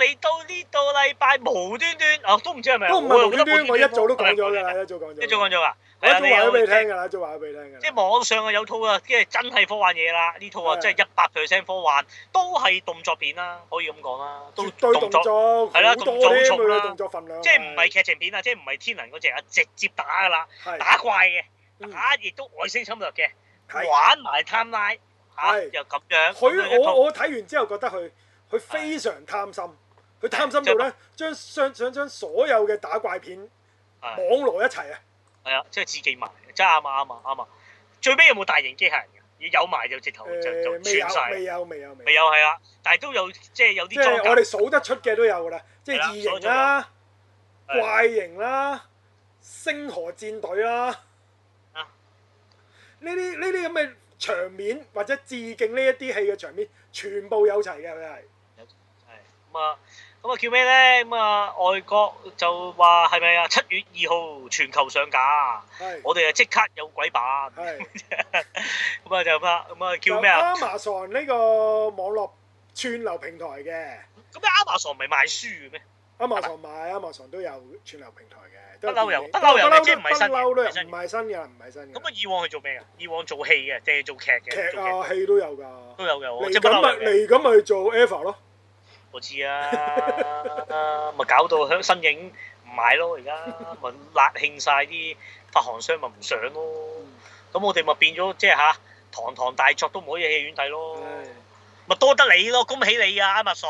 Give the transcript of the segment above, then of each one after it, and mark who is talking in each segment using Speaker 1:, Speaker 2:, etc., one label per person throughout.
Speaker 1: 你都呢個禮拜無端端，我都唔知係啊咪，
Speaker 2: 都唔係無端端，我一早都講咗㗎啦，一早講咗。
Speaker 1: 一早講咗㗎，
Speaker 2: 我一
Speaker 1: 係啊，
Speaker 2: 早
Speaker 1: 你
Speaker 2: 話咗俾
Speaker 1: 有
Speaker 2: 你
Speaker 1: 即
Speaker 2: 聽
Speaker 1: 係
Speaker 2: 㗎啦，一早話咗俾你聽㗎啦。
Speaker 1: 即係網上啊有套啊，即係真係科幻嘢啦，呢套啊
Speaker 2: 係
Speaker 1: 真係一百 percent 科幻，都係動作片啦，可以咁講啦，都
Speaker 2: 絕對動
Speaker 1: 作，
Speaker 2: 作，
Speaker 1: 係啦
Speaker 2: 好
Speaker 1: 動
Speaker 2: 多
Speaker 1: 作好
Speaker 2: 添
Speaker 1: 重
Speaker 2: 佢
Speaker 1: 啦
Speaker 2: 嘅動作份量。
Speaker 1: 即係唔係劇情片啊，即係唔係天能嗰只啊，直接打㗎啦，
Speaker 2: 係
Speaker 1: 打怪嘅，
Speaker 2: 嗯
Speaker 1: 打亦都外星侵略嘅，
Speaker 2: 係
Speaker 1: 玩埋貪拉嚇，
Speaker 2: 係
Speaker 1: 又咁樣，啊咁樣
Speaker 2: 佢
Speaker 1: 一套
Speaker 2: 我我睇完之後覺得佢佢非常貪心，佢貪心到咧將想想將所有嘅打怪片網
Speaker 1: 係
Speaker 2: 羅一齊啊！
Speaker 1: 係啊，即係自己埋，真係啱啊啱啊啱啊！最尾有冇大型機械人㗎？有埋就直頭就
Speaker 2: 誒
Speaker 1: 就
Speaker 2: 未有
Speaker 1: 穿晒啦
Speaker 2: 未，有未有未
Speaker 1: 未
Speaker 2: 有，
Speaker 1: 有係啊，但係都有即係有
Speaker 2: 即
Speaker 1: 啲裝
Speaker 2: 係我
Speaker 1: 甲
Speaker 2: 哋數得出嘅都有㗎啦，即
Speaker 1: 係
Speaker 2: 係
Speaker 1: 啦
Speaker 2: 異形啊啦、
Speaker 1: 係
Speaker 2: 怪形啦、星河戰隊啦，
Speaker 1: 啊
Speaker 2: 呢啲呢啲咁嘅場面或者致敬呢一啲戲嘅場面，全部有齊嘅佢係。
Speaker 1: 係咁啊，咁啊叫咩咧？咁啊，外國就話係咪啊？七月二號全球上架，
Speaker 2: 係
Speaker 1: 我哋啊即刻有鬼版，
Speaker 2: 係。
Speaker 1: 咁啊就咁啦，咁啊 叫咩啊？
Speaker 2: Amazon 呢個網絡串流平台嘅
Speaker 1: 咁你 Amazon 唔係賣書嘅咩？
Speaker 2: ，Amazon 買 Amazon 都有串流平台嘅，都
Speaker 1: 不嬲有
Speaker 2: 電影
Speaker 1: 不嬲有
Speaker 2: 不嬲
Speaker 1: 即係唔係新嘅
Speaker 2: 不嬲都有，
Speaker 1: 唔係新嘅
Speaker 2: 唔係新嘅，唔係新嘅。
Speaker 1: 咁啊以往係做咩啊？以往做戲嘅定係做劇嘅？
Speaker 2: 嗯劇
Speaker 1: 做劇
Speaker 2: 啊戲都有㗎，
Speaker 1: 都有嘅，我
Speaker 2: 嚟
Speaker 1: 即係不
Speaker 2: 緊咪
Speaker 1: 嬲有嘅。
Speaker 2: 嚟緊咪做 Eva 咯，
Speaker 1: 我知啊，咪搞到香新影唔買咯，而家咪辣興晒啲發行商咪唔上咯。咁我哋咪變咗即係吓，堂堂大作都唔可以喺戲院睇咯。
Speaker 2: 唉
Speaker 1: 咪多得你咯，恭喜你啊，Amazon！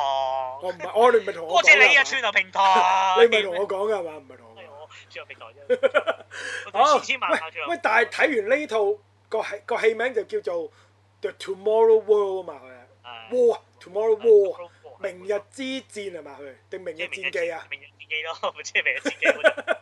Speaker 2: 我唔係我哋唔係同
Speaker 1: 多
Speaker 2: 我講
Speaker 1: 謝你啊，
Speaker 2: 㗎
Speaker 1: 串
Speaker 2: 係
Speaker 1: 流平
Speaker 2: 嘛，
Speaker 1: 台。
Speaker 2: 你唔係同我講㗎係嘛？唔係同我
Speaker 1: 係
Speaker 2: 講。
Speaker 1: 我串流平台啫，我哋
Speaker 2: 好
Speaker 1: 千千萬萬串流
Speaker 2: 喂
Speaker 1: 平
Speaker 2: 喂，
Speaker 1: 台
Speaker 2: 但係睇完呢套個戲個戲名就叫做 The Tomorrow World 啊嘛，佢係
Speaker 1: 係
Speaker 2: War 嗯
Speaker 1: 係
Speaker 2: Tomorrow War。
Speaker 1: À. Tomorrow War
Speaker 2: 明日之戰啊係嘛？佢定明日
Speaker 1: 即係明日
Speaker 2: 戰記啊？
Speaker 1: 明日戰記咯， 即係明日戰記嗰 種。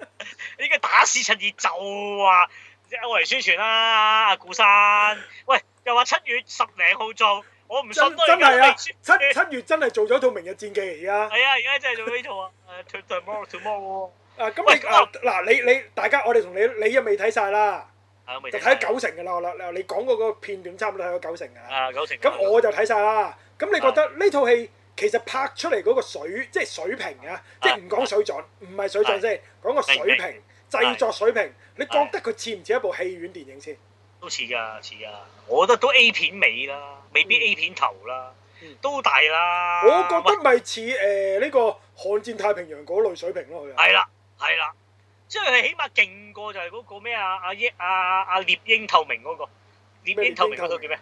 Speaker 1: 應該打屎趁熱就話，即係我嚟宣傳啦，阿顧生。喂，又話七月十零號做，我唔
Speaker 2: 真
Speaker 1: 信都
Speaker 2: 真係啊！
Speaker 1: 七
Speaker 2: 七七月真係做咗套明日戰記而家。
Speaker 1: 係啊，而家真係做呢套啊！誒，tomorrow tomorrow
Speaker 2: 啊，咁
Speaker 1: 喂
Speaker 2: 你
Speaker 1: 咁啊
Speaker 2: 啊嗱，你你大家我哋同你你又未睇晒啦，
Speaker 1: 啊係我未
Speaker 2: 就睇
Speaker 1: 睇
Speaker 2: 咗九成㗎啦。我啦，你講嗰個片段差唔多睇咗九成㗎啦。
Speaker 1: 啊，九成。
Speaker 2: 咁我就睇晒啦。咁你覺
Speaker 1: 啊
Speaker 2: 得呢套戲其實拍出嚟嗰個水即係水平啊，即係唔講水準，唔係水準先，講個水平、製作水平，你覺得佢似唔似一部戲院電影先？
Speaker 1: 都似㗎，似㗎。我覺得都 A 片尾啦，未必
Speaker 2: 嗯
Speaker 1: A 片頭啦
Speaker 2: 嗯，
Speaker 1: 都大啦。
Speaker 2: 我覺得咪似誒呢個《悍戰太平洋》嗰類水平咯，佢係。
Speaker 1: 係啦，係啦，即係佢起碼勁過就係嗰個咩啊阿英阿阿獵鷹透明嗰個，獵鷹透明嗰套叫咩？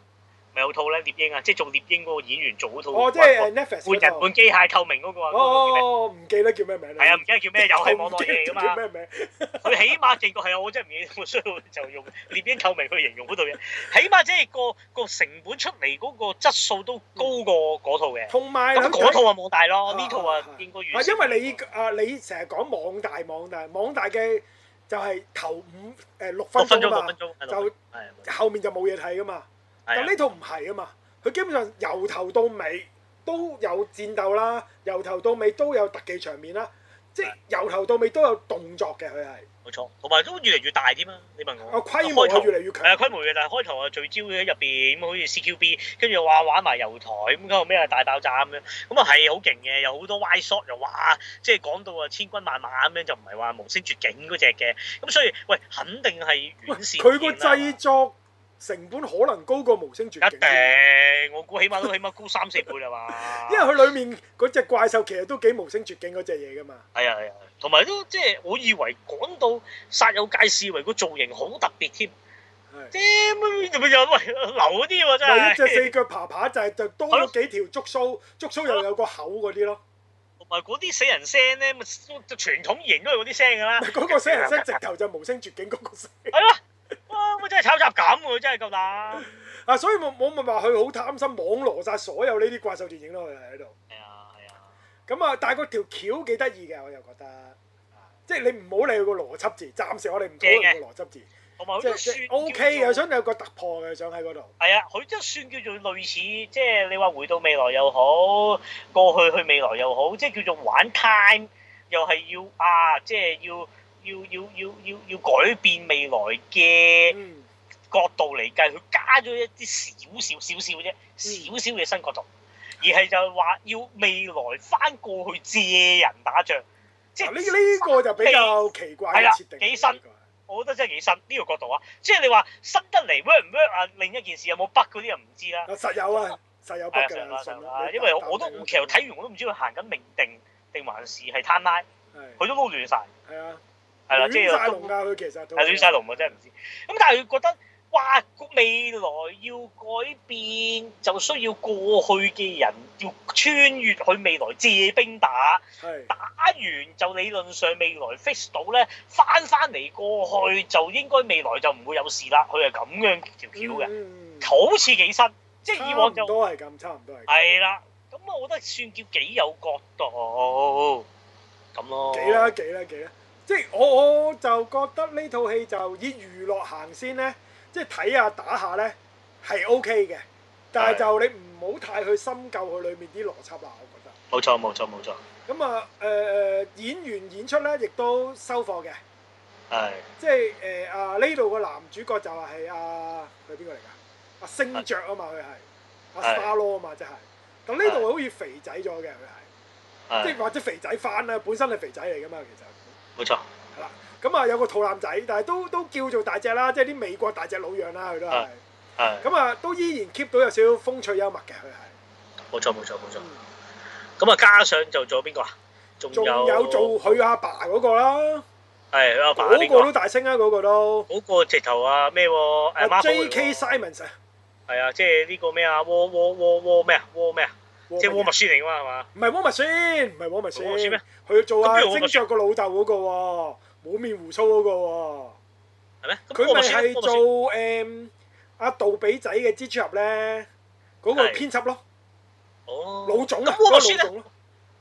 Speaker 1: 咪有套咧獵鷹啊，即係做獵鷹嗰個演員做嗰套。
Speaker 2: 哦，即係誒 Netflix
Speaker 1: 半
Speaker 2: 嗰
Speaker 1: 人
Speaker 2: 套。
Speaker 1: 半機械透明嗰個啊，嗰個叫咩？
Speaker 2: 哦，唔記得叫咩名啦。
Speaker 1: 係啊，唔記得叫咩，又係網絡嘢嚟㗎
Speaker 2: 叫
Speaker 1: 嘛。
Speaker 2: 咩名？
Speaker 1: 佢起碼勁過係啊，我真係唔記得，我所以我就用獵鷹透明去形容嗰套嘢。起碼即係個個成本出嚟嗰個質素都高過嗰套嘅。
Speaker 2: 同埋
Speaker 1: 咁嗰套啊冇大咯，
Speaker 2: 啊
Speaker 1: 呢套啊應該
Speaker 2: 啊
Speaker 1: 完。，
Speaker 2: 因為你啊，你成日講網大網大網大嘅就係頭五誒六
Speaker 1: 六
Speaker 2: 分
Speaker 1: 分鐘
Speaker 2: 鐘啊
Speaker 1: 六分鐘
Speaker 2: 嘛，
Speaker 1: 係六分鐘係
Speaker 2: 就
Speaker 1: 啊冇錯
Speaker 2: 後面就冇嘢睇㗎嘛。
Speaker 1: 係啊
Speaker 2: 但呢套唔係啊嘛，佢基本上由頭到尾都有戰鬥啦，由頭到尾都有特技場面啦，即係由頭到尾都有動作嘅佢係，
Speaker 1: 冇錯，同埋都越嚟越大添啊！你問
Speaker 2: 個
Speaker 1: 我，
Speaker 2: 規模
Speaker 1: 開頭
Speaker 2: 係越嚟越強
Speaker 1: 係。啊規模嘅，但係開頭啊聚焦喺入邊，咁啊好似 CQB，跟住話玩埋遊台，咁後尾啊大爆炸咁樣，咁啊係好勁嘅，有好多 Y shot 又哇，即係講到啊千軍萬馬咁樣，就唔係話無聲絕境嗰只嘅，咁所以喂肯定係
Speaker 2: 喂
Speaker 1: 遠視
Speaker 2: 佢個製作成本可能高過無聲絕
Speaker 1: 啊一
Speaker 2: 境添，
Speaker 1: 定，我估起碼都起碼高三四倍啦嘛，
Speaker 2: 因為佢裡面嗰只怪獸其實都幾無聲絕境嗰只嘢㗎嘛。
Speaker 1: 係啊係啊，同埋都即係我以為講到殺有界視為個造型好特別添，
Speaker 2: 係
Speaker 1: 即係咁又喂 流嗰啲喎真
Speaker 2: 咪
Speaker 1: 係
Speaker 2: 一。隻四腳爬爬就係就多咗幾條觸須，觸須又有個口嗰啲 咯。
Speaker 1: 同埋嗰啲死人聲咧，咪就傳統型都係嗰啲聲㗎啦。
Speaker 2: 嗰個死人聲直頭就無聲絕境嗰個聲。
Speaker 1: 係咯，哇！我真係炒雜咁喎，真係夠膽。
Speaker 2: 啊，所以我我咪話佢好貪心，網羅晒所有呢啲怪獸電影咯，佢係喺度。
Speaker 1: 係啊係啊，
Speaker 2: 咁啊，但係個條橋幾得意嘅，我又覺得。即係你唔好理佢個邏輯字，暫時我哋唔討論個邏輯字，
Speaker 1: 同埋佢
Speaker 2: 即
Speaker 1: 都
Speaker 2: 係即
Speaker 1: 算
Speaker 2: 係 O K 嘅，
Speaker 1: 叫做
Speaker 2: 想有個突破嘅，想喺嗰度。
Speaker 1: 係啊，佢都算叫做類似，即係你話回到未來又好，過去去未來又好，即係叫做玩 time，又係要啊，即係要要要要要要改變未來嘅。
Speaker 2: 嗯，
Speaker 1: 角度嚟計，佢加咗一啲少少少少啫，少少嘅新角度。而係就係話要未來翻過去借人打仗，即
Speaker 2: 嗱
Speaker 1: 係
Speaker 2: 呢呢個就比較奇怪
Speaker 1: 係
Speaker 2: 嘅
Speaker 1: 啦
Speaker 2: 設定。
Speaker 1: 幾新
Speaker 2: 呢個
Speaker 1: 我覺得真係幾新呢個角度啊！即係你話新得嚟 work 唔 work 啊？另一件事有冇北嗰啲又唔知啦。
Speaker 2: 啊實有啊，實有
Speaker 1: 係
Speaker 2: 北
Speaker 1: 啊，
Speaker 2: 㗎
Speaker 1: 上
Speaker 2: 啦，
Speaker 1: 啦
Speaker 2: 信
Speaker 1: 上
Speaker 2: 啦
Speaker 1: 啦，
Speaker 2: 你
Speaker 1: 因為
Speaker 2: 搭
Speaker 1: 我都
Speaker 2: 搭地嗰
Speaker 1: 其實
Speaker 2: 種
Speaker 1: 睇完我都唔知佢行緊命定定還是係攤拉，
Speaker 2: 係
Speaker 1: 佢都撈亂晒。
Speaker 2: 係啊，
Speaker 1: 係啦，即
Speaker 2: 亂
Speaker 1: 係
Speaker 2: 晒
Speaker 1: 都
Speaker 2: 龍㗎佢其實都
Speaker 1: 係亂晒龍我真係唔知。咁但係佢覺得哇，未來要改變，就需要過去嘅人要穿越去未來借兵打，
Speaker 2: 係
Speaker 1: 打完就理論上未來 fix 到咧，翻翻嚟過去就應該未來就唔會有事啦。佢係咁樣條橋嘅，
Speaker 2: 嗯嗯嗯嗯
Speaker 1: 好似幾新，即係以往
Speaker 2: 差唔
Speaker 1: 就
Speaker 2: 多係咁，差唔多係咁。
Speaker 1: 係啦。咁我覺得算叫幾有角度咁咯。
Speaker 2: 幾啦幾啦幾啦，即係我我就覺得呢套戲就以娛樂行先咧，即係睇下打下咧係 OK 嘅，但係就你唔好太去深究佢裡面啲邏輯啦，我覺得。
Speaker 1: 冇錯冇錯冇錯，
Speaker 2: 咁啊誒誒演員演出咧亦都收貨嘅，
Speaker 1: 係
Speaker 2: 即係誒啊呢度個男主角就係阿佢邊個嚟㗎？阿星爵啊嘛，佢係阿
Speaker 1: 係
Speaker 2: Star Law 啊嘛，即係。咁呢度好似肥仔咗嘅佢係，即係
Speaker 1: 係
Speaker 2: 或者肥仔翻啦，本身係肥仔嚟㗎嘛，其實。
Speaker 1: 冇錯
Speaker 2: 係啦，咁啊有個肚腩仔，但係都都叫做大隻啦，即係啲美國大隻佬樣啦，佢都係
Speaker 1: 係。係
Speaker 2: 咁啊，都依然 keep 到有少少風趣幽默嘅，佢
Speaker 1: 冇錯冇錯冇錯
Speaker 2: 係。。
Speaker 1: 咁啊，加上就仲有邊個啊？仲
Speaker 2: 仲有做佢阿爸嗰個啦，
Speaker 1: 係阿爸
Speaker 2: 嗰
Speaker 1: 邊
Speaker 2: 個
Speaker 1: 個
Speaker 2: 都
Speaker 1: 啊？
Speaker 2: 大聲啊，嗰個都。
Speaker 1: 嗰個直頭啊咩喎？誒
Speaker 2: 啊
Speaker 1: Marvel 嚟
Speaker 2: J.K.
Speaker 1: 喎
Speaker 2: Simons 啊，
Speaker 1: 係啊，即係呢個咩啊？窩窩窩窩咩啊？窩咩啊？即係窩
Speaker 2: 王文
Speaker 1: 麥書嚟㗎嘛
Speaker 2: 唔係汪文先，唔係
Speaker 1: 唔係
Speaker 2: 汪文
Speaker 1: 汪文先
Speaker 2: 先
Speaker 1: 咩，
Speaker 2: 佢做阿
Speaker 1: 咁邊個汪
Speaker 2: 星
Speaker 1: 文
Speaker 2: 爵個老豆嗰個喎，冇面胡鬚嗰個喎，
Speaker 1: 係咪？咁
Speaker 2: 佢
Speaker 1: 窩
Speaker 2: 咪
Speaker 1: 麥書
Speaker 2: 係
Speaker 1: 窩麥
Speaker 2: 做
Speaker 1: 書
Speaker 2: 誒阿杜比仔嘅蜘蛛俠咧，嗰個
Speaker 1: 係
Speaker 2: 編輯咯，
Speaker 1: 哦
Speaker 2: 老總
Speaker 1: 咁
Speaker 2: 啊，嗰
Speaker 1: 窩
Speaker 2: 個
Speaker 1: 麥書
Speaker 2: 老
Speaker 1: 咧？
Speaker 2: 總咯。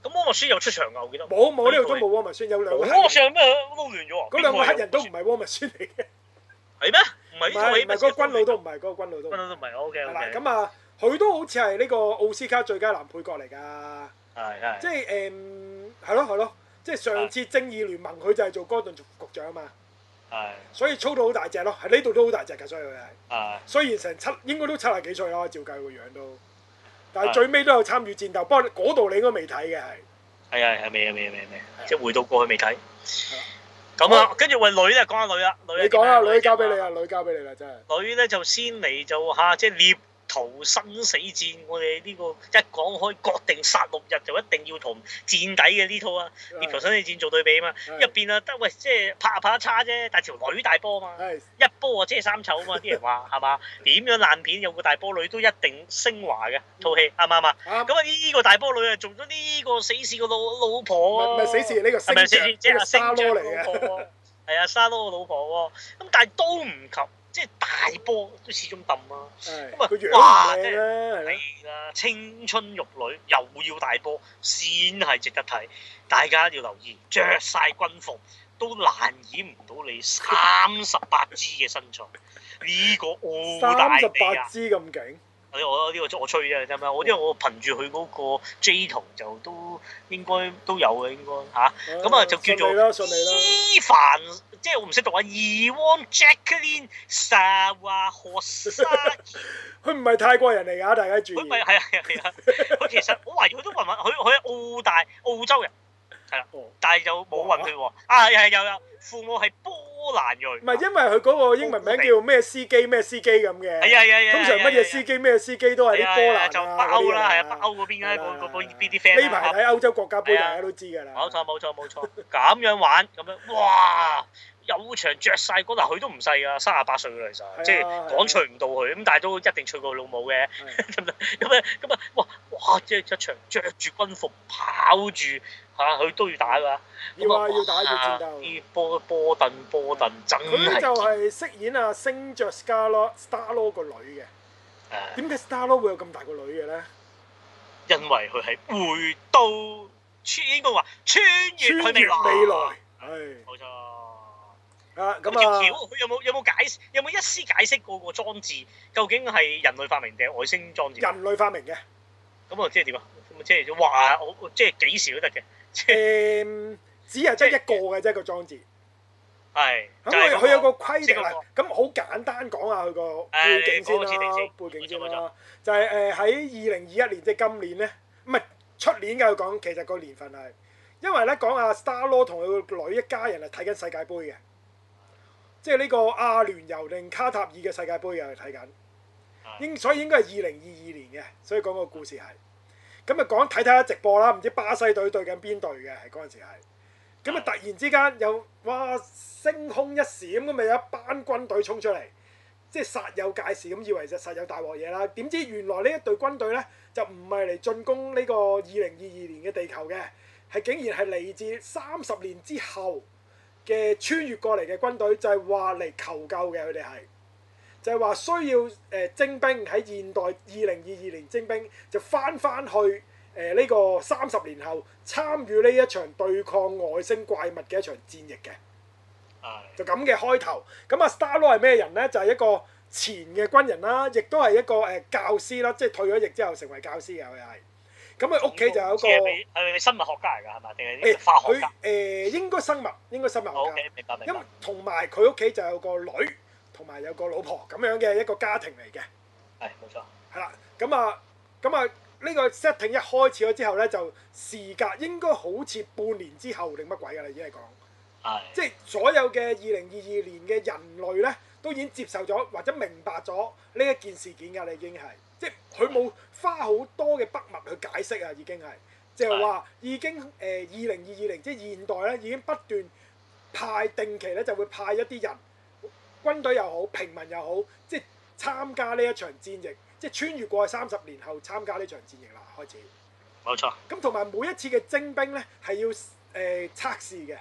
Speaker 1: 咁窩麥書有出場㗎，我記得。
Speaker 2: 冇冇呢度都冇汪文宣，有兩個
Speaker 1: 窩
Speaker 2: 黑
Speaker 1: 麥
Speaker 2: 人，
Speaker 1: 書有咩撈亂咗啊？
Speaker 2: 嗰兩
Speaker 1: 邊
Speaker 2: 個
Speaker 1: 個係
Speaker 2: 黑人都唔
Speaker 1: 窩麥書
Speaker 2: 係汪文宣嚟嘅，
Speaker 1: 係咩？唔係
Speaker 2: 唔
Speaker 1: 呢套
Speaker 2: 係
Speaker 1: 戲
Speaker 2: 唔
Speaker 1: 咩
Speaker 2: 係嗰個軍佬都唔係嗰個軍佬都唔
Speaker 1: 軍
Speaker 2: 係。
Speaker 1: 佬都唔係。O K
Speaker 2: 係
Speaker 1: O
Speaker 2: 啦，
Speaker 1: K。
Speaker 2: 咁啊，佢都好似係呢個奧斯卡最佳男配角嚟㗎，
Speaker 1: 係係
Speaker 2: 即係誒係咯係咯，即係上次正義聯盟佢就係做戈頓局長啊嘛，
Speaker 1: 係
Speaker 2: 所以操到好大隻咯，喺呢度都好大隻㗎，所以佢係
Speaker 1: 係
Speaker 2: 雖然成七應該都七廿幾歲啦，照計個樣都，但係
Speaker 1: 係
Speaker 2: 最尾都有參與戰鬥，不過嗰度你應該未睇嘅係。
Speaker 1: 係係係未啊未啊未啊未啊，即係回到過去未睇
Speaker 2: 啦。
Speaker 1: 咁啊，跟住喂女咧，講下女啦，女啊
Speaker 2: 你講啦，
Speaker 1: 點啊
Speaker 2: 女交俾
Speaker 1: 點啊
Speaker 2: 你啦，女交俾你啦，真係。
Speaker 1: 女咧就先嚟就嚇、即係獵逃生死戰。我哋呢、個一講開國定殺戮日就一定要同戰底嘅呢套啊，獵逃生死戰做對比啊嘛。
Speaker 2: 係
Speaker 1: 入邊啊得喂，即係拍下拍得差啫，但係條女大波啊嘛，
Speaker 2: 係
Speaker 1: 一波啊即係三醜啊嘛，啲人話係嘛？點樣爛片有個大波女都一定升華嘅套戲啱唔啱啊？
Speaker 2: 啱。
Speaker 1: 咁啊呢個大波女啊做咗呢個死侍個老老婆啊
Speaker 2: 唔係死侍呢個星
Speaker 1: 係咪先？即
Speaker 2: 爵，
Speaker 1: 係
Speaker 2: 呢個
Speaker 1: 阿星
Speaker 2: 沙羅
Speaker 1: 爵
Speaker 2: 嚟
Speaker 1: 老
Speaker 2: 嘅。
Speaker 1: 婆喎，係啊，沙羅個老婆喎。咁但係都唔及，即係大波都始終揼啦。
Speaker 2: 係
Speaker 1: 咁啊
Speaker 2: 個樣
Speaker 1: 哇
Speaker 2: 唔靚啦，係啦。
Speaker 1: 係啦，青春玉女又要大波，先係值得睇。大家要留意，着晒軍服都難掩唔到你三十八支嘅身材。呢個澳大
Speaker 2: 三
Speaker 1: 利
Speaker 2: 十八
Speaker 1: 亞，
Speaker 2: 支咁勁，
Speaker 1: 我我呢個我吹啫，
Speaker 2: 哦
Speaker 1: 真係我因為我憑住佢嗰個 J 圖就都應該都有嘅，應該嚇。咁
Speaker 2: Ờ,
Speaker 1: 啊就叫做
Speaker 2: 哦順利啦，順利啦。
Speaker 1: 伊凡，即係我唔識讀啊。伊旺 Jacqueline Sawa h o s a
Speaker 2: 佢唔係泰國人嚟㗎，大家注意
Speaker 1: 佢。咪係啊係啊，佢其實我懷疑佢都混混，佢佢係澳大澳洲人，
Speaker 2: 哦
Speaker 1: 但係就冇混血喎。啊係有有，父母係波蘭裔。
Speaker 2: 唔係因為佢嗰個英文名叫咩司機咩司機咁嘅。
Speaker 1: 係啊係啊係啊。
Speaker 2: 通常乜嘢司機咩司機都係啲波
Speaker 1: 係啊
Speaker 2: 蘭
Speaker 1: 就北
Speaker 2: 啊嗰啲
Speaker 1: 歐
Speaker 2: 人
Speaker 1: 啦，
Speaker 2: 啊
Speaker 1: 係啊北歐嗰邊
Speaker 2: 係
Speaker 1: 啦，
Speaker 2: 啦
Speaker 1: 嗰嗰嗰邊啲
Speaker 2: 呢
Speaker 1: friend 啊
Speaker 2: 排
Speaker 1: 啦。
Speaker 2: 睇歐洲國家杯，
Speaker 1: 係啊
Speaker 2: 大家都知㗎啦。
Speaker 1: 冇錯冇錯冇錯，咁樣玩咁樣，哇！有場着晒嗰嗱，佢都唔細㗎，三十八歲㗎啦，其
Speaker 2: 啊
Speaker 1: 實即係講除唔到佢，咁但係都一定除過佢老母嘅。
Speaker 2: 係。
Speaker 1: 咁啊咁啊，哇哇！即係一場着住軍服跑住嚇，佢、都要打㗎。
Speaker 2: 要啊
Speaker 1: 咁
Speaker 2: 要打要戰
Speaker 1: 哇
Speaker 2: 鬥
Speaker 1: 啲波波頓波頓真
Speaker 2: 佢
Speaker 1: 係
Speaker 2: 就係飾演阿星爵 Scarlo Starlo 個女嘅。
Speaker 1: 誒，
Speaker 2: 點解 Starlo 會有咁大個女嘅咧？
Speaker 1: 因為佢係回到穿應該話穿
Speaker 2: 穿
Speaker 1: 越
Speaker 2: 越
Speaker 1: 佢
Speaker 2: 未
Speaker 1: 未
Speaker 2: 來
Speaker 1: 來。，
Speaker 2: 係
Speaker 1: 冇錯。
Speaker 2: 啊
Speaker 1: 咁
Speaker 2: 咁
Speaker 1: 條橋
Speaker 2: 啊，
Speaker 1: 佢有冇有冇解釋有冇一絲解釋過個裝置究竟係人類發明定係外星裝置？咁
Speaker 2: 人類發 明嘅，
Speaker 1: 啊，即係點啊？咁啊，即係話我即係幾時都得嘅，即係
Speaker 2: 誒，只係得一個嘅啫個裝置，
Speaker 1: 係。
Speaker 2: 咁
Speaker 1: 就係
Speaker 2: 佢
Speaker 1: 嗰個
Speaker 2: 佢有個規定啦
Speaker 1: 即係嗰，
Speaker 2: 咁好簡單講下佢個背景先
Speaker 1: 誒你講個設定
Speaker 2: 啦
Speaker 1: 先，
Speaker 2: 背景先
Speaker 1: 冇錯冇
Speaker 2: 啦，就係誒喺二零二一年即係今年咧，唔係出年嘅佢講，其實個年份係，因為咧講阿 Star Law 同佢個女一家人係睇緊世界盃嘅，即係呢個阿聯酋定卡塔爾嘅世界盃嘅佢睇緊，應所以應該係二零二二年嘅，所以講個故事係。咁啊講睇睇下直播啦，唔知巴西隊對緊邊隊嘅，係嗰陣時係。咁啊突然之間有哇星空一閃，咁咪有一班軍隊衝出嚟，即係煞有介事咁，以為就實有大鑊嘢啦。點知原來呢一隊軍隊呢，就唔係嚟進攻呢個二零二二年嘅地球嘅，係竟然係嚟自三十年之後嘅穿越過嚟嘅軍隊，就係話嚟求救嘅，佢哋係。就係話需要誒、呃徵兵喺現代二零二二年徵兵，就翻翻去誒呢、個三十年後參與呢一場對抗外星怪物嘅一場戰役嘅，就咁嘅開頭。咁啊，Starlo 係咩人呢？就係、一個前嘅軍人啦，亦都係一個誒、呃教師啦，即係退咗役之後成為教師嘅佢係。咁佢屋企就有一
Speaker 1: 嗯
Speaker 2: 個
Speaker 1: 係咪係咪生物學家嚟㗎？係咪定係
Speaker 2: 誒
Speaker 1: 啲化學
Speaker 2: 佢
Speaker 1: 家
Speaker 2: 誒應該生物應該生物學家。
Speaker 1: ？O K，明白明
Speaker 2: 因為
Speaker 1: 白。
Speaker 2: 同埋佢屋企就有個女，同埋有個老婆咁樣嘅一個家庭嚟嘅。
Speaker 1: 係冇錯。
Speaker 2: 係啦，咁啊，咁啊，呢個 setting 一開始咗之後咧，就時隔應該好似半年之後定乜鬼㗎啦，已經係講，
Speaker 1: 係。
Speaker 2: 即係所有嘅二零二二年嘅人類咧，都已經接受咗或者明白咗呢一件事件㗎啦，已經係，即係佢冇花好多嘅筆墨去解釋啊，已經係，即係話已經誒呃二零二二年即係現代咧，已經不斷派定期咧就會派一啲人。軍隊又好，平民又好，即係參加呢一場戰役，即係穿越過去三十年後參加呢場戰役啦，開始。
Speaker 1: 冇錯。
Speaker 2: 咁同埋每一次嘅徵兵呢，係要誒、呃、測試嘅，誒、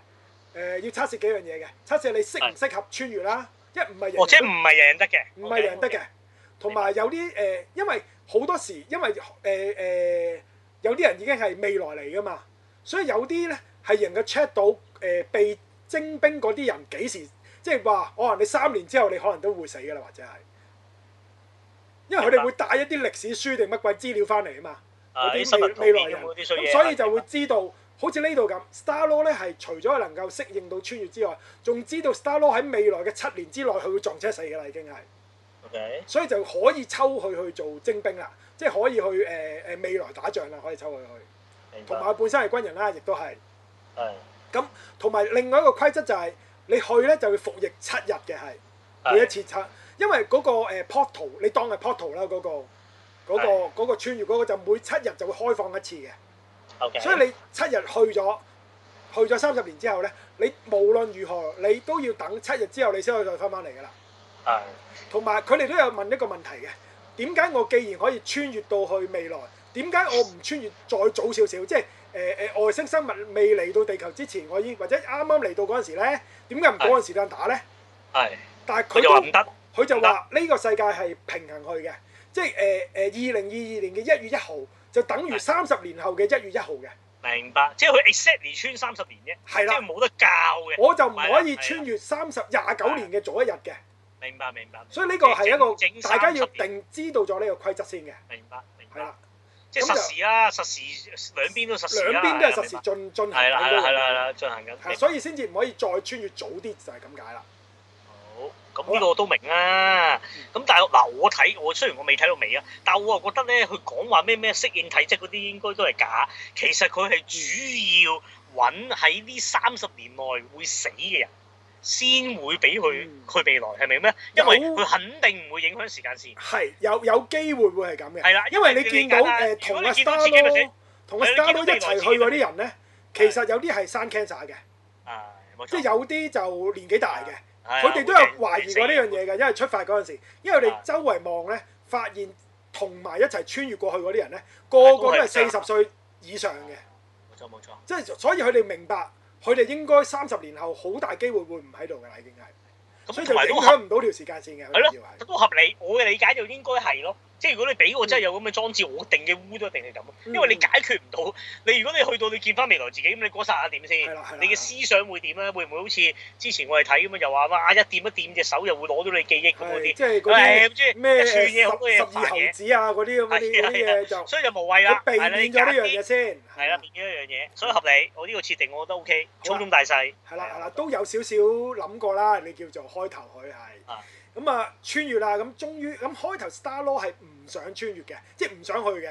Speaker 2: 呃、要測試幾樣嘢嘅，測試你適唔適合穿越啦，一唔係人人
Speaker 1: 哦，即係
Speaker 2: 都
Speaker 1: 唔係贏得嘅。
Speaker 2: 唔係人得嘅，同埋有啲誒、呃因為好多時，因為誒誒、呃呃有啲人已經係未來嚟噶嘛，所以有啲咧係能夠 check 到誒、呃被徵兵嗰啲人幾時，即係話可能你三年之後你可能都會死噶啦，或者係，因為佢哋會帶一啲歷史書定乜鬼資料翻嚟啊嘛。
Speaker 1: 啊
Speaker 2: 嗰
Speaker 1: 啲
Speaker 2: 啲
Speaker 1: 生物
Speaker 2: 未
Speaker 1: 圖
Speaker 2: 未
Speaker 1: 片
Speaker 2: 來人，
Speaker 1: 咁嗰啲衰
Speaker 2: 咁
Speaker 1: 嘢。啊
Speaker 2: 所以就會知道，好似呢度咁，Starlo 咧係除咗係能夠適應到穿越之外，仲知道 Starlo 喺未來嘅七年之內佢會撞車死㗎啦，已經係，
Speaker 1: O K。
Speaker 2: 所以就可以抽佢去做徵兵啦，即係可以去誒誒、呃未來打仗啦，可以抽佢去，
Speaker 1: 明白
Speaker 2: 同埋佢本身係軍人啦，亦都係，
Speaker 1: 係
Speaker 2: 同埋另外一個規則就係、你去咧就要服役七日嘅係。每一
Speaker 1: 係
Speaker 2: 次測，因為嗰、個誒 portal，你當係 portal 啦，嗰、個嗰、
Speaker 1: 係
Speaker 2: 個嗰個穿越嗰個就每七日就會開放一次嘅。
Speaker 1: O K。
Speaker 2: 所以你七日去咗，去咗三十年之後呢，你無論如何你都要等七日之後你先可以再翻返嚟㗎啦。
Speaker 1: 係
Speaker 2: 同埋佢哋都有問一個問題嘅，點解我既然可以穿越到去未來，點解我唔穿越再早少少？即係誒誒外星生物未嚟到地球之前，我已經或者啱啱嚟到嗰陣時呢，點解唔嗰陣時間打呢？
Speaker 1: 係。
Speaker 2: 但係
Speaker 1: 佢
Speaker 2: 佢
Speaker 1: 就話
Speaker 2: 都
Speaker 1: 唔得。
Speaker 2: 佢就話呢個世界係平衡去嘅，即係誒誒二零二二年嘅一月一號就等於
Speaker 1: 係
Speaker 2: 三十年後嘅一月一號嘅，
Speaker 1: 明白，即係佢 exactly 穿三十年啫，即係
Speaker 2: 係啦，
Speaker 1: 冇得教 嘅。
Speaker 2: 我就唔可以穿越三十廿九年嘅早一日嘅，
Speaker 1: 明白明白。
Speaker 2: 所以呢個係一
Speaker 1: 整整
Speaker 2: 個大家要
Speaker 1: 30年
Speaker 2: 定知道咗呢個規則先嘅，
Speaker 1: 明白明
Speaker 2: 係
Speaker 1: 白
Speaker 2: 啦，，
Speaker 1: 即係實時啦，實時兩邊都實時啦，
Speaker 2: 兩邊都係實時進進行
Speaker 1: 係啦
Speaker 2: 緊
Speaker 1: 係啦係啦係
Speaker 2: 嗰
Speaker 1: 啦，進行緊。
Speaker 2: 個，所以先至唔可以再穿越早啲就係咁解啦。
Speaker 1: 好，咁呢個我都明啦。咁但係嗱，我睇我雖然我未睇到尾啊，但我又覺得咧，佢講話咩咩適應體積嗰啲應該都係假，其實佢係主要揾喺呢三十年內會死嘅人。先會俾佢
Speaker 2: 嗯
Speaker 1: 佢未來係咪咩？因為
Speaker 2: 有
Speaker 1: 佢肯定唔會影響時間線。
Speaker 2: 係有有機會會係咁 嘅，
Speaker 1: 係啦
Speaker 2: 因為你見到
Speaker 1: 因為你
Speaker 2: 誒
Speaker 1: 見到
Speaker 2: 同
Speaker 1: 啦如
Speaker 2: 阿
Speaker 1: 果你見到自己咪
Speaker 2: Starlo
Speaker 1: 死
Speaker 2: 同阿
Speaker 1: 係啦你見
Speaker 2: Starlo
Speaker 1: 到
Speaker 2: 一齊去嗰啲人咧，其
Speaker 1: 未來自己咪死
Speaker 2: 實有啲係生 cancer 嘅。
Speaker 1: 啊，冇
Speaker 2: 即係
Speaker 1: 錯。
Speaker 2: 有啲就年紀大嘅，
Speaker 1: 係啊
Speaker 2: 佢哋都有懷疑過呢樣嘢嘅，因為出發嗰陣時，因為你
Speaker 1: 啊
Speaker 2: 周圍望咧，發現同埋一齊穿越過去嗰啲人咧，個個都係
Speaker 1: 都係
Speaker 2: 四十歲以上嘅，
Speaker 1: 冇錯冇錯，
Speaker 2: 即係所以佢哋明白，佢哋應該三十年後好大機會會唔喺度㗎啦，已經係，
Speaker 1: 咁
Speaker 2: 所以就
Speaker 1: 同埋
Speaker 2: 影
Speaker 1: 都合
Speaker 2: 響唔到條時間線嘅，
Speaker 1: 係
Speaker 2: 佢哋
Speaker 1: 咯
Speaker 2: 要係，
Speaker 1: 都合理。我嘅理解就應該係咯，即即係如果你俾我
Speaker 2: 嗯
Speaker 1: 真係有咁嘅裝置，我定嘅污都一定係咁，因為你解決唔到。你如果你去到你見翻未來自己，咁你嗰剎那點先
Speaker 2: 係啦係啦？
Speaker 1: 你嘅思想會點咧？會唔會好似之前我哋睇咁樣又話哇啊一掂一掂隻手又會攞到你記憶咁嗰
Speaker 2: 係
Speaker 1: 啲？
Speaker 2: 即係嗰
Speaker 1: 誒
Speaker 2: 啲
Speaker 1: 唔知
Speaker 2: 咩
Speaker 1: 一串
Speaker 2: 誒
Speaker 1: 嘢好多嘢
Speaker 2: 十十
Speaker 1: 煩
Speaker 2: 二
Speaker 1: 嘢
Speaker 2: 猴，子啊嗰啲咁嗰啲嗰啲嘢就
Speaker 1: 所以就無謂啦。
Speaker 2: 佢避
Speaker 1: 係啦你
Speaker 2: 免咗呢樣
Speaker 1: 揀啲
Speaker 2: 嘢先，
Speaker 1: 係啦，變咗一樣嘢，所以合理。我呢個設定我覺得 O K，
Speaker 2: 嗯好啊
Speaker 1: 粗
Speaker 2: 啦
Speaker 1: 中大細。
Speaker 2: 係啦係
Speaker 1: 啊
Speaker 2: 啦，都有少少諗過啦，你叫做開頭佢係
Speaker 1: 啊。
Speaker 2: 咁啊，穿越啦，咁終於咁開頭 Star Law 係唔想穿越嘅，即係唔想去嘅。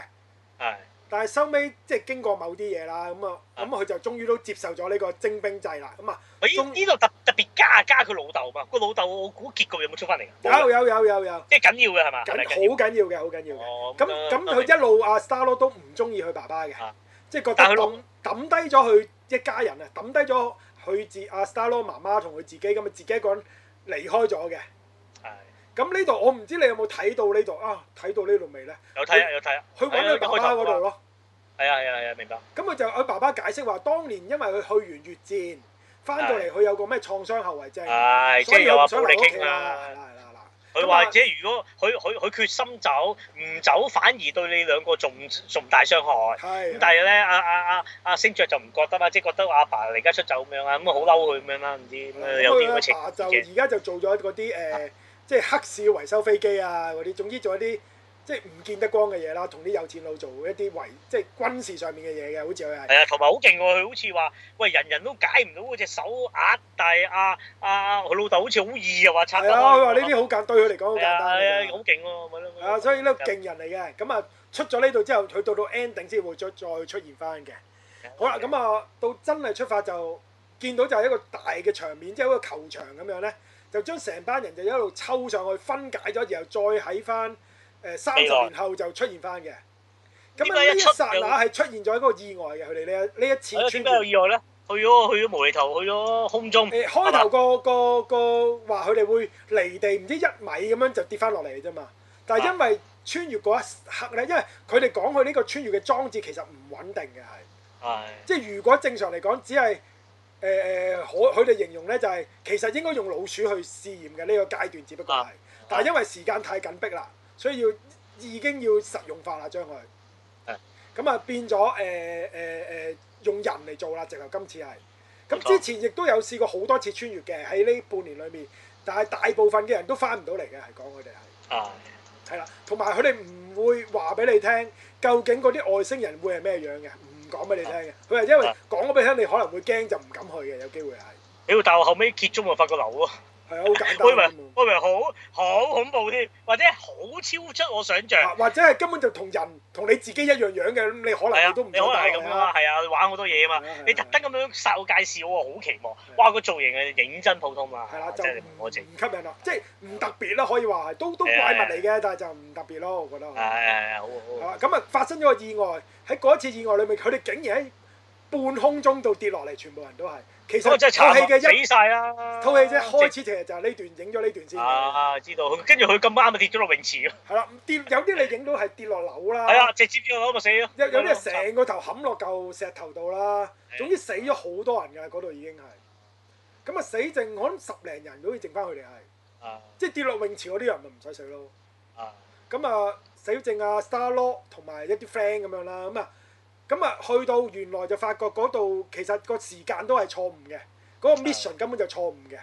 Speaker 1: 係
Speaker 2: 但係收尾即係經過某啲嘢啦，咁啊，
Speaker 1: 啊
Speaker 2: 咁佢就終於都接受咗呢個徵兵制啦。咁啊，
Speaker 1: 喂呢
Speaker 2: 中
Speaker 1: 呢度特特別加加佢老豆嘛，個老豆我估結局有冇出翻嚟㗎？冇
Speaker 2: 有有有有有，
Speaker 1: 即係緊要嘅係嘛？係
Speaker 2: 緊
Speaker 1: 咪
Speaker 2: 好緊要嘅，好緊要嘅。
Speaker 1: 哦
Speaker 2: 咁
Speaker 1: 啊
Speaker 2: 咁佢一路啊 Star Lord 都唔中意佢爸爸嘅
Speaker 1: 啊，
Speaker 2: 即係覺得
Speaker 1: 但係佢老
Speaker 2: 抌抌低咗佢一家人啊，抌低咗佢自阿 Star Lord 媽媽同佢自己咁啊，自己一個人離開咗嘅。
Speaker 1: 係
Speaker 2: 咁呢度我唔知你有冇睇到呢度啊？睇到呢度未呢？
Speaker 1: 有睇啊有睇啊，
Speaker 2: 去揾佢爸爸嗰度咯。
Speaker 1: 係啊係啊係啊，明白。
Speaker 2: 咁佢就佢爸爸解釋話，當年因為佢去完越戰，翻到嚟佢有個咩創傷後遺症，
Speaker 1: 啊係即係
Speaker 2: 啊所以佢
Speaker 1: 又
Speaker 2: 唔
Speaker 1: 話
Speaker 2: 想
Speaker 1: 暴力
Speaker 2: 留屋企
Speaker 1: 傾
Speaker 2: 啦。係
Speaker 1: 啦。
Speaker 2: 啦係啦係啦。
Speaker 1: 佢
Speaker 2: 咁
Speaker 1: 話
Speaker 2: 啊
Speaker 1: 即係如果佢佢佢決心走，唔走反而對你兩個重重大傷害。咁
Speaker 2: 係。啊
Speaker 1: 但係咧，阿阿阿阿星爵就唔覺得啦，即係覺得阿爸離家出走咁樣啊，咁好嬲佢咁樣啦，唔知咁樣有啲咁嘅
Speaker 2: 咁
Speaker 1: 啊情啊
Speaker 2: 佢阿爸就
Speaker 1: 節嘅。
Speaker 2: 而家就做咗嗰啲誒，即係黑市維修飛機啊嗰啲，總之做一啲即係唔見得光嘅嘢啦，同啲有錢佬做一啲維即係軍事上面嘅嘢嘅，好似佢係。
Speaker 1: 係啊，同埋好勁喎！佢好似話，喂，人人都解唔到嗰隻手鐲，但係阿阿佢老豆好似好易又話拆得
Speaker 2: 係
Speaker 1: 開。
Speaker 2: 啊，佢話呢啲好簡對佢嚟講好
Speaker 1: 好
Speaker 2: 簡單
Speaker 1: 係啊，好
Speaker 2: 㗎。
Speaker 1: 勁喎，咪咯。咪咯
Speaker 2: 係啊，所以呢個勁人嚟嘅，咁啊出咗呢度之後，佢到到 ending 先會再再出現翻嘅。好啦，咁啊，到真係出發就見到就係一個大嘅場面，即係一個球場咁樣咧，就將成班人就一路抽上去分解咗，然後再喺翻誒三十
Speaker 1: 未來
Speaker 2: 年後就出現翻嘅。咁
Speaker 1: 點解
Speaker 2: 啊，呢
Speaker 1: 一
Speaker 2: 一
Speaker 1: 出
Speaker 2: 剎那係出現咗一個意外嘅，佢哋呢一呢一次
Speaker 1: 係咯，
Speaker 2: 穿
Speaker 1: 點解有
Speaker 2: 越。
Speaker 1: 意外咧？去咗去咗無厘頭，去咗空中。
Speaker 2: 誒開頭個個個話佢哋會離地唔知一米咁樣就跌翻落嚟嘅啫嘛，但係因為穿越嗰一刻咧，因為佢哋講佢呢個穿越嘅裝置其實唔穩定嘅係。
Speaker 1: 係
Speaker 2: 即係如果正常嚟講，只係誒誒可佢哋形容咧就係、其實應該用老鼠去試驗嘅呢、個階段，只不過係
Speaker 1: 啊，
Speaker 2: 但係因為時間太緊迫啦，所以要已經要實用化啦，將佢
Speaker 1: 係
Speaker 2: 咁啊變咗誒誒誒用人嚟做啦，直頭今次係
Speaker 1: 冇
Speaker 2: 咁
Speaker 1: 錯
Speaker 2: 之前亦都有試過好多次穿越嘅喺呢半年裏面，但係大部分嘅人都翻唔到嚟嘅，係講佢哋係。
Speaker 1: 係
Speaker 2: 係啦，同埋佢哋唔會話俾你聽，究竟嗰啲外星人會係咩樣嘅，唔講俾你聽嘅。佢係因為
Speaker 1: 啊
Speaker 2: 講咗俾你聽，你可能會驚就唔敢去嘅，有機會係
Speaker 1: 屌！但係後尾揭中啊，發覺流 喎。
Speaker 2: 係啊，好簡
Speaker 1: 我以為
Speaker 2: 單咁
Speaker 1: 我以為好好恐怖添，或者好超出我想
Speaker 2: 啊
Speaker 1: 像。
Speaker 2: 或者係根本就同人同你自己一樣樣嘅，咁你可
Speaker 1: 係
Speaker 2: 能
Speaker 1: 啊
Speaker 2: 你，都
Speaker 1: 你
Speaker 2: 唔
Speaker 1: 可能係
Speaker 2: 想帶
Speaker 1: 咁
Speaker 2: 嚟
Speaker 1: 啦，
Speaker 2: 啦。
Speaker 1: 係啊，你玩好多嘢啊嘛
Speaker 2: 係啊係啊。
Speaker 1: 你特登咁樣殺我介紹，我好期望
Speaker 2: 啊。
Speaker 1: 哇！個造型係認真普通啊，
Speaker 2: 係啦，就
Speaker 1: 真係
Speaker 2: 唔
Speaker 1: 我
Speaker 2: 唔
Speaker 1: 整。
Speaker 2: 吸引啦，即係唔特別啦，可以話係都都
Speaker 1: 係啊
Speaker 2: 怪物嚟嘅，但係就唔特別咯，我覺得。
Speaker 1: 係啊係係，好
Speaker 2: 係
Speaker 1: 好。
Speaker 2: 啦，嗯咁啊發生咗個意外，喺嗰一次意外裏面，佢哋竟然喺半空中度跌落嚟，全部人都係。其
Speaker 1: 咁
Speaker 2: 實
Speaker 1: 啊真係
Speaker 2: 套戲
Speaker 1: 慘啊，
Speaker 2: 嘅一
Speaker 1: 死晒啦！
Speaker 2: 套戲啫，開始其實就係呢段影咗呢段先嘅，
Speaker 1: 啊，知道。跟住佢咁啱啊，跌咗落泳池咯。
Speaker 2: 係啦，跌有啲你影到係跌落樓啦，
Speaker 1: 係啊，啊直接咗落咪死咯。
Speaker 2: 有有啲係成個頭冚落嚿石頭度啦，總之死咗好多人㗎，嗰度已經係，咁啊死剩可能十零人都好似剩翻佢哋係，
Speaker 1: 啊
Speaker 2: 即係跌落泳池嗰啲人咪唔使死咯，
Speaker 1: 啊
Speaker 2: 咁啊死剩啊 Star Lord 同埋一啲 friend 咁樣啦，咁啊咁啊去到原來就發覺嗰度其實個時間都係錯誤嘅，嗰個 mission 根本就錯誤嘅。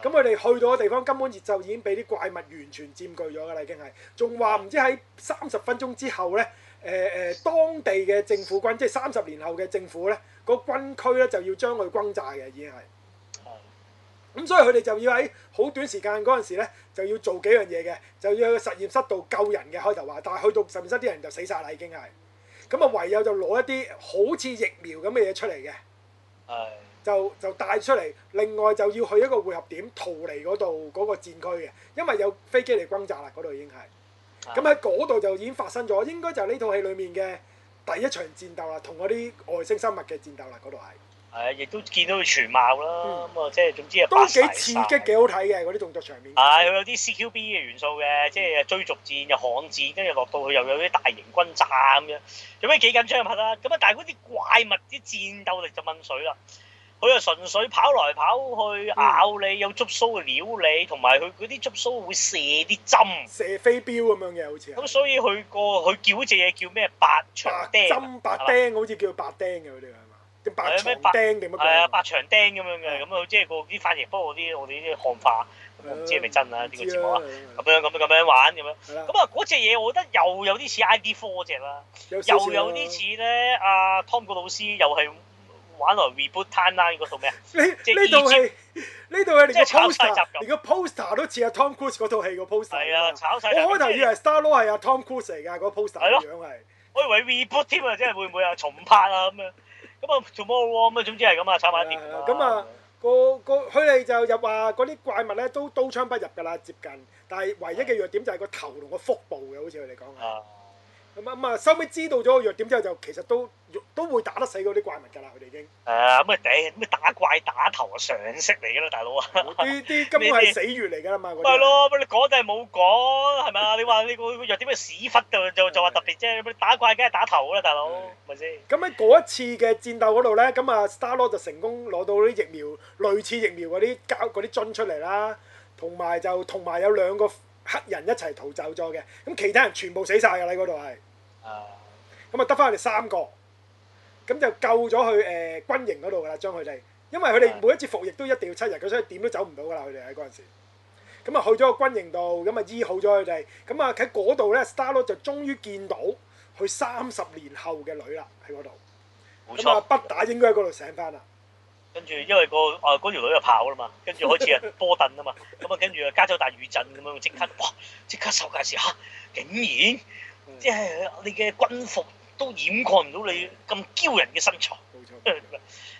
Speaker 2: 咁佢哋去到嘅地方根本就已經俾啲怪物完全佔據咗㗎啦，已經係，仲話唔知喺三十分鐘之後呢，誒、呃、誒當地嘅政府軍，即係三十年後嘅政府呢，個軍區呢就要將佢轟炸嘅，已經係。
Speaker 1: 啊
Speaker 2: 咁所以佢哋就要喺好短時間嗰陣時呢，就要做幾樣嘢嘅，就要去實驗室度救人嘅開頭話，但係去到實驗室啲人就死晒啦，已經係。咁啊，唯有就攞一啲好似疫苗咁嘅嘢出嚟嘅。
Speaker 1: 係
Speaker 2: 就就帶出嚟，另外就要去一個匯合點逃離嗰度嗰個戰區嘅，因為有飛機嚟轟炸啦，嗰度已經係。咁喺嗰度就已經發生咗，應該就係呢套戲裡面嘅第一場戰鬥啦，同嗰啲外星生物嘅戰鬥啦，嗰度係
Speaker 1: 係啊，亦都見到佢全貌啦。咁啊，即係總之係
Speaker 2: 嗯都幾刺激，幾好睇嘅嗰啲動作場面。
Speaker 1: 係佢啊有啲 CQB 嘅元素嘅，即係追逐戰又巷戰，跟住落到去又有啲大型軍炸啊咁樣，有咩幾緊張下啦？咁啊，但係嗰啲怪物啲戰鬥力就問水啦。佢又純粹跑來跑去咬你，有觸鬚撩你，同埋佢嗰啲觸鬚會射啲針。
Speaker 2: 射飛鏢咁樣嘅好似係。
Speaker 1: 咁所以佢個佢叫嗰隻嘢叫咩？白長
Speaker 2: 白
Speaker 1: 釘。啊
Speaker 2: 針白釘好似叫白釘嘅佢哋係嘛？定白
Speaker 1: 係咩
Speaker 2: 牀
Speaker 1: 白
Speaker 2: 釘定乜鬼
Speaker 1: 係啊，
Speaker 2: 啊？
Speaker 1: 白長釘咁樣嘅，咁佢即係個啲翻譯，不過啲我哋啲漢化，我唔知係咪真啊呢個
Speaker 2: 唔知
Speaker 1: 節目啊，咁
Speaker 2: 係
Speaker 1: 樣咁樣咁樣玩咁樣。
Speaker 2: 啦
Speaker 1: 咁啊，嗰隻嘢我覺得又有啲似 ID Four 嗰隻啦，
Speaker 2: 有少啊少
Speaker 1: 又有啲似咧阿 Tom 個老師又係玩來 reboot timeline 嗰套 咩啊？
Speaker 2: 呢
Speaker 1: 即係
Speaker 2: 呢套戲，呢套戲連個
Speaker 1: 即係炒晒集
Speaker 2: poster，
Speaker 1: 咁
Speaker 2: 連個 poster 都似阿 Tom Cruise 嗰套戲個 poster
Speaker 1: 係
Speaker 2: 㗎
Speaker 1: 啊，
Speaker 2: 嘛。
Speaker 1: 炒晒
Speaker 2: 我
Speaker 1: 集咁。
Speaker 2: 開頭以為 Star Lord 係阿 Tom Cruise 嚟㗎，個 poster
Speaker 1: 係咯
Speaker 2: 個樣係。
Speaker 1: 我以為 reboot 添啊，即係會唔會啊重拍啊咁樣？咁啊，Tomorrow War 咁啊，總之係咁啊，炒埋一碟
Speaker 2: 係啊咁啊，個個佢哋就入話嗰啲怪物咧都刀槍不入㗎啦，接近。但係唯一嘅弱點就係個頭同個腹部嘅，好似佢哋講係。
Speaker 1: 啊
Speaker 2: 咁啊咁啊，收尾知道咗個弱點之後，就其實都都會打得死嗰啲怪物㗎啦，佢哋已經。
Speaker 1: 係啊，咁啊頂咩打怪打頭啊常識嚟㗎啦，大佬 啊！
Speaker 2: 啲啲根本係死穴嚟㗎啦嘛，嗰啲。
Speaker 1: 咪係咯，乜你講就係冇講，係咪啊？你話你個弱點咩屎忽就就
Speaker 2: 嗯
Speaker 1: 就話特別啫，乜你打怪梗係打頭啦，大佬，係咪先？
Speaker 2: 咁喺嗰一次嘅戰鬥嗰度呢，咁啊 Star Lord 就成功攞到啲疫苗，類似疫苗嗰啲膠嗰啲樽出嚟啦，同埋就同埋有兩個黑人一齊逃走咗嘅，咁其他人全部死晒㗎啦嗰度係，
Speaker 1: 啊，
Speaker 2: 咁啊得翻佢哋三個，咁就救咗去誒、呃、軍營嗰度㗎啦，將佢哋，因為佢哋
Speaker 1: 係
Speaker 2: 每一次服役都一定要七日，咁所以點都走唔到㗎啦，佢哋喺嗰陣時。咁啊去咗個軍營度，咁啊醫好咗佢哋，咁啊喺嗰度呢 Star Lord 就終於見到佢三十年後嘅女啦，喺嗰度。
Speaker 1: 冇
Speaker 2: 咁啊，
Speaker 1: 錯。
Speaker 2: 北打應該喺嗰度醒翻啦。
Speaker 1: 跟住因為個啊嗰條女就跑啦嘛，跟住開始啊波頓啊嘛， 咁啊跟住啊加州大雨震咁樣，即刻哇！即刻受介紹嚇，竟然
Speaker 2: 嗯
Speaker 1: 即係你嘅軍服都掩蓋唔到你咁驕人嘅身材。
Speaker 2: 冇錯，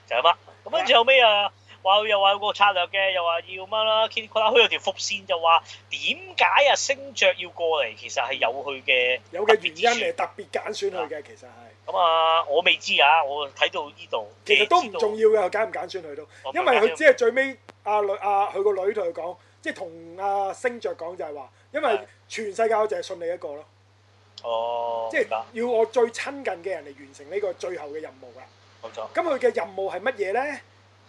Speaker 1: 就係乜咁跟住後尾啊，話佢又話有個策略嘅，又話要乜啦，Kitty 啦，佢有條伏線就話點解啊星爵要過嚟，其實係有佢嘅
Speaker 2: 有嘅
Speaker 1: 特
Speaker 2: 原
Speaker 1: 別之
Speaker 2: 因
Speaker 1: 處
Speaker 2: 嚟特別揀選佢嘅，其實係
Speaker 1: 咁啊，我未知啊，我睇到呢度
Speaker 2: 其實都唔重要嘅，佢揀唔揀選佢都，
Speaker 1: 我唔
Speaker 2: 因為佢
Speaker 1: 揀
Speaker 2: 只係最尾阿女阿佢個女同佢講，即係同阿星爵講就係話，因為
Speaker 1: 係
Speaker 2: 全世界我就係信你一個咯，
Speaker 1: 哦，
Speaker 2: 即
Speaker 1: 即係
Speaker 2: 係要我最親近嘅人嚟完成呢個最後嘅任務啦。
Speaker 1: 冇錯，
Speaker 2: 咁佢嘅任務係乜嘢呢？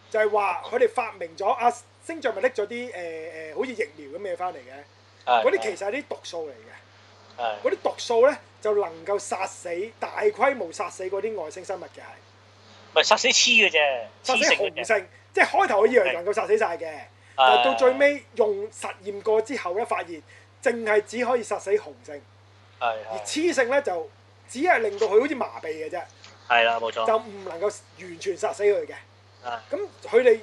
Speaker 2: 就係話佢哋發明咗阿星爵咪拎咗啲誒誒好似疫苗咁嘅嘢翻嚟嘅，嗰
Speaker 1: 嗰
Speaker 2: 啲其實係啲毒素嚟嘅。
Speaker 1: 係
Speaker 2: 嗰啲毒素咧就能夠殺死大規模殺死嗰啲外星生物嘅係
Speaker 1: 咪殺死黐嘅啫，
Speaker 2: 殺
Speaker 1: 黐
Speaker 2: 死
Speaker 1: 性
Speaker 2: 雄
Speaker 1: 嘅啫，
Speaker 2: 性，即係開頭我以為能夠殺死晒嘅，但係到最尾用實驗過之後咧，發現淨係只可以殺死雄性，
Speaker 1: 係
Speaker 2: 而
Speaker 1: 係
Speaker 2: 雌性咧就只係令到佢好似麻痹嘅啫，
Speaker 1: 係啦，冇錯，
Speaker 2: 就唔能夠完全殺死佢嘅。
Speaker 1: 係
Speaker 2: 咁佢哋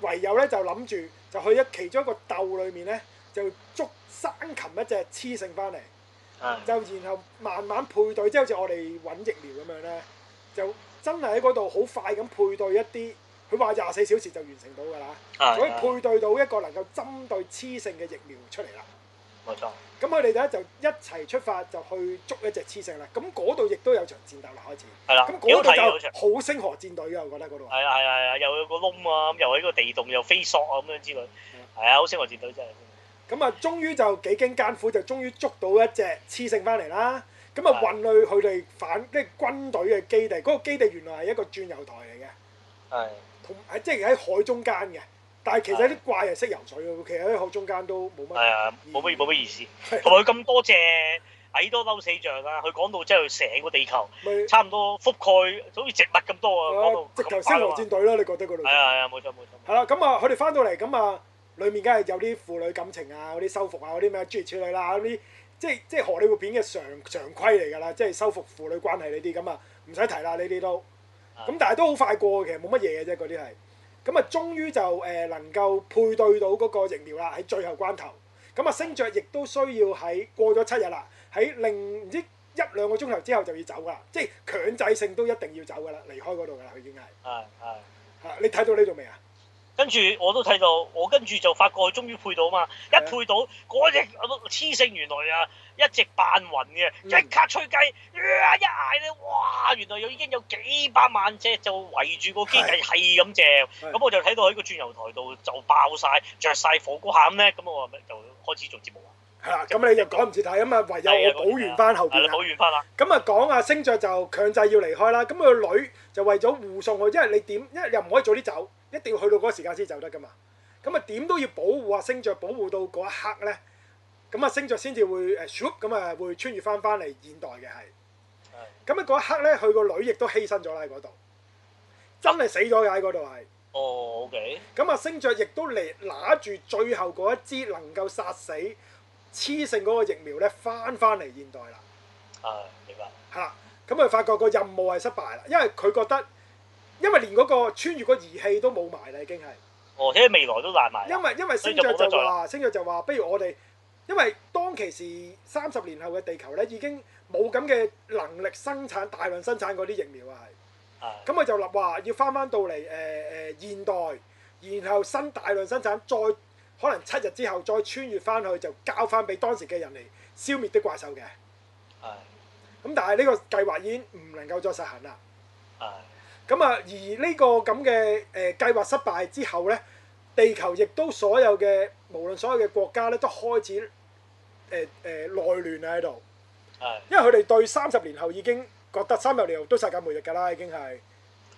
Speaker 2: 唯有咧就諗住就去一其中一個竇裏面咧就捉生擒一隻雌性翻嚟。
Speaker 1: 係
Speaker 2: 就然後慢慢配對，即係好似我哋揾疫苗咁樣咧，就真係喺嗰度好快咁配對一啲，佢話廿四小時就完成到㗎啦，
Speaker 1: 係
Speaker 2: 所以配對到一個能夠針對雌性嘅疫苗出嚟啦。
Speaker 1: 冇錯，
Speaker 2: 咁佢哋咧就一齊出發就去捉一隻雌性啦。咁嗰度亦都有場戰鬥啦開始。
Speaker 1: 係啦，
Speaker 2: 咁
Speaker 1: 啊幾好
Speaker 2: 嗰
Speaker 1: 睇啊嘅嗰
Speaker 2: 度
Speaker 1: 場
Speaker 2: 就。好星河戰隊嘅，我覺得嗰度係。
Speaker 1: 係啦係啦係啦，又有個窿啊，咁又喺個地洞又飛索啊咁樣之類，
Speaker 2: 嗯
Speaker 1: 係啊，好星河戰隊真係。
Speaker 2: 咁啊，終於就幾經艱苦，就終於捉到一隻雌性翻嚟啦。咁啊，運去佢哋反即係軍隊嘅基地，嗰、個基地原來係一個轉油台嚟嘅。
Speaker 1: 係
Speaker 2: 同喺即係喺海中間嘅，但係其實啲怪係識游水嘅，其實喺海中間都冇乜。
Speaker 1: 啊係啊，冇
Speaker 2: 嗯
Speaker 1: 乜冇乜意思。同埋佢咁多隻矮多嬲死象啊，佢講到真係成個地球
Speaker 2: 咪
Speaker 1: 差唔多覆蓋，好似植物咁多啊，講
Speaker 2: 啊
Speaker 1: 到，
Speaker 2: 直頭
Speaker 1: 咁
Speaker 2: 星
Speaker 1: 快啊
Speaker 2: 河
Speaker 1: 嘛
Speaker 2: 戰隊啦，你覺得嗰度？
Speaker 1: 係啊係啊，冇錯冇錯。
Speaker 2: 係啦，咁啊，佢哋翻到嚟咁啊，裡面梗係有啲父女感情啊，嗰啲修復啊，嗰啲咩諸如此類啦，嗰啲即係即係荷里活片嘅常常規嚟㗎啦，即係修復父女關係呢啲咁啊，唔使提啦，呢啲都。咁但係都好快過嘅，其實冇乜嘢嘅啫，嗰啲係。咁啊，終於就誒、呃能夠配對到嗰個疫苗啦，喺最後關頭。咁啊，星爵亦都需要喺過咗七日啦，喺另唔知一兩個鐘頭之後就要走㗎啦，即係強制性都一定要走㗎啦，離開嗰度㗎啦，佢已經係
Speaker 1: 係係。
Speaker 2: 嚇。你睇到呢度未啊？
Speaker 1: 跟住我都睇到，我跟住就發覺佢終於配到嘛，一
Speaker 2: 係啊
Speaker 1: 配到嗰只黐性原來啊一直扮暈嘅，
Speaker 2: 嗯
Speaker 1: 即刻吹雞，啊一嗌咧，哇！原來有已經有幾百萬隻就圍住個機
Speaker 2: 係
Speaker 1: 器係咁嚼，
Speaker 2: 係
Speaker 1: 咁我就睇到喺個轉油台度就爆晒，着晒火嗰下咁咧，咁我咪就開始做節目啦。
Speaker 2: 係啦，咁你就趕唔切睇，咁啊唯有我補完翻後
Speaker 1: 係
Speaker 2: 邊
Speaker 1: 啦，
Speaker 2: 啦
Speaker 1: 補。完翻啦，
Speaker 2: 咁啊講啊星爵就強制要離開啦，咁佢個女就為咗護送佢，因為你點，因為又唔可以早啲走，一定要去到嗰個時間先走得噶嘛。咁啊點都要保護啊星爵，保護到嗰一刻咧，咁啊星爵先至會誒 shoop 咁啊會穿越翻翻嚟現代嘅係。
Speaker 1: 係
Speaker 2: 咁啊嗰一刻咧，佢個女亦都犧牲咗啦喺嗰度，真係死咗㗎喺嗰度係。
Speaker 1: 哦，OK，
Speaker 2: 咁啊，星爵亦都嚟拿住最後嗰一支能夠殺死黐性嗰個疫苗咧，翻翻嚟現代啦，
Speaker 1: 係明白，
Speaker 2: 係啦。咁佢發覺個任務係失敗啦，因為佢覺得，因為連嗰個穿越個儀器都冇埋啦，已經係。
Speaker 1: 哦，即係未來都爛埋啦，
Speaker 2: 因為因為星爵就話，星爵就話，不如我哋，因為當其時三十年後嘅地球咧，已經冇咁嘅能力生產大量生產嗰啲疫苗啊，係。
Speaker 1: 係
Speaker 2: 咁佢就立話要翻翻到嚟誒誒現代，然後新大量生產，再可能七日之後再穿越翻去，就交翻俾當時嘅人嚟消滅啲怪獸嘅。
Speaker 1: 係
Speaker 2: 咁但係呢個計劃已經唔能夠再實行啦。
Speaker 1: 係
Speaker 2: 咁啊，而呢個咁嘅誒計劃失敗之後呢，地球亦都所有嘅無論所有嘅國家咧，都開始誒誒、呃內亂啊啦喺度，
Speaker 1: 係
Speaker 2: 因為佢哋對三十年後已經覺得三十年後都世界末日㗎啦，已經係。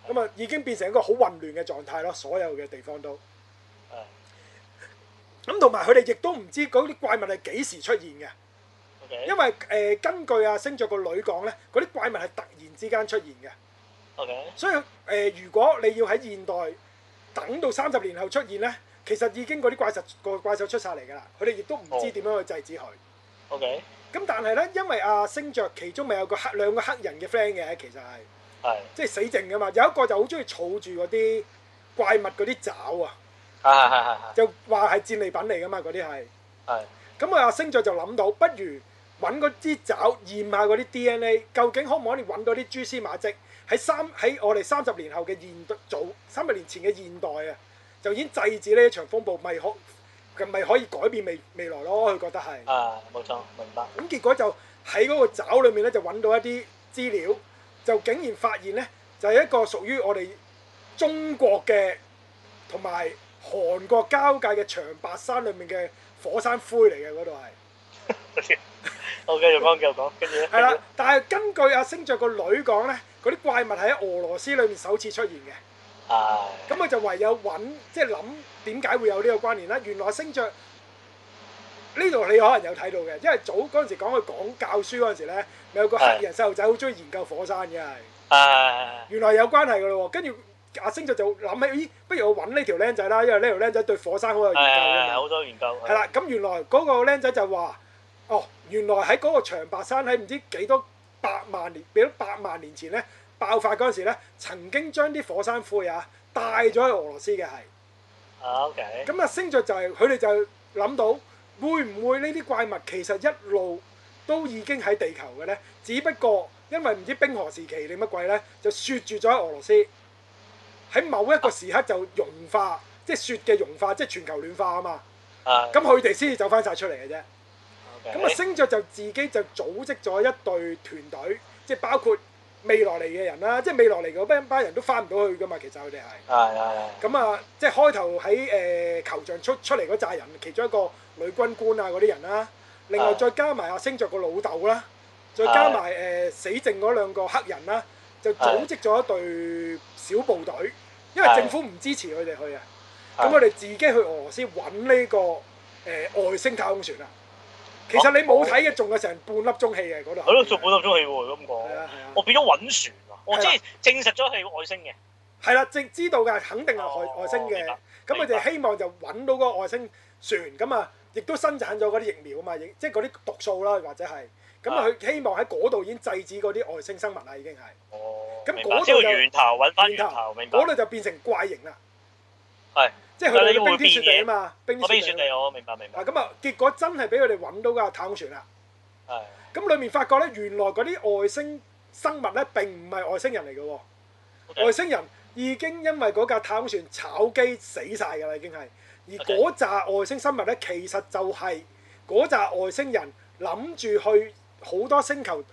Speaker 2: 咁啊，已經變成一個好混亂嘅狀態咯，所有嘅地方都。
Speaker 1: 係
Speaker 2: 咁同埋佢哋亦都唔知嗰啲怪物係幾時出現嘅，
Speaker 1: ，OK，
Speaker 2: 因為誒、呃根據阿星爵個女講咧，嗰啲怪物係突然之間出現嘅，
Speaker 1: OK，
Speaker 2: 所以誒、呃如果你要喺現代等到三十年後出現咧，其實已經嗰啲怪獸個怪獸出晒嚟㗎啦，佢哋亦都唔知
Speaker 1: 哦
Speaker 2: 點樣去制止佢。
Speaker 1: OK，
Speaker 2: 咁但係咧，因為阿、星爵其中咪有個黑兩個黑人嘅 friend 嘅，其實係
Speaker 1: 係
Speaker 2: 即係死剩㗎嘛，有一個就好中意儲住嗰啲怪物嗰啲爪啊。
Speaker 1: 係係係係
Speaker 2: 就話係戰利品嚟噶嘛，嗰啲係。
Speaker 1: 係
Speaker 2: 咁啊，星爵就諗到，不如揾嗰支爪驗下嗰啲 DNA，究竟可唔可以揾到啲蛛絲馬跡？喺三喺我哋三十年後嘅現代早三十年前嘅現代啊，就已經制止呢一場風暴，咪可咪可以改變未未來咯？佢覺得係。
Speaker 1: 係冇錯，明白，
Speaker 2: 咁結果就喺嗰個爪裏面咧，就揾到一啲資料，就竟然發現咧，就係、一個屬於我哋中國嘅同埋韓國交界嘅長白山裏面嘅火山灰嚟嘅嗰度係。
Speaker 1: 我繼續講繼續講，跟住咧，
Speaker 2: 係啦，但係根據阿星爵個女講咧，嗰啲怪物喺俄羅斯裏面首次出現嘅。
Speaker 1: 係
Speaker 2: 咁啊佢就唯有揾，即係諗點解會有呢個關聯啦。原來星爵呢度你可能有睇到嘅，因為早嗰陣時講佢講教書嗰陣時咧，咪有個黑人細路仔好中意研究火山嘅，係
Speaker 1: 係
Speaker 2: 原來有關係嘅咯喎。跟住阿星爵就諗起，咦，不如我揾呢條僆仔啦，因為呢條僆仔對火山好有研究啊
Speaker 1: 係
Speaker 2: 㗎嘛。
Speaker 1: 好多研究，
Speaker 2: 係啦，咁原來嗰個僆仔就話：哦，原來喺嗰個長白山喺唔知幾多百萬年，幾多百萬年前咧爆發嗰陣時咧，曾經將啲火山灰啊帶咗去俄羅斯嘅係。
Speaker 1: 啊，OK，
Speaker 2: 咁啊，星爵就係佢哋就諗到，會唔會呢啲怪物其實一路都已經喺地球嘅咧？只不過因為唔知冰河時期定乜鬼咧，就雪住咗喺俄羅斯，喺某一個時刻就融化，即係雪嘅融化，即係全球暖化啊嘛。
Speaker 1: 係
Speaker 2: 咁佢哋先至走翻晒出嚟嘅啫。咁啊，
Speaker 1: ，OK，
Speaker 2: 星爵就自己就組織咗一隊團隊，即係包括未來嚟嘅人啦，即係未來嚟嗰班班人都翻唔到去噶嘛，其實佢哋係。
Speaker 1: 係係
Speaker 2: 咁啊，即係開頭喺誒球場出出嚟嗰扎人，其中一個女軍官啊嗰啲人啦，另外
Speaker 1: 啊
Speaker 2: 再加埋阿星爵個老豆啦，再加埋
Speaker 1: 啊
Speaker 2: 誒死剩嗰兩個黑人啦，就組織咗一隊小部隊，因為
Speaker 1: 係
Speaker 2: 政府唔支持佢哋去啊，咁
Speaker 1: 係
Speaker 2: 佢哋自己去俄羅斯揾呢個誒外星太空船啊。其實你冇睇嘅，仲有成半粒鐘戲嘅嗰度。
Speaker 1: 係咯，做半粒鐘戲喎，咁
Speaker 2: 係
Speaker 1: 講
Speaker 2: 啊，係啊
Speaker 1: 我變咗揾船啊，我
Speaker 2: 係
Speaker 1: 即
Speaker 2: 啦
Speaker 1: 係證實咗係外星嘅，
Speaker 2: 係啦，正知道嘅肯定係外
Speaker 1: 哦
Speaker 2: 外星嘅
Speaker 1: 明白，
Speaker 2: 咁佢哋希望就揾到個外星船，咁啊，亦都生產咗嗰啲疫苗啊嘛，亦即係嗰啲毒素啦，或者係，咁啊，
Speaker 1: 啊
Speaker 2: 佢希望喺嗰度已經制止嗰啲外星生物啦，已經係，
Speaker 1: 哦，
Speaker 2: 咁
Speaker 1: 明
Speaker 2: 嗰
Speaker 1: 白
Speaker 2: 度
Speaker 1: 即係個
Speaker 2: 就
Speaker 1: 源頭揾翻源頭，明白
Speaker 2: 嗰，度就變成怪形啦，
Speaker 1: 係，
Speaker 2: 即係佢哋
Speaker 1: 但係呢個
Speaker 2: 嘅
Speaker 1: 會
Speaker 2: 冰天雪地啊
Speaker 1: 變
Speaker 2: 嘛，冰
Speaker 1: 我俾
Speaker 2: 天雪
Speaker 1: 雪
Speaker 2: 地
Speaker 1: 地，我明白明白
Speaker 2: 啊，，咁啊，結果真係俾佢哋揾到架太空船啦，
Speaker 1: 係
Speaker 2: 咁裡面發覺咧，原來嗰啲外星生物咧並唔係外星人嚟嘅喎。
Speaker 1: ，OK，
Speaker 2: 外星人已經因為嗰架太空船炒機死晒㗎啦，已經係。而
Speaker 1: OK
Speaker 2: 嗰扎外星生物咧，其實就係嗰扎外星人諗住去好多星球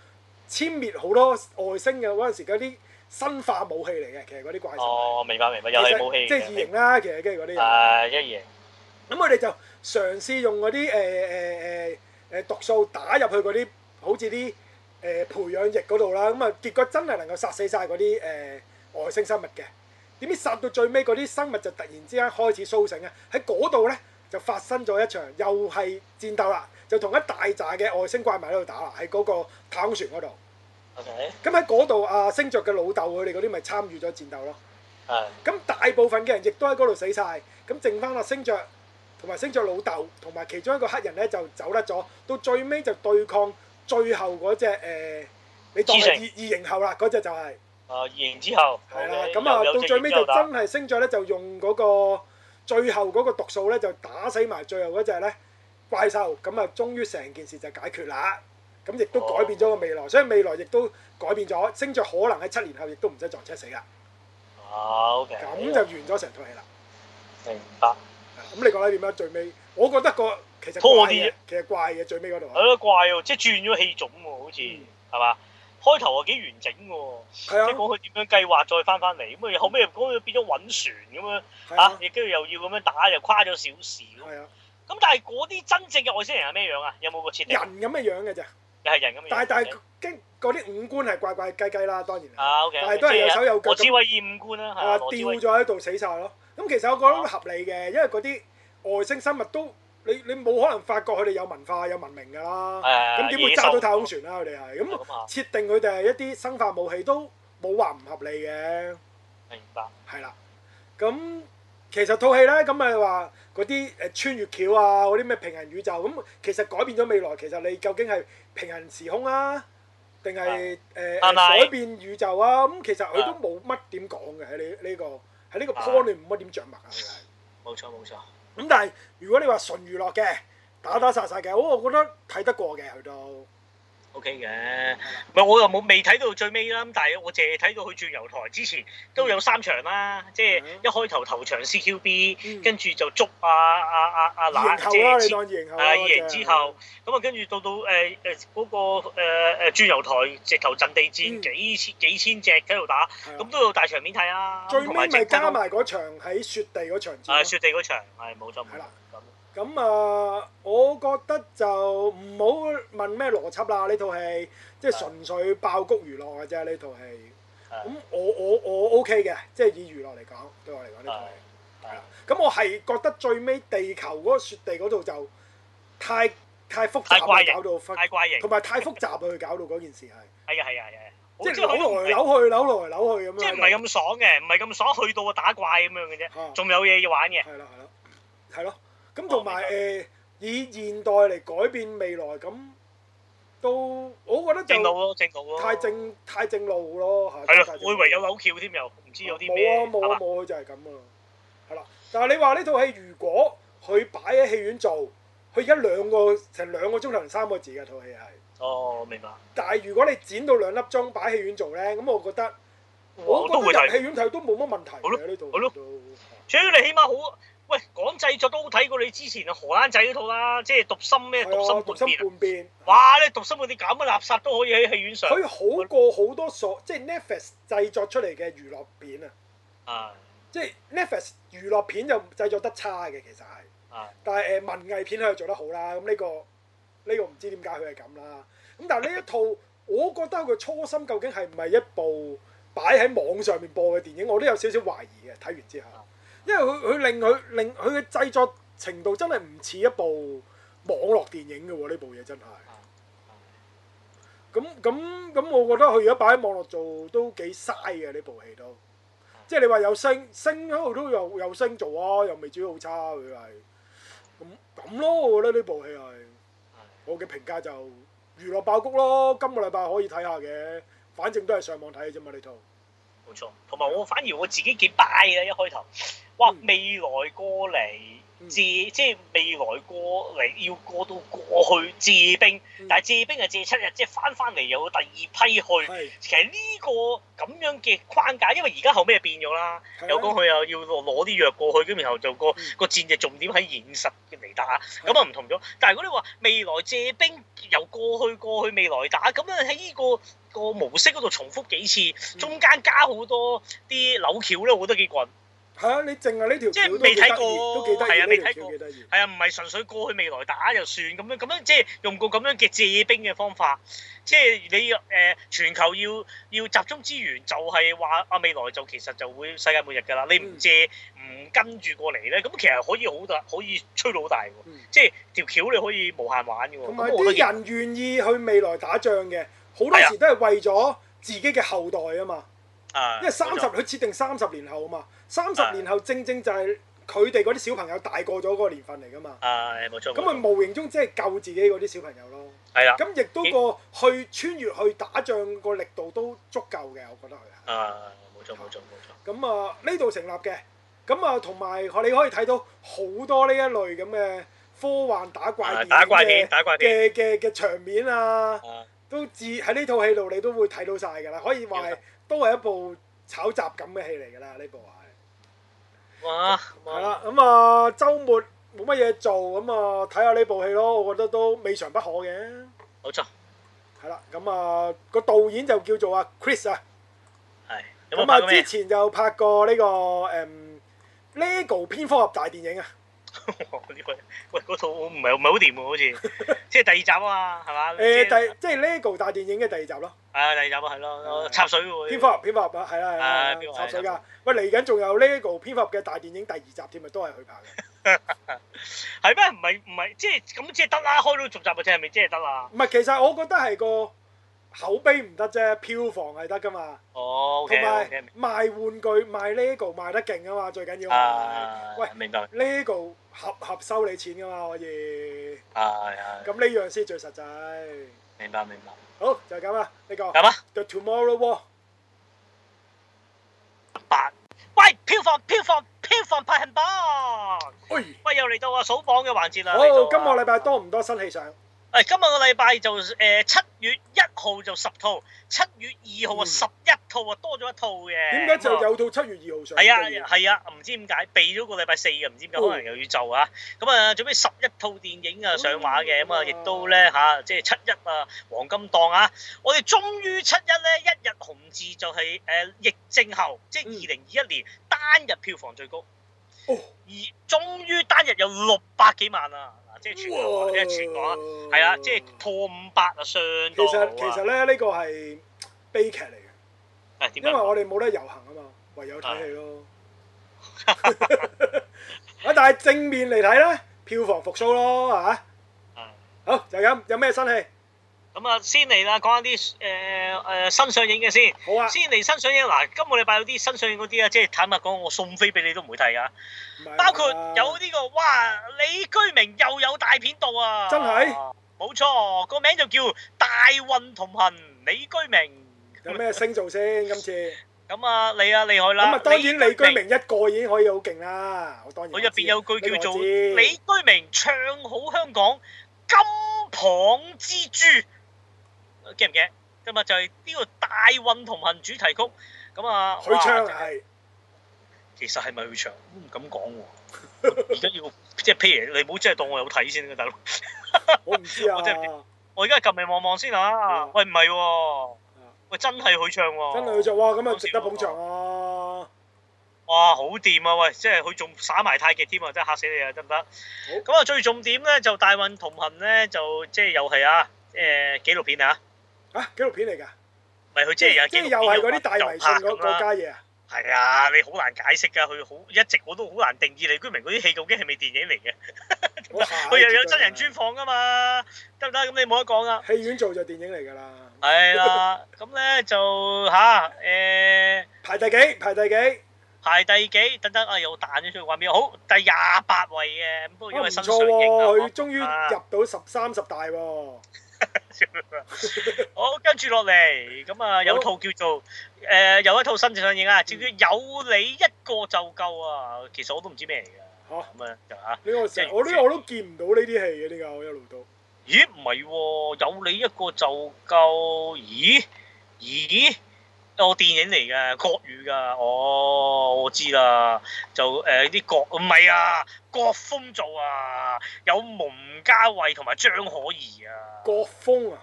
Speaker 2: 殲滅好多外星嘅嗰陣時嗰啲生化武器嚟嘅，其實嗰啲怪獸。
Speaker 1: 哦，明白明白，
Speaker 2: 其
Speaker 1: 又係
Speaker 2: 實
Speaker 1: 武器嘅，
Speaker 2: 即係異形啦，其實跟住嗰啲人。
Speaker 1: 係一嘢，
Speaker 2: 咁佢哋就嘗試用嗰啲誒誒誒誒毒素打入去嗰啲好似啲誒培養液嗰度啦，咁啊結果真係能夠殺死晒嗰啲誒外星生物嘅。點知殺到最尾嗰啲生物就突然之間開始甦醒啊！喺嗰度呢，就發生咗一場又係戰鬥啦，就同一大扎嘅外星怪物喺度打啦，喺嗰個太空船嗰度。
Speaker 1: OK，
Speaker 2: 咁喺嗰度啊，星爵嘅老豆佢哋嗰啲咪參與咗戰鬥咯。
Speaker 1: 係
Speaker 2: 咁大部分嘅人亦都喺嗰度死晒，咁剩翻阿星爵同埋星爵老豆同埋其中一個黑人咧就走甩咗，到最尾就對抗最後嗰只誒，你當係
Speaker 1: 雌
Speaker 2: 異異形後啦，嗰只就係
Speaker 1: 啊，贏之後
Speaker 2: 係啦，
Speaker 1: OK，
Speaker 2: 咁啊
Speaker 1: 又有
Speaker 2: 到最尾
Speaker 1: 隻
Speaker 2: 就
Speaker 1: 研究
Speaker 2: 真
Speaker 1: 打
Speaker 2: 係星爵咧就用嗰個最後嗰個毒素咧就打死埋最後嗰只咧怪獸，咁啊終於成件事就解決啦。咁亦都改變咗個未來，所以未來亦都改變咗，星爵可能喺七年後亦都唔使撞車死啦，
Speaker 1: 啊 OK，
Speaker 2: 咁就完咗成套戲啦。
Speaker 1: 明白。
Speaker 2: 啊咁你覺得點樣？最尾我覺得個其實
Speaker 1: 拖
Speaker 2: 怪
Speaker 1: 啲啫
Speaker 2: 嘅，其實怪嘅最尾嗰度啊，
Speaker 1: 係咯，怪喎，即係轉咗戲種喎，好似
Speaker 2: 嗯
Speaker 1: 係嘛？開頭啊幾完整喎，
Speaker 2: 係
Speaker 1: 即係
Speaker 2: 啊，
Speaker 1: 講佢點樣計劃再翻翻嚟，咁啊後尾講佢變咗揾船咁樣
Speaker 2: 係
Speaker 1: 嚇
Speaker 2: 啊，，
Speaker 1: 亦跟住又要咁樣打，又跨咗少少。
Speaker 2: 係啊，
Speaker 1: 咁但係嗰啲真正嘅外星人係咩樣啊？有冇個設定
Speaker 2: 人？咁嘅樣嘅咋，
Speaker 1: 又係人咁樣。
Speaker 2: 但係但係經嗰啲五官係怪怪雞雞啦，當然啦，
Speaker 1: 啊 OK，
Speaker 2: 但係都係有手有腳
Speaker 1: 我智慧二五官啦，係
Speaker 2: 啊
Speaker 1: 啊，
Speaker 2: 掉
Speaker 1: 羅智
Speaker 2: 咗
Speaker 1: 慧
Speaker 2: 喺度死晒咯。咁其實我覺
Speaker 1: 啊
Speaker 2: 得都合理嘅，因為嗰啲外星生物都你你冇可能發覺佢哋有文化有文明㗎啦，
Speaker 1: 誒
Speaker 2: 咁點會揸到太空？船啦？佢哋係
Speaker 1: 野獸
Speaker 2: 咁
Speaker 1: 咁啊，
Speaker 2: 設定佢哋係一啲生化武器都冇話唔合理嘅。
Speaker 1: 明白。
Speaker 2: 係啦，咁其實套戲咧，咁咪話嗰啲誒穿越橋啊，嗰啲咩平行宇宙，咁其實改變咗未來。其實你究竟係平行時空啊，定係誒
Speaker 1: 係咪
Speaker 2: 改變宇宙啊？咁其實佢都冇乜點講嘅喺呢呢個喺呢個
Speaker 1: 啊
Speaker 2: point 你冇乜點着墨啊。佢係
Speaker 1: 冇錯冇錯，
Speaker 2: 咁但係如果你話純娛樂嘅，打打殺殺嘅，我我覺得睇得過嘅佢都
Speaker 1: OK 嘅，唔係我又冇未睇到最尾啦，咁但係我淨係睇到佢轉油台之前都有三場啦，即係
Speaker 2: 嗯
Speaker 1: 一開頭頭場 CQB，
Speaker 2: 嗯
Speaker 1: 跟住就捉啊啊啊啊
Speaker 2: 二
Speaker 1: 嗱，
Speaker 2: 型後
Speaker 1: 即
Speaker 2: 啦，你
Speaker 1: 係
Speaker 2: 當二型後啦，
Speaker 1: 啊二型之後，咁啊跟住到到誒誒嗰個誒誒轉油台直頭陣地戰
Speaker 2: 嗯
Speaker 1: 幾千幾千隻喺度打，
Speaker 2: 係啊，
Speaker 1: 咁都有大場面睇啦，
Speaker 2: 最
Speaker 1: 同
Speaker 2: 尾咪
Speaker 1: 整
Speaker 2: 加
Speaker 1: 到
Speaker 2: 埋嗰場喺雪地嗰場戰咯
Speaker 1: 啊雪地嗰場係冇錯冇
Speaker 2: 係
Speaker 1: 錯
Speaker 2: 啦
Speaker 1: 咁。
Speaker 2: 咁啊，我覺得就唔好問咩邏輯啦，呢套戲即係純粹爆谷娛樂嘅啫，呢套戲。
Speaker 1: 係
Speaker 2: 咁我我我 OK 嘅，即係以娛樂嚟講，對我嚟講呢套戲
Speaker 1: 係
Speaker 2: 係啦。咁我係覺得最尾地球嗰個雪地嗰度就太太複
Speaker 1: 太怪
Speaker 2: 雜
Speaker 1: 型
Speaker 2: 啦，搞到分
Speaker 1: 太怪型，啊
Speaker 2: 同埋太複雜啦，佢搞到嗰件事係，
Speaker 1: 係啊係啊係啊，
Speaker 2: 即係
Speaker 1: 即係佢都唔
Speaker 2: 扭來
Speaker 1: 係
Speaker 2: 扭去，扭來扭去咁樣。
Speaker 1: 即係唔係咁爽嘅，唔係咁爽，去到打怪咁樣嘅
Speaker 2: 啊
Speaker 1: 啫，仲有嘢要玩嘅。
Speaker 2: 係啦，係啦，係咯。咁
Speaker 1: 哦
Speaker 2: 同埋
Speaker 1: 明白
Speaker 2: 誒，以現代嚟改變未來，咁都我覺得
Speaker 1: 正路
Speaker 2: 就
Speaker 1: 咯，正路咯。
Speaker 2: 太。正太正路咯，
Speaker 1: 係
Speaker 2: 係
Speaker 1: 咯
Speaker 2: 太，正路
Speaker 1: 我以為有扭橋添，又唔知有啲咩
Speaker 2: 冇啊冇啊
Speaker 1: 係嘛
Speaker 2: 冇啊，佢就係咁啊。係啦，但係你話呢套戲如果佢擺喺戲院做，佢而家兩個成兩個鐘頭零三個字嘅套戲係，
Speaker 1: 哦，明白。
Speaker 2: 但係如果你剪到兩粒鐘擺戲院做呢，咁我覺得
Speaker 1: 我哦都會
Speaker 2: 覺得
Speaker 1: 睇，
Speaker 2: 入戲院睇都冇乜問題
Speaker 1: 好咯
Speaker 2: 嘅呢套
Speaker 1: 好咯
Speaker 2: 都
Speaker 1: 主要你起碼好。喂，講製作都好睇過你之前荷蘭仔嗰套啦，即係讀心咩讀
Speaker 2: 係
Speaker 1: 心
Speaker 2: 啊，讀
Speaker 1: 叛
Speaker 2: 心
Speaker 1: 變啊！
Speaker 2: 半變。
Speaker 1: 哇，你讀心嗰啲咁嘅垃圾都可以喺戲院上。
Speaker 2: 佢好過好多所即係 Netflix 製作出嚟嘅娛樂片啊！
Speaker 1: 啊
Speaker 2: 即係 Netflix 娛樂片就製作得差嘅，其實係，
Speaker 1: 啊
Speaker 2: 但係誒、呃文藝片佢就做得好啦。咁呢、個呢、個唔知點解佢係咁啦。咁但係呢一套，我覺得佢初心究竟係唔係一部擺喺網上面播嘅電影，我都有少少懷疑嘅。睇完之後，因為佢佢令佢令佢嘅製作程度真係唔似一部網絡電影嘅喎，呢部嘢真係。
Speaker 1: 啊
Speaker 2: 咁咁咁，我覺得佢而家擺喺網絡做都幾嘥嘅呢部戲都，即係你話有星星喺度都有有星做啊，又未至於好差佢係，咁咁咯，我覺得呢部戲係我嘅評價就娛樂爆谷咯，今個禮拜可以睇下嘅，反正都係上網睇嘅啫嘛呢套，
Speaker 1: 冇錯，同埋我反而我自己幾 buy 啦，一開頭，哇！
Speaker 2: 嗯
Speaker 1: 未來過嚟
Speaker 2: 嗯
Speaker 1: 借，即係未來過嚟要過到過去借兵，
Speaker 2: 嗯
Speaker 1: 但係借兵係借七日，即係翻翻嚟有第二批去。
Speaker 2: 係
Speaker 1: 其實呢個咁樣嘅框架，因為而家後尾變咗啦，
Speaker 2: 係啊
Speaker 1: 有講佢又要攞啲藥過去，咁然後就個個戰就重點喺現實嚟打，咁啊唔同咗。但係如果你話未來借兵由過去過去未來打，咁樣喺呢個個模式嗰度重複幾次，中間加好多啲扭橋咧，我覺得幾棍。
Speaker 2: 係啊，你淨係呢條
Speaker 1: 即係
Speaker 2: 橋都
Speaker 1: 未
Speaker 2: 幾
Speaker 1: 睇
Speaker 2: 得意
Speaker 1: 過
Speaker 2: 都幾得意，
Speaker 1: 係啊未
Speaker 2: 呢條
Speaker 1: 睇
Speaker 2: 橋
Speaker 1: 過
Speaker 2: 幾得意。
Speaker 1: 係啊，唔係純粹過去未來打就算咁樣，咁樣即係用個咁樣嘅借兵嘅方法，即係你誒、呃全球要要集中資源，就係話啊未來就其實就會世界末日㗎啦，你
Speaker 2: 嗯
Speaker 1: 唔借唔跟住過嚟咧，咁其實可以好大，可以吹到好大喎，
Speaker 2: 嗯
Speaker 1: 即係條橋你可以無限玩嘅喎，
Speaker 2: 同埋
Speaker 1: 咁我覺得
Speaker 2: 啲
Speaker 1: 幾
Speaker 2: 人願意去未來打仗嘅，好多
Speaker 1: 係啊
Speaker 2: 時都係為咗自己嘅後代啊嘛。
Speaker 1: 啊，
Speaker 2: 因為三十
Speaker 1: 冇錯
Speaker 2: 佢設定三十年後啊嘛，三十
Speaker 1: 係
Speaker 2: 年後正正就係佢哋嗰啲小朋友大個咗嗰個年份嚟噶嘛。
Speaker 1: 啊冇錯，
Speaker 2: 咁佢
Speaker 1: 冇錯啊
Speaker 2: 無形中即係救自己嗰啲小朋友咯。
Speaker 1: 係啦。
Speaker 2: 咁亦都個去穿越去打仗個力度都足夠嘅，我覺得佢係。
Speaker 1: 啊，冇錯冇錯冇錯，
Speaker 2: 咁啊呢度成立嘅，咁啊同埋你可以睇到好多呢一類咁嘅科幻打怪
Speaker 1: 啊
Speaker 2: 片
Speaker 1: 打怪片
Speaker 2: 嘅
Speaker 1: 打怪片，
Speaker 2: 嘅嘅嘅場面啊，
Speaker 1: 啊
Speaker 2: 都自喺呢套戲度你都會睇到晒㗎啦，可以話係
Speaker 1: 明白
Speaker 2: 都係一部炒雜咁嘅戲嚟㗎啦，呢部係。
Speaker 1: 哇，
Speaker 2: 係啦，咁啊週末冇乜嘢做，咁啊睇下呢部戲咯，我覺得都未嘗不可嘅。
Speaker 1: 冇錯，
Speaker 2: 係啦，咁啊個導演就叫做啊 Chris 啊。
Speaker 1: 係有冇
Speaker 2: 咁
Speaker 1: 拍
Speaker 2: 啊，
Speaker 1: 過
Speaker 2: 之
Speaker 1: 咩？
Speaker 2: 前就拍過呢、個誒、嗯 LEGO 蝙蝠俠大電 影啊，
Speaker 1: 喂 喂，嗰套唔係唔係好掂喎，好似 即係第二集啊嘛，係嘛？
Speaker 2: 誒、
Speaker 1: 即係
Speaker 2: 第即係 LEGO 大電影嘅第二集咯，
Speaker 1: 啊第二集啊，係咯，
Speaker 2: 係
Speaker 1: 插水喎，
Speaker 2: 蝙蝠俠蝙蝠俠啊，係啦
Speaker 1: 啊
Speaker 2: 係啦
Speaker 1: 蝙
Speaker 2: 係
Speaker 1: 蝠俠
Speaker 2: 啦，插水
Speaker 1: 係
Speaker 2: 㗎。喂，嚟緊仲有 LEGO 蝙蝠俠嘅大電影第二集添啊，都係佢拍嘅。
Speaker 1: 係咩？唔係唔係，即係咁即係得啦，開到續集啊，即係咪即係得啦？
Speaker 2: 唔係，其實我覺得係個口碑唔得啫，票房係得㗎嘛，
Speaker 1: 哦
Speaker 2: 同
Speaker 1: ，OK
Speaker 2: 埋
Speaker 1: OK，
Speaker 2: 賣玩具賣 LEGO 賣得勁啊嘛，最緊要係。
Speaker 1: 啊，
Speaker 2: 喂
Speaker 1: 明白，係
Speaker 2: LEGO 合合收你錢㗎嘛，可以。
Speaker 1: 係
Speaker 2: 咁呢樣先最實際。
Speaker 1: 明白明白，啊
Speaker 2: 好，就係咁啦，呢、個
Speaker 1: 係嘛？
Speaker 2: The Tomorrow War。
Speaker 1: 八，喂，票房票房票房排行榜，
Speaker 2: 喂。
Speaker 1: 喂，又嚟到啊數榜嘅環節啦，
Speaker 2: 哎好，
Speaker 1: 嚟到啊
Speaker 2: 今個禮拜多唔多新戲上？
Speaker 1: 誒，今日個禮拜就誒七月一號就十套，七月二號啊
Speaker 2: 嗯
Speaker 1: 十一套啊，多咗一套嘅。
Speaker 2: 點解就
Speaker 1: 咁啊？
Speaker 2: 有到七月二號上？哦
Speaker 1: 係啊，係啊，唔知點解避咗個禮拜四嘅，唔知點解可能又要做啊。咁啊，最尾十一套電影啊上畫嘅，咁啊，亦都咧嚇，即係七一啊黃金檔啊，我哋終於七一咧一日紅字就係誒疫症後，即係
Speaker 2: 嗯
Speaker 1: 二零二一年單日票房最高。
Speaker 2: 哦，
Speaker 1: 而終於單日有六百幾萬啊！嗱，即係全港啊，即係全港啊，係啊，即係破五百啊，相
Speaker 2: 其
Speaker 1: 當好啊
Speaker 2: 實其實咧，呢個係悲劇嚟嘅，
Speaker 1: 誒點
Speaker 2: 因為
Speaker 1: 啊？
Speaker 2: 我哋冇得遊行啊嘛，唯有睇戲咯。 啊，但係正面嚟睇咧，票房復甦咯，係嘛？
Speaker 1: 係
Speaker 2: 好，就係咁，有咩新戲？
Speaker 1: 啊咁啊，先嚟啦，講一啲誒誒新上映嘅先。
Speaker 2: 好啊，
Speaker 1: 先嚟新上映嗱，今個禮拜有啲新上映嗰啲啊，即係坦白講，我送飛俾你都唔會睇噶。
Speaker 2: 唔係啊
Speaker 1: 包括有呢、個，哇！李居明又有大片度啊！
Speaker 2: 真係？
Speaker 1: 冇錯，個名就叫《大運同行》，李居明。
Speaker 2: 有咩星做先？今次
Speaker 1: 咁啊，你啊厲害
Speaker 2: 咁
Speaker 1: 啦！
Speaker 2: 啊，當然李居
Speaker 1: 明
Speaker 2: 明一個已經可以好勁啦，我當然我
Speaker 1: 佢
Speaker 2: 知。
Speaker 1: 入邊有句叫做
Speaker 2: 呢個我知
Speaker 1: 李居明唱好香港金蚌之珠，驚唔驚？咁啊就係呢個大運同行主題曲，咁啊
Speaker 2: 佢唱
Speaker 1: 哇
Speaker 2: 係。
Speaker 1: 其實係咪佢唱？唔敢講喎。而家要 即係譬如你唔好真係當我有睇先啊，大佬。
Speaker 2: 我唔知 啊，
Speaker 1: 我
Speaker 2: 真
Speaker 1: 真係我而家撳嚟望望先啊
Speaker 2: 嗯！
Speaker 1: 喂唔係喎，喂真係佢唱喎，
Speaker 2: 係佢做哇，咁啊值得捧場啊！
Speaker 1: 哇，好掂啊！喂，即係佢仲耍埋太極添啊，真係嚇死你啊，得唔得？咁啊，最重點咧就大運同行咧，就即係又係啊，誒、
Speaker 2: 嗯
Speaker 1: 紀錄片啊，
Speaker 2: 啊，紀錄片嚟㗎，
Speaker 1: 咪佢即係有
Speaker 2: 即係
Speaker 1: 紀錄
Speaker 2: 又係
Speaker 1: 片
Speaker 2: 嗰啲大迷信嗰嗰
Speaker 1: 家，
Speaker 2: 家 嘢啊！
Speaker 1: 係啊，你好難解釋㗎，佢好一直我都好難定義李居明嗰啲戲究竟係咪電影嚟嘅？
Speaker 2: 我下
Speaker 1: 佢又有真人專訪㗎嘛，得唔得？咁你冇得講啊。
Speaker 2: 戲院做就電影嚟㗎啦，
Speaker 1: 係 啦，咁咧就吓，誒、
Speaker 2: 排第幾？排第幾？
Speaker 1: 排第幾？等等啊，又彈咗出去畫面，好第廿八位嘅，咁不過因
Speaker 2: 啊唔
Speaker 1: 為
Speaker 2: 錯
Speaker 1: 新上映啊。
Speaker 2: 喎，
Speaker 1: 我
Speaker 2: 佢終於入到十三十大喎，
Speaker 1: 好，跟住落嚟，咁啊有套叫做誒、呃有一套新上映啊，叫做有你一個就夠啊。其實我都唔知咩嚟㗎，
Speaker 2: 嚇！
Speaker 1: 咁啊就嚇。
Speaker 2: 呢個成我呢我都見唔到呢啲戲嘅，呢個我一路都
Speaker 1: 咦唔係喎，有你一個就夠。咦咦，哦電影嚟㗎，國語㗎。哦，我知啦，就誒啲、國唔係啊，國風做啊，有蒙嘉慧同埋張可怡啊。
Speaker 2: 國風啊，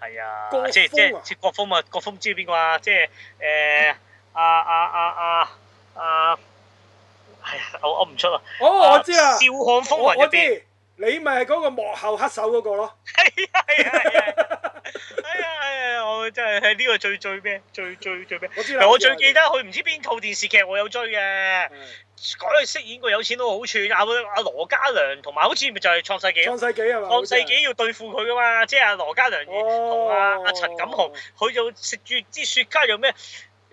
Speaker 1: 係啊，
Speaker 2: 國
Speaker 1: 即係即
Speaker 2: 風啊
Speaker 1: 係即係國風啊！呃國風知邊個啊？即係誒啊啊啊啊啊我我唔出啊。
Speaker 2: 哦，我知啦，
Speaker 1: 笑看風
Speaker 2: 我
Speaker 1: 雲
Speaker 2: 我
Speaker 1: 入邊，
Speaker 2: 知，你咪係嗰個幕後黑手嗰 個咯。
Speaker 1: 係啊係啊係啊，係啊係啊，我真係係呢個最最咩？最最最咩？
Speaker 2: 我知啦。
Speaker 1: 我最記
Speaker 2: 記
Speaker 1: 得佢唔知邊套電視劇我有追嘅，佢飾演個有錢佬好串阿阿羅嘉良，同埋好似咪就係創世紀咯
Speaker 2: 創世紀係嘛？哦
Speaker 1: 創世紀要對付佢噶嘛，即係阿羅嘉良同阿阿陳錦
Speaker 2: 雄
Speaker 1: 鴻，佢就食住支雪茄又咩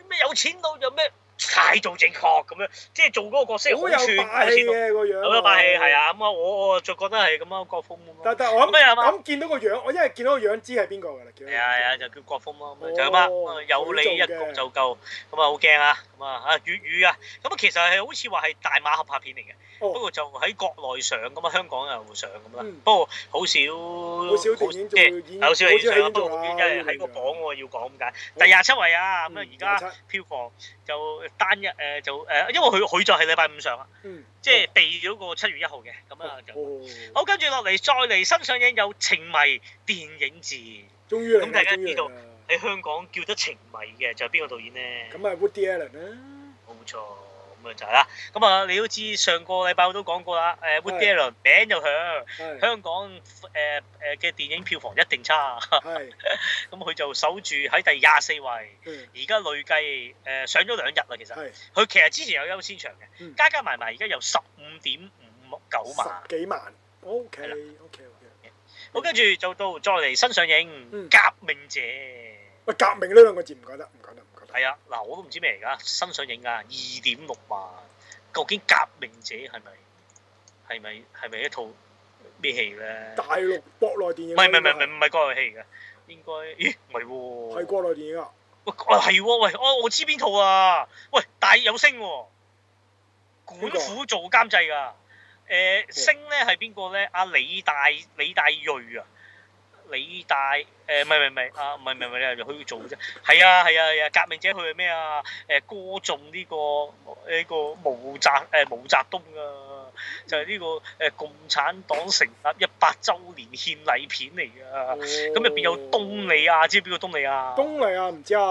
Speaker 1: 咩有錢佬又咩態度正確咁樣，即係做嗰個角色
Speaker 2: 好
Speaker 1: 好
Speaker 2: 有
Speaker 1: 串
Speaker 2: 霸
Speaker 1: 有
Speaker 2: 氣
Speaker 1: 錢佬，
Speaker 2: 嘅個樣。
Speaker 1: 有啦霸氣係。啊，咁啊我我就覺得係咁啊國風咁咯，
Speaker 2: 但但我
Speaker 1: 咁啊
Speaker 2: 諗
Speaker 1: 有嘛
Speaker 2: 諗見到個樣，我因為見到個樣知係邊個㗎啦。見到
Speaker 1: 係啊係啊，就叫國風
Speaker 2: 哦
Speaker 1: 咯，咁啊就咁啊，咁啊有你一局就夠，咁啊好驚啊，咁啊啊粵語啊，咁啊其實係好似話係大馬合拍片嚟嘅，
Speaker 2: 哦
Speaker 1: 不過就喺國內上咁啊，香港又上咁啦
Speaker 2: 嗯，
Speaker 1: 不過好少
Speaker 2: 好少電影做演，
Speaker 1: 有少戲上，不
Speaker 2: 做
Speaker 1: 過
Speaker 2: 啦。
Speaker 1: 因為喺個榜我要講咁解。第廿七位啊，咁啊而家
Speaker 2: 家
Speaker 1: 票房就單一誒就誒，因為佢佢就係禮拜五上啊，
Speaker 2: 嗯，
Speaker 1: 即係避咗個七月一號嘅，咁啊就
Speaker 2: 好，
Speaker 1: 好跟住落嚟再嚟新上映有《情迷電影節》，
Speaker 2: 終於嚟啦
Speaker 1: 咁大家知道
Speaker 2: 終於嚟啦
Speaker 1: 喺香港叫得情迷嘅就係邊個導演呢？
Speaker 2: 咁啊，Woody Allen 啦，
Speaker 1: 冇錯，咁啊就係啦。咁啊你都知上個禮拜我都講過啦，誒 Woody Allen 名就響，
Speaker 2: 係
Speaker 1: 香港誒誒嘅電影票房一定差，
Speaker 2: 係
Speaker 1: 咁佢就守住喺第廿四位。
Speaker 2: 嗯
Speaker 1: 而家累計誒、呃上咗兩日啦，其實
Speaker 2: 係
Speaker 1: 佢其實之前有優先場嘅，
Speaker 2: 嗯
Speaker 1: 加加埋埋而家有十五點五九萬，
Speaker 2: 十幾萬，OK
Speaker 1: 係啦
Speaker 2: OK OK。
Speaker 1: 好跟住就到再嚟新上映《
Speaker 2: 嗯
Speaker 1: 革命者》，
Speaker 2: 喂，革命呢兩個字唔講得，唔講得，唔講得。
Speaker 1: 係啊，嗱我都唔知咩嚟㗎，新上映㗎，二點六萬，究竟《革命者》係咪係咪係咪一套咩戲咧？
Speaker 2: 大陸國內電影
Speaker 1: 唔
Speaker 2: 啊，
Speaker 1: 係唔係唔係唔係
Speaker 2: 應該
Speaker 1: 唔係國內戲嚟嘅，應該咦唔係喎，
Speaker 2: 係國內電影啊，
Speaker 1: 喂，啊係喎，喂，哦，我知邊套啊，喂，但係有星喎、管
Speaker 2: 邊個哦
Speaker 1: 虎做監製㗎，誒、呃星咧係邊個咧？阿李大李大鋭啊，李大誒唔係唔係唔係啊唔係唔係唔係你佢做啫，係啊係啊係啊，革命者佢係咩啊？誒、歌頌呢、個呃呢、個毛澤誒、毛澤東啊，就係、呢、個誒、共產黨成立一百週年獻禮片嚟㗎，咁
Speaker 2: 咁
Speaker 1: 入邊有東里亞，知唔知邊個東里亞？
Speaker 2: 哦東嚟啊，唔知啊，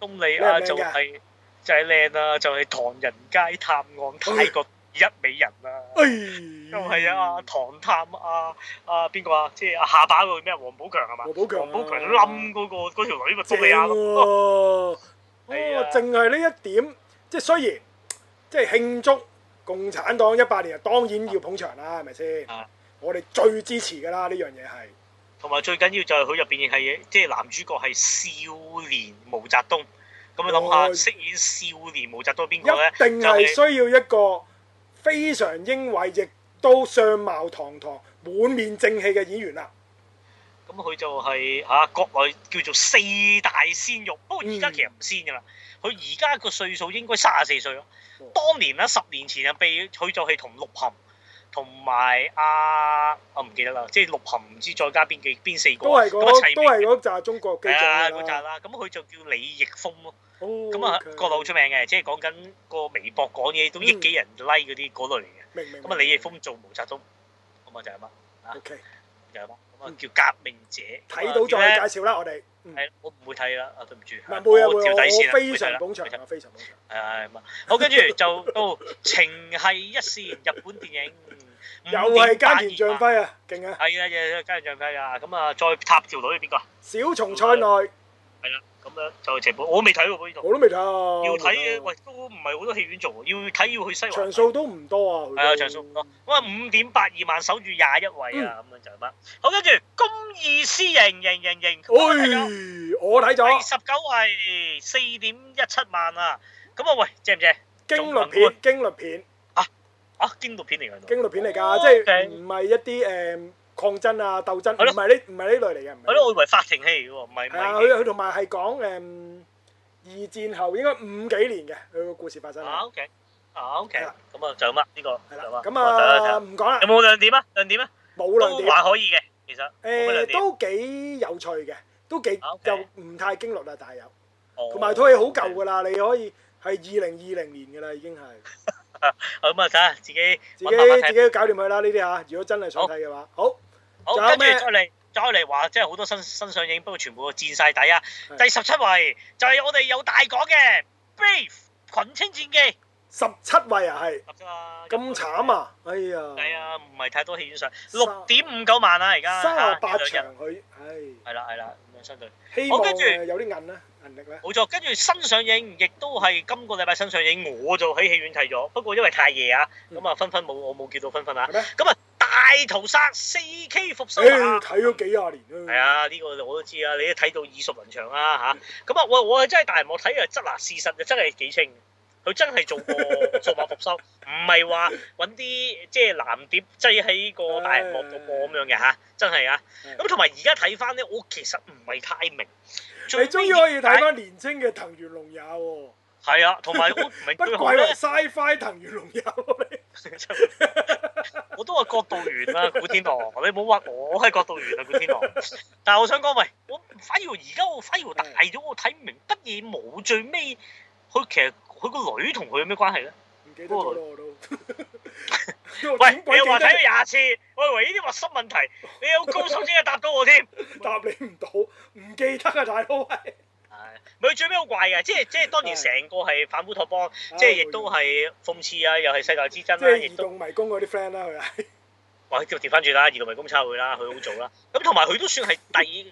Speaker 1: 東里亞
Speaker 2: 靚
Speaker 1: 就
Speaker 2: 唔靚
Speaker 1: 係、
Speaker 2: 㗎
Speaker 1: 就係靚啦，就係、唐人街探案泰國一美人啦、啊。
Speaker 2: 哎，
Speaker 1: 又係啊，唐探啊啊邊個啊？即係啊下巴嗰個叫咩？黃寶強係嘛
Speaker 2: 黃？寶強啊，
Speaker 1: 黃寶強冧嗰、個嗰條女咪啊東
Speaker 2: 正
Speaker 1: 里亞咯。
Speaker 2: 喎，哦，
Speaker 1: 係啊
Speaker 2: 淨係呢一點，即係雖然即係慶祝共產黨一百年，當然要捧場啦，係咪先
Speaker 1: 啊？
Speaker 2: 我哋最支持㗎啦，呢樣嘢係
Speaker 1: 同埋最緊要就係佢入邊係即係男主角係少年毛澤東。咁你諗
Speaker 2: 哦
Speaker 1: 下，飾演少年毛澤東邊個咧？
Speaker 2: 一定
Speaker 1: 啊就係
Speaker 2: 係需要一個非常英偉，亦都相貌堂堂、滿面正氣嘅演員啦。
Speaker 1: 咁佢就係、嚇、國內叫做四大鮮肉，不過而家
Speaker 2: 嗯
Speaker 1: 其實唔鮮㗎啦。佢而家個歲數應該三十四歲咯
Speaker 2: 哦。
Speaker 1: 當年啦，十年前啊，被佢就係同陸含同埋阿啊我唔記得啦，即係陸含唔知再加邊幾邊四個啊
Speaker 2: 都係嗰
Speaker 1: 咁一齊
Speaker 2: 都係嗰扎中國機
Speaker 1: 係啊嗰
Speaker 2: 種
Speaker 1: 扎
Speaker 2: 啦。哦
Speaker 1: 啦。咁佢就叫李易峰咯。咁
Speaker 2: 咁
Speaker 1: 啊，國內好出名嘅，即係講緊個微博講嘢
Speaker 2: 嗯
Speaker 1: 都億幾人 like 嗰啲嗰類嚟嘅。
Speaker 2: 明明
Speaker 1: 咁啊，李易峰做毛澤東，咁啊就係乜
Speaker 2: ，O K，
Speaker 1: 就係乜，咁啊
Speaker 2: 嗯
Speaker 1: 叫革命者。
Speaker 2: 睇
Speaker 1: 咁
Speaker 2: 到
Speaker 1: 啊叫咩
Speaker 2: 再介紹啦，我哋。嗯
Speaker 1: 係，我唔會睇啦，啊對唔住，
Speaker 2: 唔係冇嘢
Speaker 1: 我
Speaker 2: 冇
Speaker 1: 條底
Speaker 2: 嘢，
Speaker 1: 線啦，
Speaker 2: 我非
Speaker 1: 唔會睇啦
Speaker 2: 常捧
Speaker 1: 唔
Speaker 2: 場
Speaker 1: 會睇
Speaker 2: 啊，非常捧場。
Speaker 1: 係咁啊，好跟住就到情係一線日本電影，
Speaker 2: 又係
Speaker 1: 家
Speaker 2: 家田將
Speaker 1: 輝，
Speaker 2: 輝啊，勁啊！
Speaker 1: 係啊，又係家田將輝啊，咁啊再塔條女係邊個啊？
Speaker 2: 小松菜奈
Speaker 1: 係啦，咁樣就情報，我未睇喎呢度，
Speaker 2: 我都未睇啊，
Speaker 1: 要睇嘅
Speaker 2: 未睇啊
Speaker 1: 喂都唔係好多戲院做喎，要睇要去西環睇。
Speaker 2: 場數都唔多啊，佢
Speaker 1: 係啊，
Speaker 2: 都
Speaker 1: 場數唔多，咁啊五點八二萬守住廿一位啊，咁樣就係乜？好跟住公義私刑刑刑刑，咁啊大家
Speaker 2: 哎，我睇
Speaker 1: 第
Speaker 2: 咗
Speaker 1: 十九位四點一七萬啊！咁啊喂，正唔正？
Speaker 2: 驚慄片，驚慄片，
Speaker 1: 啊，驚慄片嚟㗎，
Speaker 2: 驚慄片嚟
Speaker 1: 哦
Speaker 2: 㗎，即係
Speaker 1: OK
Speaker 2: 唔係一啲誒抗爭啊、鬥爭，
Speaker 1: 係咯
Speaker 2: 唔係呢唔係呢類嚟嘅，唔
Speaker 1: 係咯，
Speaker 2: 係。
Speaker 1: 我以為法庭戲喎，唔係唔
Speaker 2: 係啊，
Speaker 1: 係戲
Speaker 2: 佢佢同埋係講誒二戰後應該五幾年嘅佢個故事發生
Speaker 1: 啊
Speaker 2: 啊。
Speaker 1: Ờ, ，OK，啊 OK，
Speaker 2: 係
Speaker 1: 咁
Speaker 2: 啦
Speaker 1: 啊就咁啦，呢個
Speaker 2: 係
Speaker 1: 就
Speaker 2: 啦，
Speaker 1: 咁
Speaker 2: 咁啊
Speaker 1: 啊，
Speaker 2: 唔講啦
Speaker 1: 有，冇亮點啊？亮點啊，
Speaker 2: 冇亮
Speaker 1: 都
Speaker 2: 點。
Speaker 1: 還可以嘅，其實冇乜亮
Speaker 2: 誒
Speaker 1: 點。
Speaker 2: 都幾有趣嘅，都幾
Speaker 1: 啊，OK
Speaker 2: 就唔太驚慄啦，但係有。
Speaker 1: 同
Speaker 2: 同埋套戲好
Speaker 1: Ừ.
Speaker 2: 舊㗎啦，你可以係二零二零年㗎啦，已經係
Speaker 1: 咁啊，睇下自己
Speaker 2: 自
Speaker 1: 揾辦法
Speaker 2: 己自
Speaker 1: 睇。
Speaker 2: 己都搞掂佢啦呢啲嚇。如果真係想睇嘅話，好
Speaker 1: 好，
Speaker 2: 仲有
Speaker 1: 跟住
Speaker 2: 咩
Speaker 1: 再嚟。再嚟話，即係好多新新上映，不過全部戰晒底啊！
Speaker 2: 係
Speaker 1: 第十七位就係我哋有大講嘅《Brave 群青戰記》，
Speaker 2: 十七位啊，係
Speaker 1: 得啦。
Speaker 2: 咁慘！啊！哎呀，
Speaker 1: 係啊，唔係太多戲院上，六點五九萬啊啦而家。
Speaker 2: 三十
Speaker 1: 嚇
Speaker 2: 八
Speaker 1: 呢兩日
Speaker 2: 場佢，唉，
Speaker 1: 係啦係啦，咁樣相對
Speaker 2: 希
Speaker 1: 好
Speaker 2: 望
Speaker 1: 跟住
Speaker 2: 誒有啲韌啦，韌力啦。
Speaker 1: 冇錯。跟住新上映，亦都係今個禮拜新上映，我就喺戲院睇咗。不過因為太夜啊，
Speaker 2: 嗯
Speaker 1: 咁啊分分冇我冇叫到分分啊
Speaker 2: 係。咩？
Speaker 1: 咁啊大屠殺四 K 復啊
Speaker 2: 誒
Speaker 1: 修版。
Speaker 2: 睇咗幾廿年啦。
Speaker 1: 係啊，呢、個我都知啊，你都睇到耳熟能詳啦
Speaker 2: 嗯
Speaker 1: 吓，咁啊，我我係真係大人幕睇啊，真嗱事實就真係幾清。佢真係 做過數碼復修，唔係話揾啲即係藍碟擠喺
Speaker 2: 嗯
Speaker 1: 個大人幕度播咁樣嘅吓，真係啊。咁同埋而家睇翻咧，我其實唔係太明。
Speaker 2: 你終於可以睇翻年青嘅藤原龍也喎，
Speaker 1: 係啊，同埋我唔明
Speaker 2: 不
Speaker 1: 最
Speaker 2: 愧
Speaker 1: 後
Speaker 2: 為
Speaker 1: 咧，
Speaker 2: sci-fi 藤原龍也喎
Speaker 1: 我都話角度員啦，古天樂，你唔好話我係角度員啊，古 天樂。但係我想講，喂，我反而而家我反而大咗，我睇唔明乜嘢冇最尾，佢其實佢個女同佢有咩關係咧？
Speaker 2: 你，唔記得咗咯 我都。我
Speaker 1: 喂，
Speaker 2: 點
Speaker 1: 你
Speaker 2: 鬼
Speaker 1: 又
Speaker 2: 記
Speaker 1: 話
Speaker 2: 得
Speaker 1: 睇咗廿次，喂喂，呢啲核心問題，你有高手先係答到我添。
Speaker 2: 答你唔到，唔記得啊，大佬喂。
Speaker 1: 係，咪最尾好怪嘅，即係即係當然成個係反烏托邦，即係亦都係諷刺啊，又係世界之爭
Speaker 2: 啊即
Speaker 1: 啦，
Speaker 2: 係
Speaker 1: 亦
Speaker 2: 移
Speaker 1: 都。
Speaker 2: 動迷宮嗰啲 friend 啦，佢係
Speaker 1: 或者調翻轉啦，移動迷宮差會啦，佢好做啦。咁同埋佢都算係第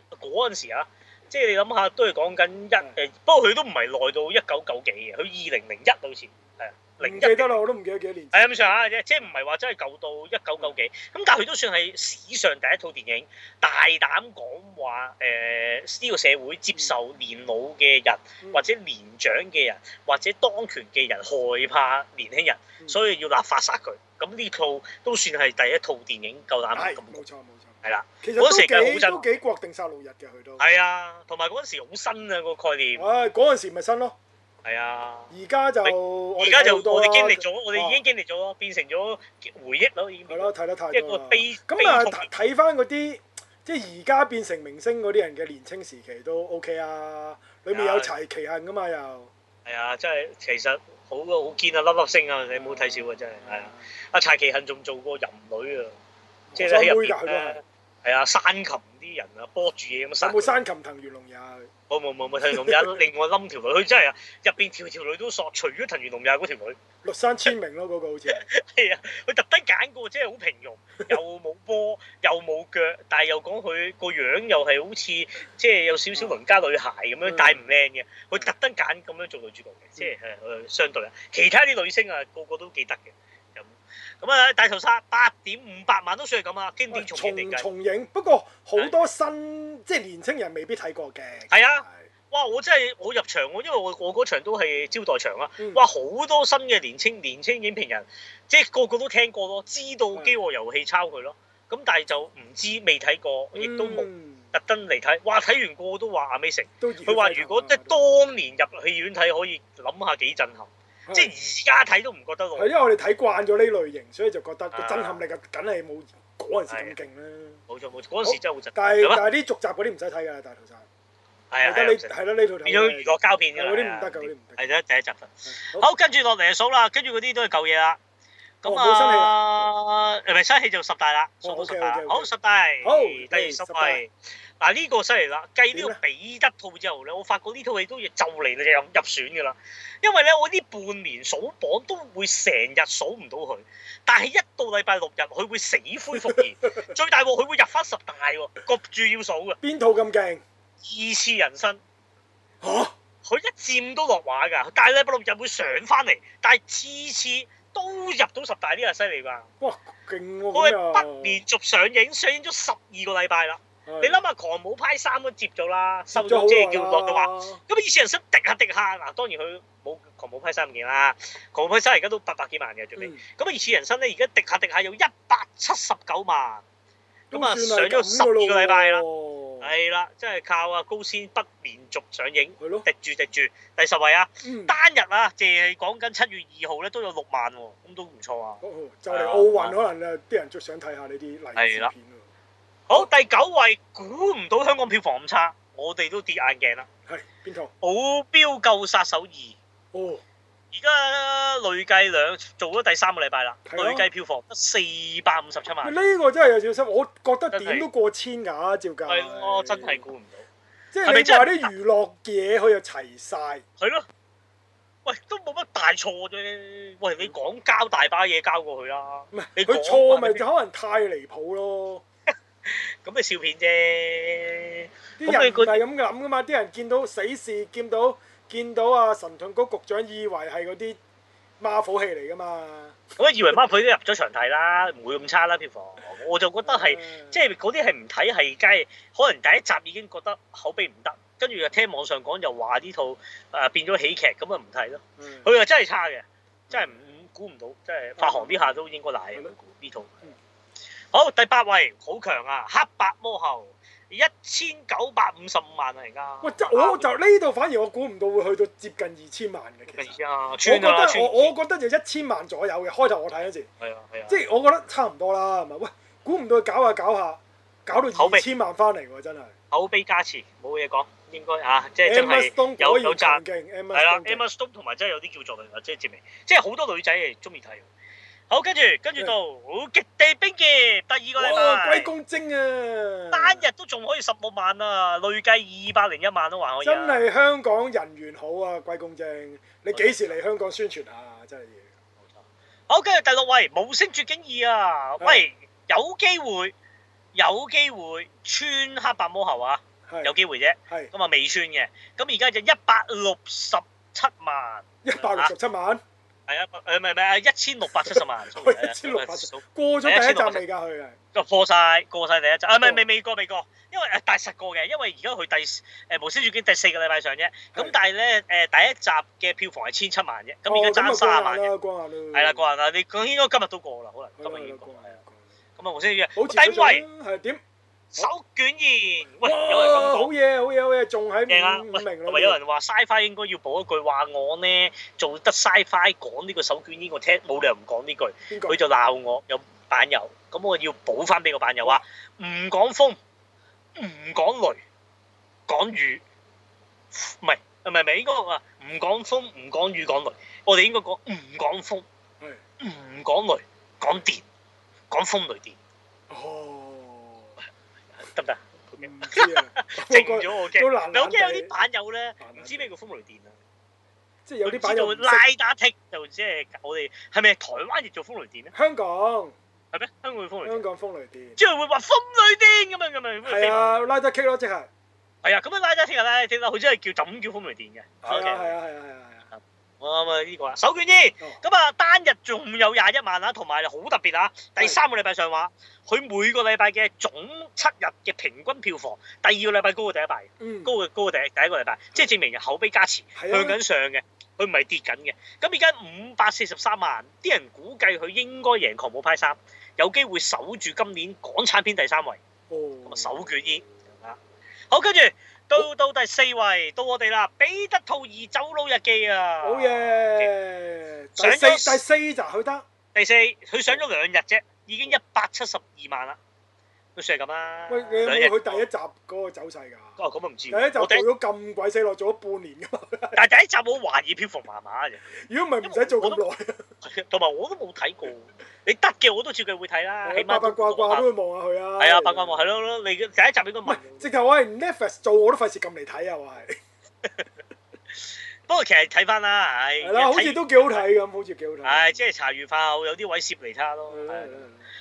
Speaker 1: 二 嗰陣時啊，即係你諗下都係講緊一誒，不過佢都唔係耐到一九九幾嘅，佢二零零一好似係啊，零
Speaker 2: 唔
Speaker 1: 一
Speaker 2: 記得
Speaker 1: 係啊
Speaker 2: 啦，我都唔記得幾多年前。
Speaker 1: 咁上下嘅啫，即係唔係話真係舊到一九九幾咁，但係佢都算係史上第一套電影大膽講話誒呢個社會接受年老嘅人
Speaker 2: 嗯
Speaker 1: 或者年長嘅人或者當權嘅人害怕年輕人，
Speaker 2: 嗯
Speaker 1: 所以要立法殺佢。咁呢套都算係第一套電影夠膽啊
Speaker 2: 係
Speaker 1: 咁
Speaker 2: 冇錯冇錯，
Speaker 1: 係啦，
Speaker 2: 其實
Speaker 1: 嗰時嘅好
Speaker 2: 都幾
Speaker 1: 震
Speaker 2: 都幾國定殺戮日嘅佢都。
Speaker 1: 係啊，同埋嗰陣時好新啊個概念，
Speaker 2: 唉，嗰陣時咪新咯，
Speaker 1: 係啊，
Speaker 2: 而家就
Speaker 1: 咪
Speaker 2: 我
Speaker 1: 而
Speaker 2: 哋
Speaker 1: 家就
Speaker 2: 睇好多
Speaker 1: 我哋
Speaker 2: 啦
Speaker 1: 經歷咗，我哋已經
Speaker 2: 啊
Speaker 1: 經歷咗咯，變成咗回憶咯，已經
Speaker 2: 哦係
Speaker 1: 變
Speaker 2: 咯，睇得太
Speaker 1: 一個
Speaker 2: 多啦。
Speaker 1: 悲悲
Speaker 2: 咁啊，
Speaker 1: 痛
Speaker 2: 睇睇翻嗰啲即係而家變成明星嗰啲人嘅年青時期都 OK 啊，裏面有齊奇恨噶嘛又。
Speaker 1: 係啊，真係其實好啊，好堅啊，粒粒星啊，你冇睇少啊，真係係啊，阿柴奇恨仲做過淫女啊，即係喺入
Speaker 2: 我
Speaker 1: 邊
Speaker 2: 想妹㗎佢都係
Speaker 1: 咧，係啊，山琴啲人啊，波住嘢咁
Speaker 2: 有
Speaker 1: 山
Speaker 2: 冇。山琴藤原龍也？
Speaker 1: 冇冇冇冇藤原龍也，另外冧條女，佢真係啊，入邊條條女都索，除咗藤原龍也嗰條女。
Speaker 2: 綠山千明咯，嗰個好似係。
Speaker 1: 係啊，佢特登揀個即係好平 庸，又冇波，又冇腳，但係又講佢個樣又係好似即係有少少鄰家女孩咁樣，
Speaker 2: 嗯
Speaker 1: 但係唔靚嘅。佢特登揀咁樣做女主角嘅，即係誒誒相對啊，其他啲女星啊個個都記得嘅。咁咁啊，大頭殺八點五百萬都算係咁啊，經典重映嚟
Speaker 2: 重
Speaker 1: 計。
Speaker 2: 重影，不過好多新即係年青人未必睇過嘅。
Speaker 1: 係啊，哇！我真係我入場喎，因為我我嗰場都係招待場啦。啊
Speaker 2: 嗯
Speaker 1: 哇！好多新嘅年青年青影評人，即係個個都聽過咯，知道《飢餓遊戲》抄佢咯。咁但係就唔知未睇過，亦都冇
Speaker 2: 嗯
Speaker 1: 特登嚟睇。哇！睇完個都話 amazing。
Speaker 2: 都熱血沸騰
Speaker 1: 佢
Speaker 2: 啊
Speaker 1: 話如果即係當年入戲院睇，可以諗下幾震撼。
Speaker 2: 係
Speaker 1: 即係而家睇都唔覺得
Speaker 2: 嗯係
Speaker 1: 耐。
Speaker 2: 因為我哋睇慣咗呢類型，所以就覺得個
Speaker 1: 啊
Speaker 2: 震撼力啊，梗係冇嗰陣時咁勁啦。
Speaker 1: 冇錯冇錯，嗰陣時真係好震撼。
Speaker 2: 但係
Speaker 1: 係
Speaker 2: 但
Speaker 1: 嘛
Speaker 2: 係啲續集嗰啲唔使睇㗎啦，大頭晒。
Speaker 1: 係啊
Speaker 2: 得呢
Speaker 1: 係啊，
Speaker 2: 係咯呢套睇
Speaker 1: 變咗娛樂膠片㗎啦。
Speaker 2: 嗰啲唔得㗎，嗰啲唔得。
Speaker 1: 係啦，第一集啦。
Speaker 2: 嗯好
Speaker 1: 好，跟住落嚟就數啦，跟住嗰啲都係舊嘢啦。咁
Speaker 2: 哦冇新戲
Speaker 1: 啊，誒咪新戲就十大啦，數到十大啦
Speaker 2: OK，OK，OK
Speaker 1: 好十大，
Speaker 2: 好
Speaker 1: 第十位。嗱呢個犀利啦，繼呢個
Speaker 2: 點
Speaker 1: 彼得套之後咧，我發覺呢套戲都要就嚟就入入選㗎啦。因為咧，我呢半年數榜都會成日數唔到佢，但係一到禮拜六日，佢會死灰復 燃，最大鑊佢會入翻十大喎，焗住要數㗎。
Speaker 2: 邊套咁勁？
Speaker 1: 二次人生。
Speaker 2: 嚇！
Speaker 1: 佢一佔都落畫㗎，但係禮拜六日會上翻嚟，但係次次都入到十大呢個犀利㗎。
Speaker 2: 哇，勁喎！
Speaker 1: 佢
Speaker 2: 哦咁
Speaker 1: 係不連續上映，上映咗十二個禮拜啦。
Speaker 2: 又
Speaker 1: 你諗下，狂舞派三都接咗啦，收
Speaker 2: 接
Speaker 1: 咗即係叫落嘅話，
Speaker 2: 話，
Speaker 1: 咁以前人生滴下滴下嗱，當然佢冇狂舞派三咁勁啦，狂舞派三而家都八百幾萬嘅最尾。
Speaker 2: 嗯
Speaker 1: 咁啊，二次人生咧，而家滴下滴下有一百七十九萬，
Speaker 2: 都
Speaker 1: 咁啊上
Speaker 2: 算係
Speaker 1: 咗
Speaker 2: 咁
Speaker 1: 十二
Speaker 2: 㗎咯
Speaker 1: 個禮拜啦，
Speaker 2: 喎
Speaker 1: 係啦，真係靠啊高先不連續上映，
Speaker 2: 係咯，
Speaker 1: 滴住滴住，第十位啊！
Speaker 2: 嗯
Speaker 1: 單日啊，淨係講緊七月二號咧都有六萬喎，咁都唔錯啊。
Speaker 2: 好好哦就嚟奧運可能啊，啲人最想睇下呢啲勵
Speaker 1: 係
Speaker 2: 志
Speaker 1: 啦
Speaker 2: 片喎。
Speaker 1: 好，第九位，估唔到香港票房咁差，我哋都跌眼鏡啦。
Speaker 2: 係邊套？
Speaker 1: 保鏢救殺手二，
Speaker 2: 哦，
Speaker 1: 而家累計兩做咗第三個禮拜啦，
Speaker 2: 係啊
Speaker 1: 累計票房得四百五十七萬。
Speaker 2: 呢個真係有少少，我覺得
Speaker 1: 真係
Speaker 2: 點都過千㗎，照計。
Speaker 1: 係咯，真係估唔到。
Speaker 2: 即係
Speaker 1: 係咪啊
Speaker 2: 你
Speaker 1: 真係
Speaker 2: 話啲娛樂嘢，佢又齊晒。
Speaker 1: 係咯，喂，都冇乜大錯啫。喂，你講交大把嘢交過去啦。
Speaker 2: 唔係
Speaker 1: 你
Speaker 2: 佢
Speaker 1: 講
Speaker 2: 錯
Speaker 1: 話
Speaker 2: 咪
Speaker 1: 俾
Speaker 2: 就可能太離譜咯。
Speaker 1: 咁咪笑片啫。咁
Speaker 2: 啲人
Speaker 1: 你
Speaker 2: 唔
Speaker 1: 嗰
Speaker 2: 係咁諗噶嘛，啲人見到死侍，見到見到啊神盾局局長，以為係嗰啲 Marvel 戲嚟噶嘛。
Speaker 1: 咁啊以為 Marvel 都入咗場睇啦，唔會咁差啦票房。我就覺得係。
Speaker 2: 嗯
Speaker 1: 即係嗰啲係唔睇係，梗係可能第一集已經覺得口碑唔得，跟住又聽網上講又話呢套誒、呃、變咗喜劇，咁啊唔睇咯。
Speaker 2: 係
Speaker 1: 佢又真係差嘅，
Speaker 2: 嗯
Speaker 1: 真係唔估唔到，真係發行呢下都應該賴
Speaker 2: 係
Speaker 1: 嘅
Speaker 2: 咯
Speaker 1: 呢套
Speaker 2: 嗯。
Speaker 1: 好，第八位好強啊，黑白魔后一千九百五十五萬啊，而家。
Speaker 2: 喂，就我就呢度反而我估唔到會去到接近二千萬嘅，其實。
Speaker 1: 啊，
Speaker 2: 我覺
Speaker 1: 穿啊，
Speaker 2: 得
Speaker 1: 穿
Speaker 2: 我我覺得就一千萬左右嘅，開頭我睇嗰時，
Speaker 1: 係啊係啊，
Speaker 2: 即係我覺得差唔多啦，係咪？喂，估唔到佢搞下搞下，搞到
Speaker 1: 口碑
Speaker 2: 二千萬翻嚟喎，真係。
Speaker 1: 口碑加持冇嘢講，應該啊，即係真
Speaker 2: Emma
Speaker 1: 係
Speaker 2: Stone
Speaker 1: 有
Speaker 2: 果
Speaker 1: 有賺
Speaker 2: 然強。勁，Emma
Speaker 1: 係啦
Speaker 2: Stone 勁
Speaker 1: ，Emma Stone 同埋真係有啲叫做嘅，即係證明，即係好多女仔係中意睇。好，跟住跟住到《極地冰結》第二個禮
Speaker 2: 哇，
Speaker 1: 拜
Speaker 2: 鬼，公精啊！
Speaker 1: 單日都仲可以十六萬啊，累計二百零一萬都還可以啊。
Speaker 2: 真係香港人緣好啊，貴公正，你幾時嚟香港宣傳下啊？真係要。
Speaker 1: 好，跟住第六位《無聲絕境二》啊，
Speaker 2: 係
Speaker 1: 喂，有機會，有機會穿黑白魔后啊，有
Speaker 2: 係
Speaker 1: 機會啫，
Speaker 2: 係
Speaker 1: 咁啊未穿嘅，咁而家就一百六十七萬。
Speaker 2: 一百六十七萬，
Speaker 1: 係啊，誒唔係唔係，一千六百七十萬，
Speaker 2: 佢1670過咗第一站未㗎佢係。
Speaker 1: 就破晒，過晒第一集啊！唔
Speaker 2: 哦
Speaker 1: 係未未過未過，因為誒但係實過嘅，因為而家佢第誒無聲絕境第四個禮拜上啫。咁
Speaker 2: 係
Speaker 1: 但係咧誒第一集嘅票房係千七萬啫，咁而家爭
Speaker 2: 哦
Speaker 1: 三萬嘅，
Speaker 2: 咁啊過下啦，過下啦。
Speaker 1: 係啦過人啦，你講應該今日都過啦，可
Speaker 2: 係啦，
Speaker 1: 能今日已經過
Speaker 2: 過
Speaker 1: 啦
Speaker 2: 下。
Speaker 1: 係
Speaker 2: 啦
Speaker 1: 啊
Speaker 2: 過下啦
Speaker 1: 咁啊無聲絕
Speaker 2: 好
Speaker 1: 境
Speaker 2: 似
Speaker 1: 第五位
Speaker 2: 最早係點？
Speaker 1: 手捲煙，
Speaker 2: 哇！
Speaker 1: 喂有人咁
Speaker 2: 好
Speaker 1: 講。
Speaker 2: 嘢，好嘢，好嘢，仲喺
Speaker 1: 正啊！
Speaker 2: 五五
Speaker 1: 喂，
Speaker 2: 名
Speaker 1: 同
Speaker 2: 咯
Speaker 1: 埋。有人話 Sci-Fi 應該要補一句話我呢做得 Sci-Fi 講呢個手捲煙，我聽冇理由唔講呢句。
Speaker 2: 邊個
Speaker 1: 佢就鬧我有版友，咁我要補翻俾個版友啊！唔講風，唔講雷，講雨，唔係唔係唔係應該話唔講風，唔講雨，講雷。我哋應該講唔講風，
Speaker 2: 係
Speaker 1: 唔講雷，講電，講風雷電，
Speaker 2: 哦，
Speaker 1: 得唔得？
Speaker 2: 唔知 啊，
Speaker 1: 靜
Speaker 2: 不過
Speaker 1: 咗我
Speaker 2: 都
Speaker 1: 驚，
Speaker 2: 難
Speaker 1: 唔係我驚
Speaker 2: 難
Speaker 1: 有啲
Speaker 2: 地
Speaker 1: 版友咧
Speaker 2: 難難
Speaker 1: 唔知咩叫風雷電啊！
Speaker 2: 即係有啲
Speaker 1: 佢
Speaker 2: 版
Speaker 1: 知
Speaker 2: 友
Speaker 1: 道
Speaker 2: 唔識
Speaker 1: 拉打剔就即係我哋係咪台灣亦做風雷電咧？
Speaker 2: 香港
Speaker 1: 係咩？香港叫風雷
Speaker 2: 香
Speaker 1: 電，
Speaker 2: 港風雷電，
Speaker 1: 即係會話風雷電咁樣咁樣。咁樣飛
Speaker 2: 係啊，拉得 K 咯，即係係啊
Speaker 1: 係啊，咁樣拉咗聽日咧，聽到佢真係叫就咁叫風雷電嘅。
Speaker 2: 係
Speaker 1: OK，
Speaker 2: 啊係啊係啊係啊。
Speaker 1: 我啱啊呢個啊，手卷煙。
Speaker 2: 哦
Speaker 1: 咁啊，單日仲有廿一萬啦，同埋好特別啊！第三個禮拜上畫，佢每個禮拜嘅總七日嘅平均票房，第二個禮拜高過第一拜，
Speaker 2: 嗯，
Speaker 1: 高過高過第第一個禮拜，即係證明人口碑加持向
Speaker 2: 係啊
Speaker 1: 緊上嘅，佢唔係跌緊嘅。咁而家五百四十三萬，啲人估計佢應該贏《狂舞派三》，有機會守住今年港產片第三位。
Speaker 2: 哦，
Speaker 1: 手卷煙啊！好，跟住到到第四位，到我哋啦，彼得兔兒走佬日記啊！
Speaker 2: 好！嘢，
Speaker 1: 上
Speaker 2: 第
Speaker 1: 咗
Speaker 2: 四第四集佢得，
Speaker 1: 第四，佢上咗兩日啫，已經一百七十二萬啦，都算係咁啦。
Speaker 2: 喂，你有
Speaker 1: 兩日
Speaker 2: 冇佢第一集嗰個走勢㗎？
Speaker 1: 哦，咁啊唔
Speaker 2: 第
Speaker 1: 知
Speaker 2: 一
Speaker 1: 喎。
Speaker 2: 集
Speaker 1: 我第一
Speaker 2: 做咗咁鬼死耐，做咗半年㗎嘛，
Speaker 1: 但係第一集我懷疑票房麻麻嘅，
Speaker 2: 如果唔係唔使做咁
Speaker 1: 係啊同埋我都冇睇過。你得嘅我都照計會睇啦，起
Speaker 2: 耐，
Speaker 1: 碼
Speaker 2: 八
Speaker 1: 都
Speaker 2: 八卦卦都會望下佢啊。
Speaker 1: 係啊，八卦望係咯咯。你嘅第一集應該
Speaker 2: 唔係
Speaker 1: 問，，
Speaker 2: 直頭我係 Netflix 做我都費事撳嚟睇啊！我係
Speaker 1: 不過其實睇翻啦，唉，
Speaker 2: 係啦，好似都幾好睇咁，好似幾好睇。
Speaker 1: 唉，即係茶餘飯後有啲位攝嚟他咯。
Speaker 2: 係啦
Speaker 1: 係
Speaker 2: 係啦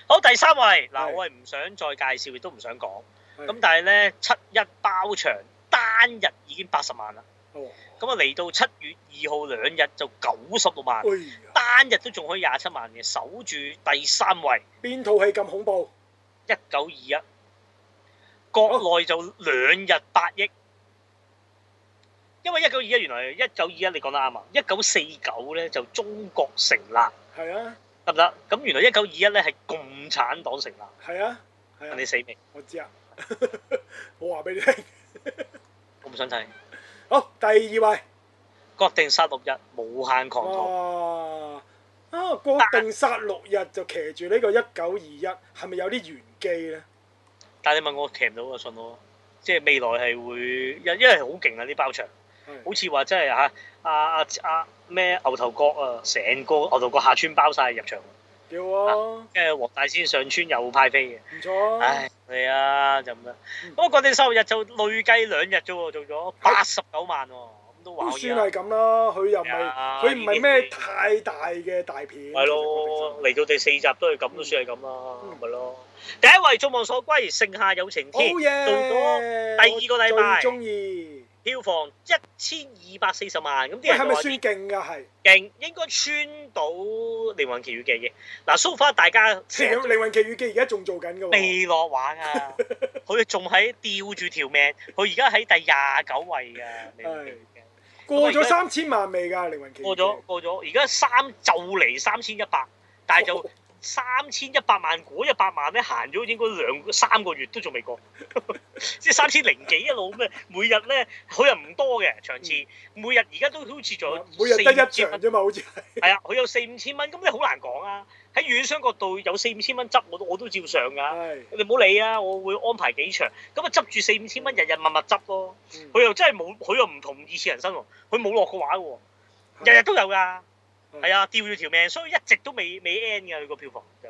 Speaker 1: 好，第三位嗱，
Speaker 2: 係
Speaker 1: 我係唔想再介紹，亦都唔想講。
Speaker 2: 係
Speaker 1: 咁但係咧，七一包場單日已經八十萬啦。
Speaker 2: 哦，
Speaker 1: 咁啊，嚟到七月二號兩日就九十六萬，
Speaker 2: 哎呀，
Speaker 1: 單日都仲可以廿七萬嘅，守住第三位
Speaker 2: 邊套戲咁恐怖？
Speaker 1: 一九二一。國內就兩日八億，因為一九二一原來一九二一你講得啱啊，一九四九咧就中國成立
Speaker 2: 係啊，
Speaker 1: 得唔得？咁原來一九二一咧係共產黨成立，
Speaker 2: 係啊，係
Speaker 1: 問你
Speaker 2: 啊，
Speaker 1: 死未？
Speaker 2: 我知啊， 我話俾你聽。
Speaker 1: 我唔想睇。
Speaker 2: 好，第二位。
Speaker 1: 國定殺戮日無限狂徒，
Speaker 2: 哇！啊，國定殺戮日就騎住呢個一九二一，係咪有啲玄機咧？
Speaker 1: 但係你問我騎唔到啊，信我，即係未來係會，因因為好勁啊呢包場，好似話真係嚇啊啊啊咩牛頭角啊，成個牛頭角下村包晒入場，
Speaker 2: 幾好啊，
Speaker 1: 跟住黃大仙上村又派飛嘅，
Speaker 2: 唔錯啊！
Speaker 1: 唉係啊就咁啦。
Speaker 2: 嗯哦
Speaker 1: 咁國定殺戮日就累計兩日啫喎，做咗八十九萬喎，咁都話
Speaker 2: 都
Speaker 1: 可以
Speaker 2: 算
Speaker 1: 啊。
Speaker 2: 係咁啦，佢又唔
Speaker 1: 係
Speaker 2: 係
Speaker 1: 啊
Speaker 2: 佢唔係咩太大嘅大片。
Speaker 1: 係咯，嚟到第四集都係咁，都算係咁啦，
Speaker 2: 嗯
Speaker 1: 咪咯。第一位眾望所歸，盛夏有晴
Speaker 2: 好
Speaker 1: 天，
Speaker 2: 嘢！
Speaker 1: 第二個禮拜
Speaker 2: 最中意。
Speaker 1: 票房一千二百四十萬，咁啲
Speaker 2: 喂，
Speaker 1: 人
Speaker 2: 係
Speaker 1: 就
Speaker 2: 咪
Speaker 1: 話
Speaker 2: 算勁㗎？係。
Speaker 1: 勁，應該穿到《靈魂奇遇記》嘅。嗱，so far 大家
Speaker 2: 《靈靈魂奇遇記》而家仲做緊㗎喎。
Speaker 1: 未落畫 啊！佢仲喺吊住條命，佢而家喺第廿九位啊㗎。靈魂奇遇記
Speaker 2: 過咗三千萬未㗎，《靈魂奇遇記》。
Speaker 1: 過咗過咗，而家三就嚟三千一百，但係就三千一百萬嗰一百萬咧行咗應該兩三個月都仲未過， 即係三千零幾一路咁嘅，每日咧佢又唔多嘅場次，每日而家都好似仲有
Speaker 2: 嗯每日得一場
Speaker 1: 四五千蚊
Speaker 2: 啫嘛，好似係。
Speaker 1: 係啊，佢有四五千蚊，咁你好難講啊！喺院商角度有四五千蚊執，我都我都照上㗎。
Speaker 2: 係。
Speaker 1: 你唔好理啊，我會安排幾場，咁啊執住四五千蚊，日日密密執咯。
Speaker 2: Ừ,
Speaker 1: 佢又真係冇，佢又唔同二次人生喎，佢冇落過畫喎。日日都有㗎，係啊，吊住條命，所以一直都未未 end 㗎佢個票房，就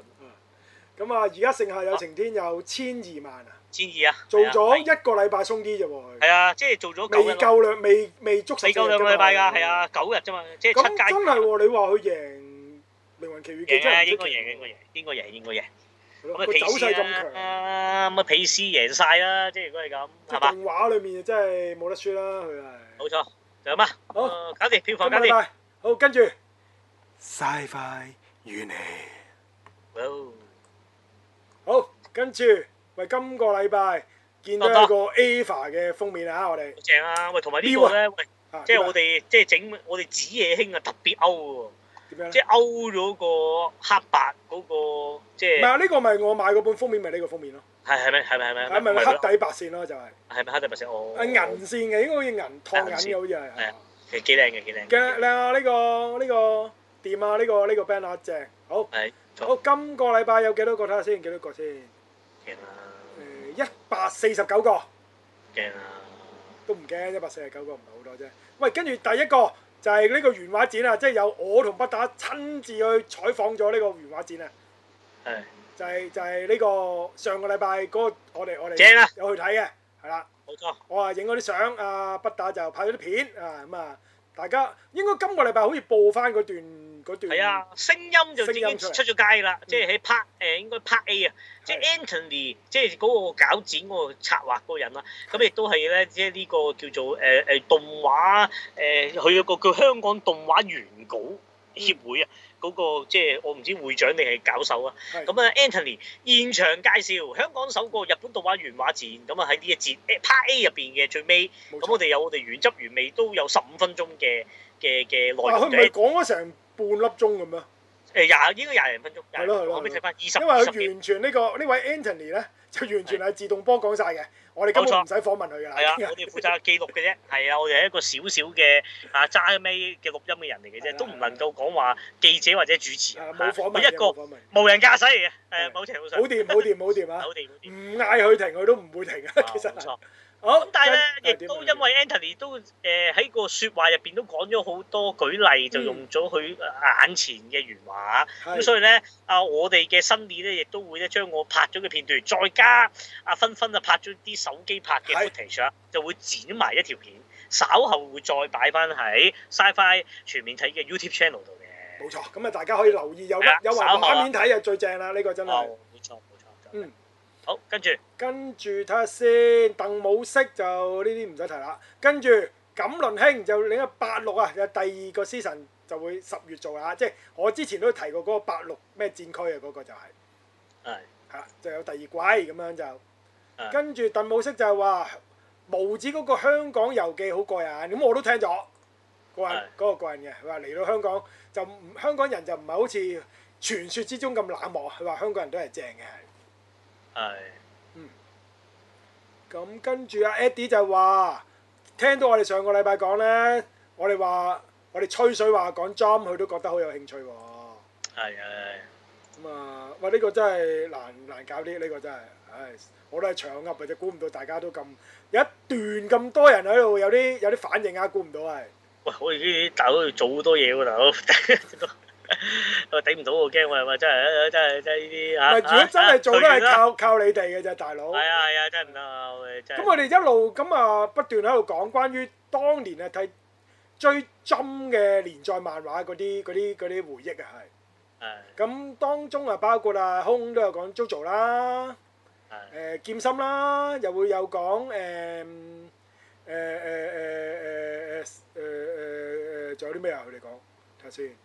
Speaker 2: 咁啊，而家盛夏有晴天有千二萬啊，
Speaker 1: 千二啊，
Speaker 2: 做咗
Speaker 1: 係
Speaker 2: 一
Speaker 1: 啊
Speaker 2: 個禮拜鬆啲啫喎，佢
Speaker 1: 係啊，即係做咗九
Speaker 2: 未
Speaker 1: 日咯，
Speaker 2: 夠兩未未足十
Speaker 1: 未
Speaker 2: 四日
Speaker 1: 夠兩個禮拜㗎，係啊，九日啫嘛，即係
Speaker 2: 咁
Speaker 1: 七街
Speaker 2: 真係喎，你話佢贏《靈魂奇遇記》
Speaker 1: 贏
Speaker 2: 真
Speaker 1: 啊，
Speaker 2: 係
Speaker 1: 應該
Speaker 2: 唔出奇
Speaker 1: 贏，應該贏，應該贏，應該贏，
Speaker 2: 係
Speaker 1: 咁
Speaker 2: 咯
Speaker 1: 啊
Speaker 2: 個
Speaker 1: 皮
Speaker 2: 走
Speaker 1: 斯
Speaker 2: 勢咁
Speaker 1: à,
Speaker 2: 強，
Speaker 1: 啦，咁啊皮斯贏晒啦，即係如果係咁，
Speaker 2: 即
Speaker 1: 係
Speaker 2: 係
Speaker 1: 嘛，
Speaker 2: 動畫裏面真係冇得輸啦，佢係。
Speaker 1: 冇錯，就咁啊，
Speaker 2: 好
Speaker 1: 啊搞掂票
Speaker 2: 今
Speaker 1: 房，搞
Speaker 2: 個禮
Speaker 1: 掂，
Speaker 2: 拜好，跟住。Sci-Fi 與你
Speaker 1: 哇
Speaker 2: 好，跟住喂，今個禮拜見到有個 Ava 嘅封面啊，我哋
Speaker 1: 好正啊，喂，同埋呢
Speaker 2: 彪啊
Speaker 1: 個咧，喂，
Speaker 2: 啊
Speaker 1: 即係
Speaker 2: 點啊
Speaker 1: 我哋即係整我哋子夜兄啊，特別歐喎。
Speaker 2: 點樣咧
Speaker 1: 即係勾咗個黑白嗰、個，即
Speaker 2: 唔係
Speaker 1: 係
Speaker 2: 啊！呢個咪我買嗰本封面咪呢個封面咯，
Speaker 1: 係係咪係咪係咪
Speaker 2: 係咪黑底白線咯？就係
Speaker 1: 係咪黑底白色？哦，
Speaker 2: 係銀線嘅，應該好似銀燙銀嘅，好似係係啊。
Speaker 1: 其實幾靚嘅幾靚
Speaker 2: 嘅
Speaker 1: 嘅，
Speaker 2: 靚啊！呢個呢個掂啊！呢個呢個 band 啊正，好
Speaker 1: 係
Speaker 2: 好。今個禮拜有幾多個睇下先？幾多個先？
Speaker 1: 勁啦
Speaker 2: 誒，一百四十九個
Speaker 1: 勁啦，
Speaker 2: 都唔驚，一百四十九個唔係好多啫。喂，跟住第一個就係呢個原畫展啊，即係有我同北打親自去採訪咗呢個原畫展啊，
Speaker 1: 係
Speaker 2: 就係就係呢個上個禮拜嗰個我哋我哋
Speaker 1: 正啊
Speaker 2: 有去睇嘅，係啦。
Speaker 1: 冇錯，
Speaker 2: 我啊影咗啲相，啊不打就拍咗啲片啊咁啊，大家應該今個禮拜好似播翻嗰段嗰段。
Speaker 1: 係啊，聲音就已
Speaker 2: 聲
Speaker 1: 經
Speaker 2: 音出嚟嗯
Speaker 1: 出咗街啦，即係喺 part 誒應該 part A 啊，即係 Anthony 即係嗰個搞展嗰個策劃嗰個人啦，咁亦都係咧，即係呢個叫做誒誒動畫誒，佢有個叫香港動畫原稿協會啊，嗰個即係我唔知會長定係搞手啊。
Speaker 2: 係，
Speaker 1: 咁啊，Anthony 現場介紹香港首個日本動畫原畫展，咁啊喺呢一節誒 Part A 入邊嘅最尾，
Speaker 2: 冇
Speaker 1: 咁我
Speaker 2: 錯。
Speaker 1: 哋有我哋原汁原味都有十五分鐘嘅嘅嘅內
Speaker 2: 啊佢
Speaker 1: 容
Speaker 2: 唔
Speaker 1: 嘅，
Speaker 2: 係講咗成半粒鐘咁樣，
Speaker 1: 誒廿應該廿零分鐘，
Speaker 2: 係咯係
Speaker 1: 廿
Speaker 2: 咯
Speaker 1: 我俾睇翻二十
Speaker 2: 因為
Speaker 1: 二十
Speaker 2: 佢
Speaker 1: 秒，
Speaker 2: 完全呢個呢位 Anthony 咧就完全係自動幫講晒嘅，我哋根本唔
Speaker 1: 冇錯
Speaker 2: 使訪問佢㗎啦。
Speaker 1: 係啊，我哋負責記錄嘅啫，係啊，我哋係一個少少嘅啊揸尾嘅錄音嘅人嚟嘅
Speaker 2: 係
Speaker 1: 啫，
Speaker 2: 啦
Speaker 1: 都唔能夠講話記者或者主持人
Speaker 2: 啊冇訪問
Speaker 1: 佢
Speaker 2: 嘅，
Speaker 1: 一個
Speaker 2: 冇訪問。
Speaker 1: 無人駕駛嚟嘅，
Speaker 2: 係啊
Speaker 1: 誒某程度上
Speaker 2: 好掂好掂好掂啊！
Speaker 1: 好掂好
Speaker 2: 唔
Speaker 1: 掂，
Speaker 2: 嗌佢停，佢都唔會停啊！
Speaker 1: 啊
Speaker 2: 其實
Speaker 1: 冇錯。
Speaker 2: 好，
Speaker 1: 咁但係咧，
Speaker 2: 跟啊
Speaker 1: 亦都因為 Anthony 都誒喺個説話入邊都講咗好多舉例，
Speaker 2: 嗯
Speaker 1: 就用咗佢呃眼前嘅原畫。咁、
Speaker 2: 係
Speaker 1: 所以咧，啊我哋嘅新意咧，亦都會咧將我拍咗嘅片段，再加阿芬芬啊拍咗啲手機拍嘅
Speaker 2: 係
Speaker 1: footage 啊，就會剪埋一條片，稍後會再擺翻喺 Sci-Fi 全面睇嘅 YouTube channel 度嘅。
Speaker 2: 冇錯，咁啊大家可以留意有
Speaker 1: 係啊
Speaker 2: 有埋
Speaker 1: 稍後啊
Speaker 2: 畫面睇啊，最正啦！呢個真係
Speaker 1: 哦，冇錯冇錯。
Speaker 2: 嗯。
Speaker 1: 好，跟住
Speaker 2: 跟住睇下先，鄧武飾就呢啲唔使提啦。跟住錦麟兄就另一八六啊，就第二個 season 就會十月做啦。即係我之前都提過嗰個八六咩戰區啊，嗰、個就係、
Speaker 1: 係
Speaker 2: 係啦，啊就有第二季咁樣就
Speaker 1: 嗯。
Speaker 2: 跟住鄧武飾就係話無子嗰個香港遊記好過癮，咁我都聽咗過癮
Speaker 1: 係
Speaker 2: 嗰個過癮嘅。佢話嚟到香港就唔香港人就唔係好似傳說之中咁冷漠，佢話香港人都係正嘅。
Speaker 1: 係
Speaker 2: 咁跟住阿 Eddie 就話，聽到我哋上個禮拜講呢，我哋話我哋吹水話講 Jump，佢都覺得好有興趣喎。
Speaker 1: 係係。
Speaker 2: 咁啊，喂，呢、個真係難難搞啲，呢、個真係，唉，我都係長噏嘅啫，估唔到大家都咁有一段咁多人喺度有啲有啲反應啊，估唔到係。
Speaker 1: 喂，我哋呢啲大佬要做好多嘢喎，大佬。我頂唔到，我驚喂喂，真係真係真係呢啲
Speaker 2: 唔
Speaker 1: 嚇。
Speaker 2: 係，如果真係做都
Speaker 1: 啊
Speaker 2: 係。
Speaker 1: 隊員啦
Speaker 2: 靠靠你哋嘅啫，大佬。
Speaker 1: 係啊係啊，真係唔得啊！我哋真係。
Speaker 2: 咁我哋一路咁啊不斷喺度講關於當年啊睇最針嘅連載漫畫嗰啲嗰啲嗰啲回憶啊，
Speaker 1: 係
Speaker 2: 係咁當中啊，包括啊，空都有講 JoJo 啦，誒、
Speaker 1: 係
Speaker 2: 劍心啦，又會有講誒誒誒誒 ờ, 誒誒 ờ, 誒誒，仲有啲咩啊？佢哋講睇下先。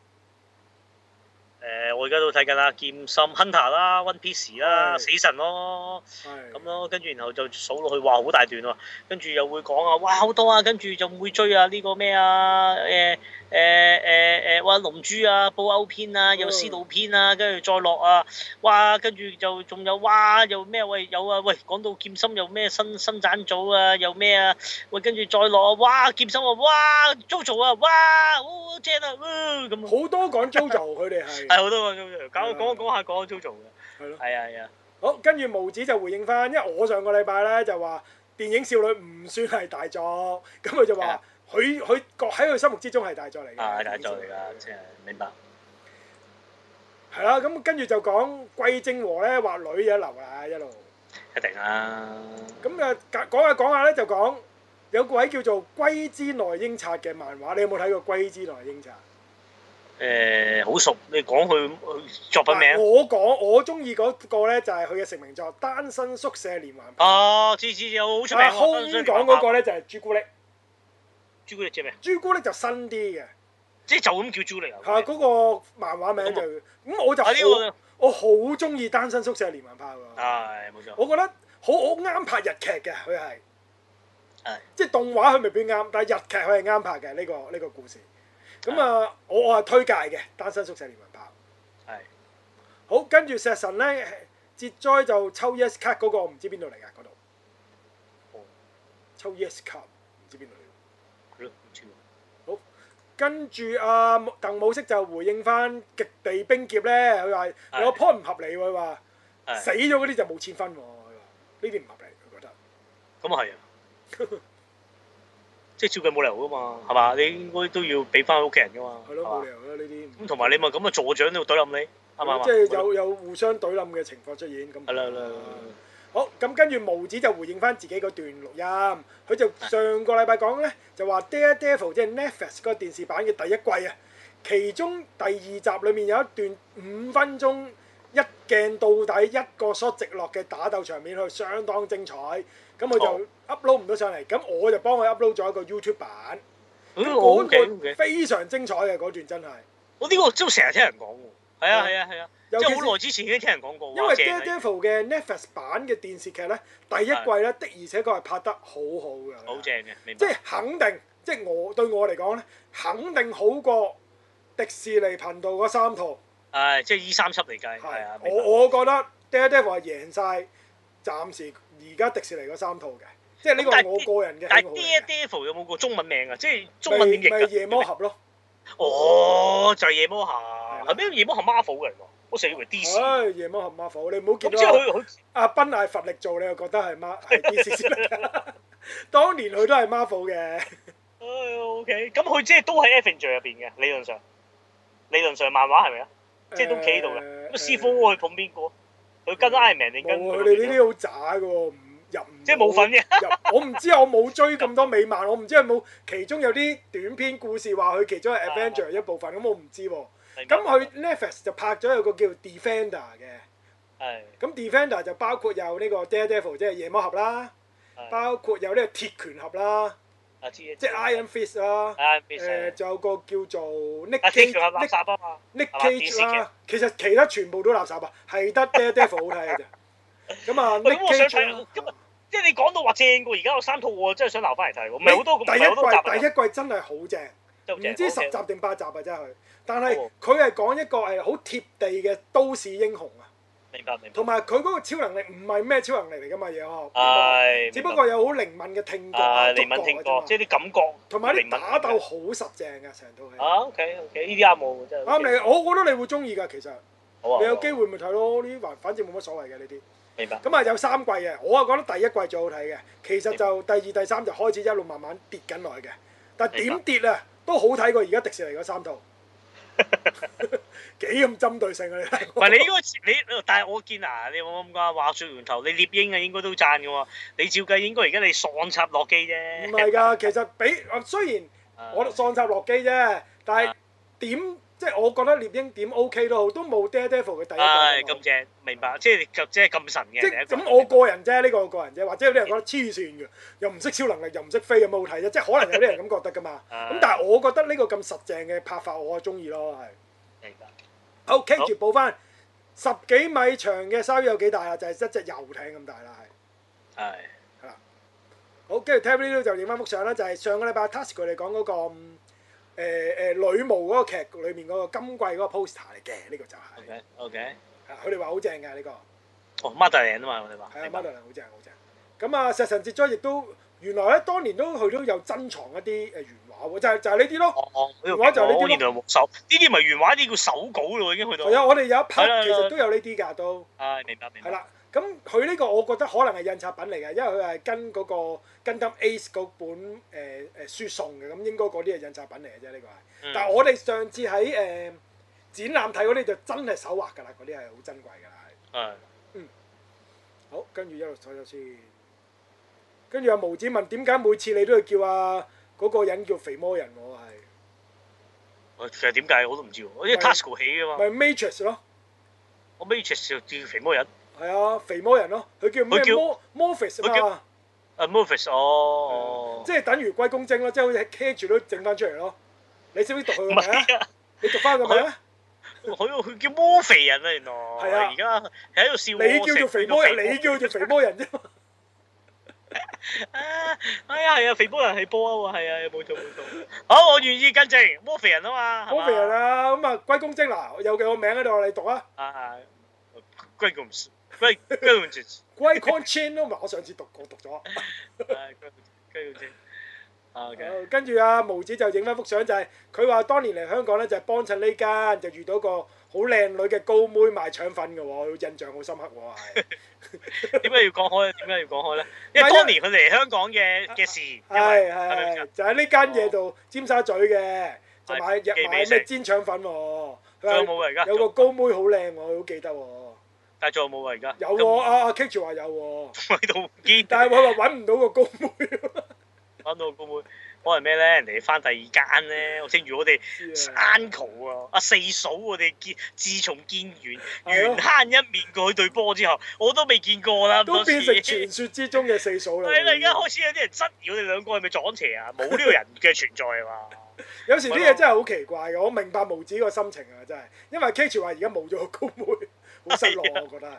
Speaker 1: 誒，呃我而家都睇緊啦，劍心 Hunter 啦，One Piece 啦，
Speaker 2: 係
Speaker 1: 死神咯，
Speaker 2: 係
Speaker 1: 咁咯，跟住然後就數落去，哇，好大段喎，跟住又會講啊，哇，好多啊，跟住就會追啊呢個咩啊，誒誒誒誒，哇，龍珠啊，布歐篇
Speaker 2: 嗯
Speaker 1: 啊，有絲路篇啊，跟住再落啊，哇，跟住就仲有哇，又咩喂，有啊，喂，講到劍心又咩新新斬組啊，又咩啊，喂，跟住再落啊，哇，劍心啊，哇，JoJo 啊，哇，好正啊，呃咁啊。
Speaker 2: 好多講 JoJo，佢哋係
Speaker 1: 係好多個 JoJo，講
Speaker 2: 係
Speaker 1: 講講下講 JoJo 嘅，
Speaker 2: 係咯。
Speaker 1: 係啊係啊，
Speaker 2: 好，跟住毛子就回應翻，因為我上個禮拜咧就話電影少女唔算係大作，咁佢就
Speaker 1: 係
Speaker 2: 話
Speaker 1: 啊
Speaker 2: 佢佢覺喺佢心目之中係大作嚟嘅。
Speaker 1: 啊大作嚟
Speaker 2: Dạ.
Speaker 1: 㗎，即係明白。
Speaker 2: 係啦，咁跟住就講桂正和咧畫女嘅流啦一路，
Speaker 1: 一定啦，
Speaker 2: 咁啊講下講下咧就講有個位叫做《龜之內英策》嘅漫畫，你有冇睇過《龜之內英策》？
Speaker 1: 誒好熟，你講佢作品
Speaker 2: 嗱
Speaker 1: 名
Speaker 2: 我講我中意嗰個咧就係佢嘅成名作《單身宿舍連環炮》，
Speaker 1: 哦，知知知，好出名
Speaker 2: 啊
Speaker 1: 喎。
Speaker 2: 空
Speaker 1: 香
Speaker 2: 講嗰個咧就係朱古力，
Speaker 1: 朱古力啫咩？
Speaker 2: 朱古力就新啲嘅。
Speaker 1: 即係就咁叫朱古力啊！
Speaker 2: 係嗰個漫畫名就咁，我就
Speaker 1: 啊呢個
Speaker 2: 好我好中意《單身宿舍連環炮》㗎，
Speaker 1: 係冇錯，
Speaker 2: 我覺得好好啱拍日劇嘅佢係
Speaker 1: 係，
Speaker 2: 即係動畫佢未必啱，但係日劇佢係啱拍嘅呢個呢個故事。咁啊，我我係推介嘅《單身宿舍連環炮
Speaker 1: 係》。
Speaker 2: 好，跟住石神咧，節災就抽 Yes 卡嗰個唔知邊度嚟㗎嗰度
Speaker 1: 哦，
Speaker 2: 抽 Yes 卡唔知邊度嚟。
Speaker 1: 係咯，唔知喎
Speaker 2: 跟住阿鄧武飾就回應翻極地冰劫咧，佢話
Speaker 1: 係
Speaker 2: 有個 point 唔合理喎，佢話死
Speaker 1: 係
Speaker 2: 咗嗰啲就冇錢分喎，佢話呢啲唔合理，佢覺得。
Speaker 1: 咁啊係啊， 即係照計冇理由㗎嘛，係嘛？你應該都要俾翻屋企人㗎嘛，
Speaker 2: 係
Speaker 1: 係
Speaker 2: 咯，冇
Speaker 1: 嘛
Speaker 2: 理？由啦呢啲。
Speaker 1: 咁同埋你咪咁啊，助長喺度懟冧你，係嘛？
Speaker 2: 即係有有互相懟冧嘅情況出現咁。
Speaker 1: 係啦係啦係啦。
Speaker 2: 好，咁跟住毛子就回應翻自己嗰段錄音，佢就上個禮拜講咧，就話《Daredevil》即係 Netflix 個電視版嘅第一季啊，其中第二集裡面有一段五分鐘一鏡到底一個 shot 直落嘅打鬥場面，佢相當精彩。咁佢
Speaker 1: 哦
Speaker 2: 就 upload 唔到上嚟，咁我就幫佢 upload 咗一個 YouTube 版，
Speaker 1: 嗯
Speaker 2: 嗰
Speaker 1: OK OK
Speaker 2: 個。非常精彩嘅嗰段真係，
Speaker 1: 我呢個都成日聽人講喎，係啊
Speaker 2: 嗯
Speaker 1: 係啊係啊，即
Speaker 2: 尤其
Speaker 1: 係
Speaker 2: 是
Speaker 1: 好耐之前已經聽人講過，
Speaker 2: 因為
Speaker 1: 哇
Speaker 2: 《
Speaker 1: 正啊
Speaker 2: Daredevil》嘅 Netflix 版嘅電視劇咧，第一季咧的而且確係拍得好好嘅，
Speaker 1: 好正嘅，明
Speaker 2: 即
Speaker 1: 白
Speaker 2: 係肯定，即係我對我嚟講咧，肯定好過迪士尼頻道嗰三套。
Speaker 1: 係即係依三輯嚟計，係啊，明白
Speaker 2: 我我覺得《Daredevil》係贏晒暫時而家迪士尼嗰三套嘅，即係呢個
Speaker 1: 但
Speaker 2: 係
Speaker 1: 係
Speaker 2: 我個人嘅
Speaker 1: 但
Speaker 2: 喜
Speaker 1: 係
Speaker 2: 好嚟嘅。
Speaker 1: Daredevil 有冇個中文名啊？即係中文點
Speaker 2: 咪咪
Speaker 1: 譯㗎？
Speaker 2: 夜魔俠咯，
Speaker 1: 哦，就係夜魔
Speaker 2: 係
Speaker 1: 俠，
Speaker 2: 啦
Speaker 1: 係咩？夜魔俠 Marvel 嘅嚟㗎，我成日以為 DC。
Speaker 2: 唉，夜魔俠 Marvel，你唔好
Speaker 1: 咁
Speaker 2: 見
Speaker 1: 即
Speaker 2: 到
Speaker 1: 係佢佢
Speaker 2: 阿賓艾佛力做，你又覺得係 Mar 係 DC 先得 㗎。當年佢都係 Marvel 嘅。
Speaker 1: 唉，OK，咁佢即係都喺 Avenger 入邊嘅理論上，理論上漫畫係咪啊？即係都企喺度嘅。咁啊師傅
Speaker 2: 誒
Speaker 1: 佢捧邊個？佢跟 Iron Man 定
Speaker 2: 冇
Speaker 1: 跟
Speaker 2: 啊佢哋呢啲好渣嘅喎，唔入唔
Speaker 1: 即係冇份嘅。
Speaker 2: 入我唔知啊，我冇追咁多美漫，我唔知有冇其中有啲短篇故事話佢其中係
Speaker 1: 啊
Speaker 2: Avenger 一部分，咁我唔知喎。
Speaker 1: 明白
Speaker 2: 咁佢 Netflix 就拍咗有個叫 Defender 嘅，
Speaker 1: 係
Speaker 2: 咁 Defender 就包括有呢個 Daredevil 即係夜魔俠啦，
Speaker 1: 係
Speaker 2: 包括有呢個鐵拳俠啦，
Speaker 1: 啊知
Speaker 2: 即係 Iron Fist 啦，
Speaker 1: Iron
Speaker 2: 誒
Speaker 1: Fist
Speaker 2: 仲有個叫做 Nick
Speaker 1: 啊，天橋係
Speaker 2: Cage
Speaker 1: 垃
Speaker 2: Nick-
Speaker 1: 圾啊嘛。
Speaker 2: Nick
Speaker 1: 係嘛電視
Speaker 2: Cage 啦，其實其他全部都垃圾啊，係得 Daredevil 好睇 嘅啫。咁啊
Speaker 1: 喂，
Speaker 2: ，Nick
Speaker 1: 咁我想
Speaker 2: Cage
Speaker 1: 睇
Speaker 2: 啦，。
Speaker 1: 咁啊即係你講到話正過而家有三套我真係想留翻嚟睇喎。唔
Speaker 2: 你
Speaker 1: 係好多個，唔
Speaker 2: 第一
Speaker 1: 係好多集啊
Speaker 2: 季第一季真係好正，
Speaker 1: 真係
Speaker 2: 唔
Speaker 1: 好正
Speaker 2: 知十
Speaker 1: OK
Speaker 2: 集定八集啊，真係佢。但係
Speaker 1: 哦
Speaker 2: 佢係講一個係好貼地嘅都市英雄啊，
Speaker 1: 明白明白。
Speaker 2: 同埋佢嗰個超能力唔係咩超能力嚟㗎嘛，嘢呵。
Speaker 1: 係，
Speaker 2: 只不過有好靈敏嘅聽覺啊、
Speaker 1: 係
Speaker 2: 觸
Speaker 1: 靈敏聽
Speaker 2: 覺
Speaker 1: 覺
Speaker 2: 啊，
Speaker 1: 即
Speaker 2: 啫
Speaker 1: 係
Speaker 2: 嘛
Speaker 1: 啲感覺
Speaker 2: 同埋
Speaker 1: 靈
Speaker 2: 啲
Speaker 1: 敏
Speaker 2: 打鬥好實正嘅成套戲。
Speaker 1: 啊，OK OK，呢啲啱我喎真係。
Speaker 2: 啱你，我覺得你會中意㗎，其實
Speaker 1: 好啊，
Speaker 2: 你有機
Speaker 1: 會
Speaker 2: 會咪睇咯，呢啲反反正冇乜所謂嘅呢啲。
Speaker 1: 明白。
Speaker 2: 咁啊有三季嘅，我啊覺得第一季最好睇嘅，其實就第二、第三就開始一路慢慢跌緊落去嘅。但係點跌啊，都好睇過而家迪士尼嗰三套。 幾咁針對性啊！你睇
Speaker 1: 唔係你應該你，但係我見啊，你有冇咁講話説源頭，你獵鷹啊應該都讚嘅喎。你照計應該而家你喪插落機啫。
Speaker 2: 唔係㗎，其實比雖然我喪插落機啫，但係
Speaker 1: 啊
Speaker 2: 點即係我覺得獵鷹點 OK 都好，都冇 Daredevil 嘅第一
Speaker 1: 唉，
Speaker 2: 個
Speaker 1: 咁
Speaker 2: 咁。
Speaker 1: 正，明白，即係咁即係咁神嘅。
Speaker 2: 即
Speaker 1: 你一
Speaker 2: 係
Speaker 1: 個
Speaker 2: 咁，我個人啫，呢個我個人啫，或者有啲人覺得黐線嘅，又唔識超能力，又唔識飛，有冇好睇啫？即係可能有啲人咁覺得噶嘛。
Speaker 1: 啊
Speaker 2: 咁但係我覺得呢個咁實淨嘅拍法，我係中意咯，係。
Speaker 1: 明白
Speaker 2: 好，跟住補翻十幾米長嘅鯊魚有幾大啊？就係、一隻遊艇咁大啦，係。
Speaker 1: 係
Speaker 2: 好，跟住 Terry 呢度就影翻幅相啦，就係、上個禮拜 Task 佢哋講嗰個嗯誒誒、呃呃女巫嗰個劇裏面嗰個今季嗰個 poster 嚟嘅，呢、個就係、
Speaker 1: OK OK。
Speaker 2: 啊佢哋話好正嘅呢個，係
Speaker 1: 哦，Motherland 啊嘛，我哋話。
Speaker 2: 啊 m
Speaker 1: 明
Speaker 2: o
Speaker 1: 白
Speaker 2: d e l 好正好正。咁啊，石神節災亦都原來咧，當年都佢都有珍藏一啲誒原畫喎，就係、就係呢啲咯。
Speaker 1: 哦哦，呢
Speaker 2: 原
Speaker 1: 度
Speaker 2: 畫就係呢啲咯
Speaker 1: 哦原來冇手，呢啲咪原畫，呢啲叫手稿咯，已經去到。
Speaker 2: 係啊，我哋有一
Speaker 1: 係啦
Speaker 2: part 其實都有呢啲㗎都。
Speaker 1: 唉，明白明
Speaker 2: 係
Speaker 1: 白。
Speaker 2: 啦，咁佢呢個我覺得可能係印刷品嚟嘅，因為佢係跟嗰、個跟 Gundam Ace 嗰本誒誒、書送嘅，咁應該嗰啲係印刷品嚟嘅啫，呢、個係。
Speaker 1: 嗯
Speaker 2: 但係我哋上次喺誒、展覽睇嗰啲就真係手畫㗎啦，嗰啲係好珍貴㗎啦。係
Speaker 1: 係
Speaker 2: 好，跟住一路睇咗先。跟住阿毛子問點解每次你都要叫啊嗰、個人叫肥魔人我係
Speaker 1: 我其實點解我都唔知喎，因為
Speaker 2: 咪
Speaker 1: Tasco 起㗎嘛，
Speaker 2: 咪 Matrix 咯？
Speaker 1: 我 Matrix 就叫肥魔人，
Speaker 2: 係啊，肥魔人咯，佢叫咩
Speaker 1: 佢叫
Speaker 2: 魔 Morpheus
Speaker 1: 佢
Speaker 2: 啊嘛，
Speaker 1: 啊 Morpheus 哦，
Speaker 2: 即係等於龜公精咯，即係好似 catch 都整翻出嚟咯。你識唔識讀佢個
Speaker 1: 唔
Speaker 2: 名啊？
Speaker 1: 係啊，
Speaker 2: 你讀翻個名啊？
Speaker 1: 佢佢叫魔肥人啊，原來，
Speaker 2: 係啊
Speaker 1: 而家喺度笑我
Speaker 2: 你叫做肥魔人，你
Speaker 1: 食
Speaker 2: 叫做肥魔人啫嘛。
Speaker 1: 啊，係啊係啊，肥波人係波啊喎，係啊，冇錯冇錯，好，我願意更正，魔肥人啊 嘛，係嘛
Speaker 2: 好肥人啊！咁啊，龜公精嗱，有嘅個名喺度，你讀啊。
Speaker 1: 啊，Greg Greg Greg
Speaker 2: 龜 con chain 都唔係，我上次讀過讀咗。
Speaker 1: Greg Greg 啊，OK，
Speaker 2: 呃跟住啊，毛子就影翻幅相，就係佢話當年嚟香港咧，就係幫襯呢間，就遇到個好靚女嘅高妹賣腸粉嘅喎，佢印象好深刻喎，係。
Speaker 1: 點解要講開咧？點解要講開咧？因為當年佢嚟香港嘅嘅事，因為
Speaker 2: 係
Speaker 1: 係咪先
Speaker 2: 係，就喺呢間嘢度，尖沙咀嘅，就買
Speaker 1: 哦係
Speaker 2: 日
Speaker 1: 記
Speaker 2: 買
Speaker 1: 美
Speaker 2: 咩
Speaker 1: 食
Speaker 2: 煎腸粉喎。
Speaker 1: 仲有
Speaker 2: 佢
Speaker 1: 冇
Speaker 2: 話
Speaker 1: 啊？而家
Speaker 2: 有個高妹好靚喎，我好記得喎。
Speaker 1: 但係仲有冇啊？而家
Speaker 2: 有喎，阿阿 K 住話有
Speaker 1: 仲
Speaker 2: 喎。
Speaker 1: 喺度唔見，
Speaker 2: 但係我話揾唔到個高妹
Speaker 1: 翻到會唔會可能咩咧？人哋翻第二間咧，正如我哋
Speaker 2: 啊！
Speaker 1: uncle 啊，阿四嫂我哋見，自從見完
Speaker 2: 係咯
Speaker 1: 元坑一面過去對波之後，我都未見過啦。
Speaker 2: 都變成傳説之中嘅四嫂啦。
Speaker 1: 係啦，而家開始有啲人質疑我哋兩個係咪撞邪啊？冇呢個人嘅存在啊 嘛。
Speaker 2: 有時啲嘢真係好奇怪嘅，我明白毛子個心情啊，真係，因為 K 住話而家冇咗個高妹，好失落啊我覺得係。
Speaker 1: 誒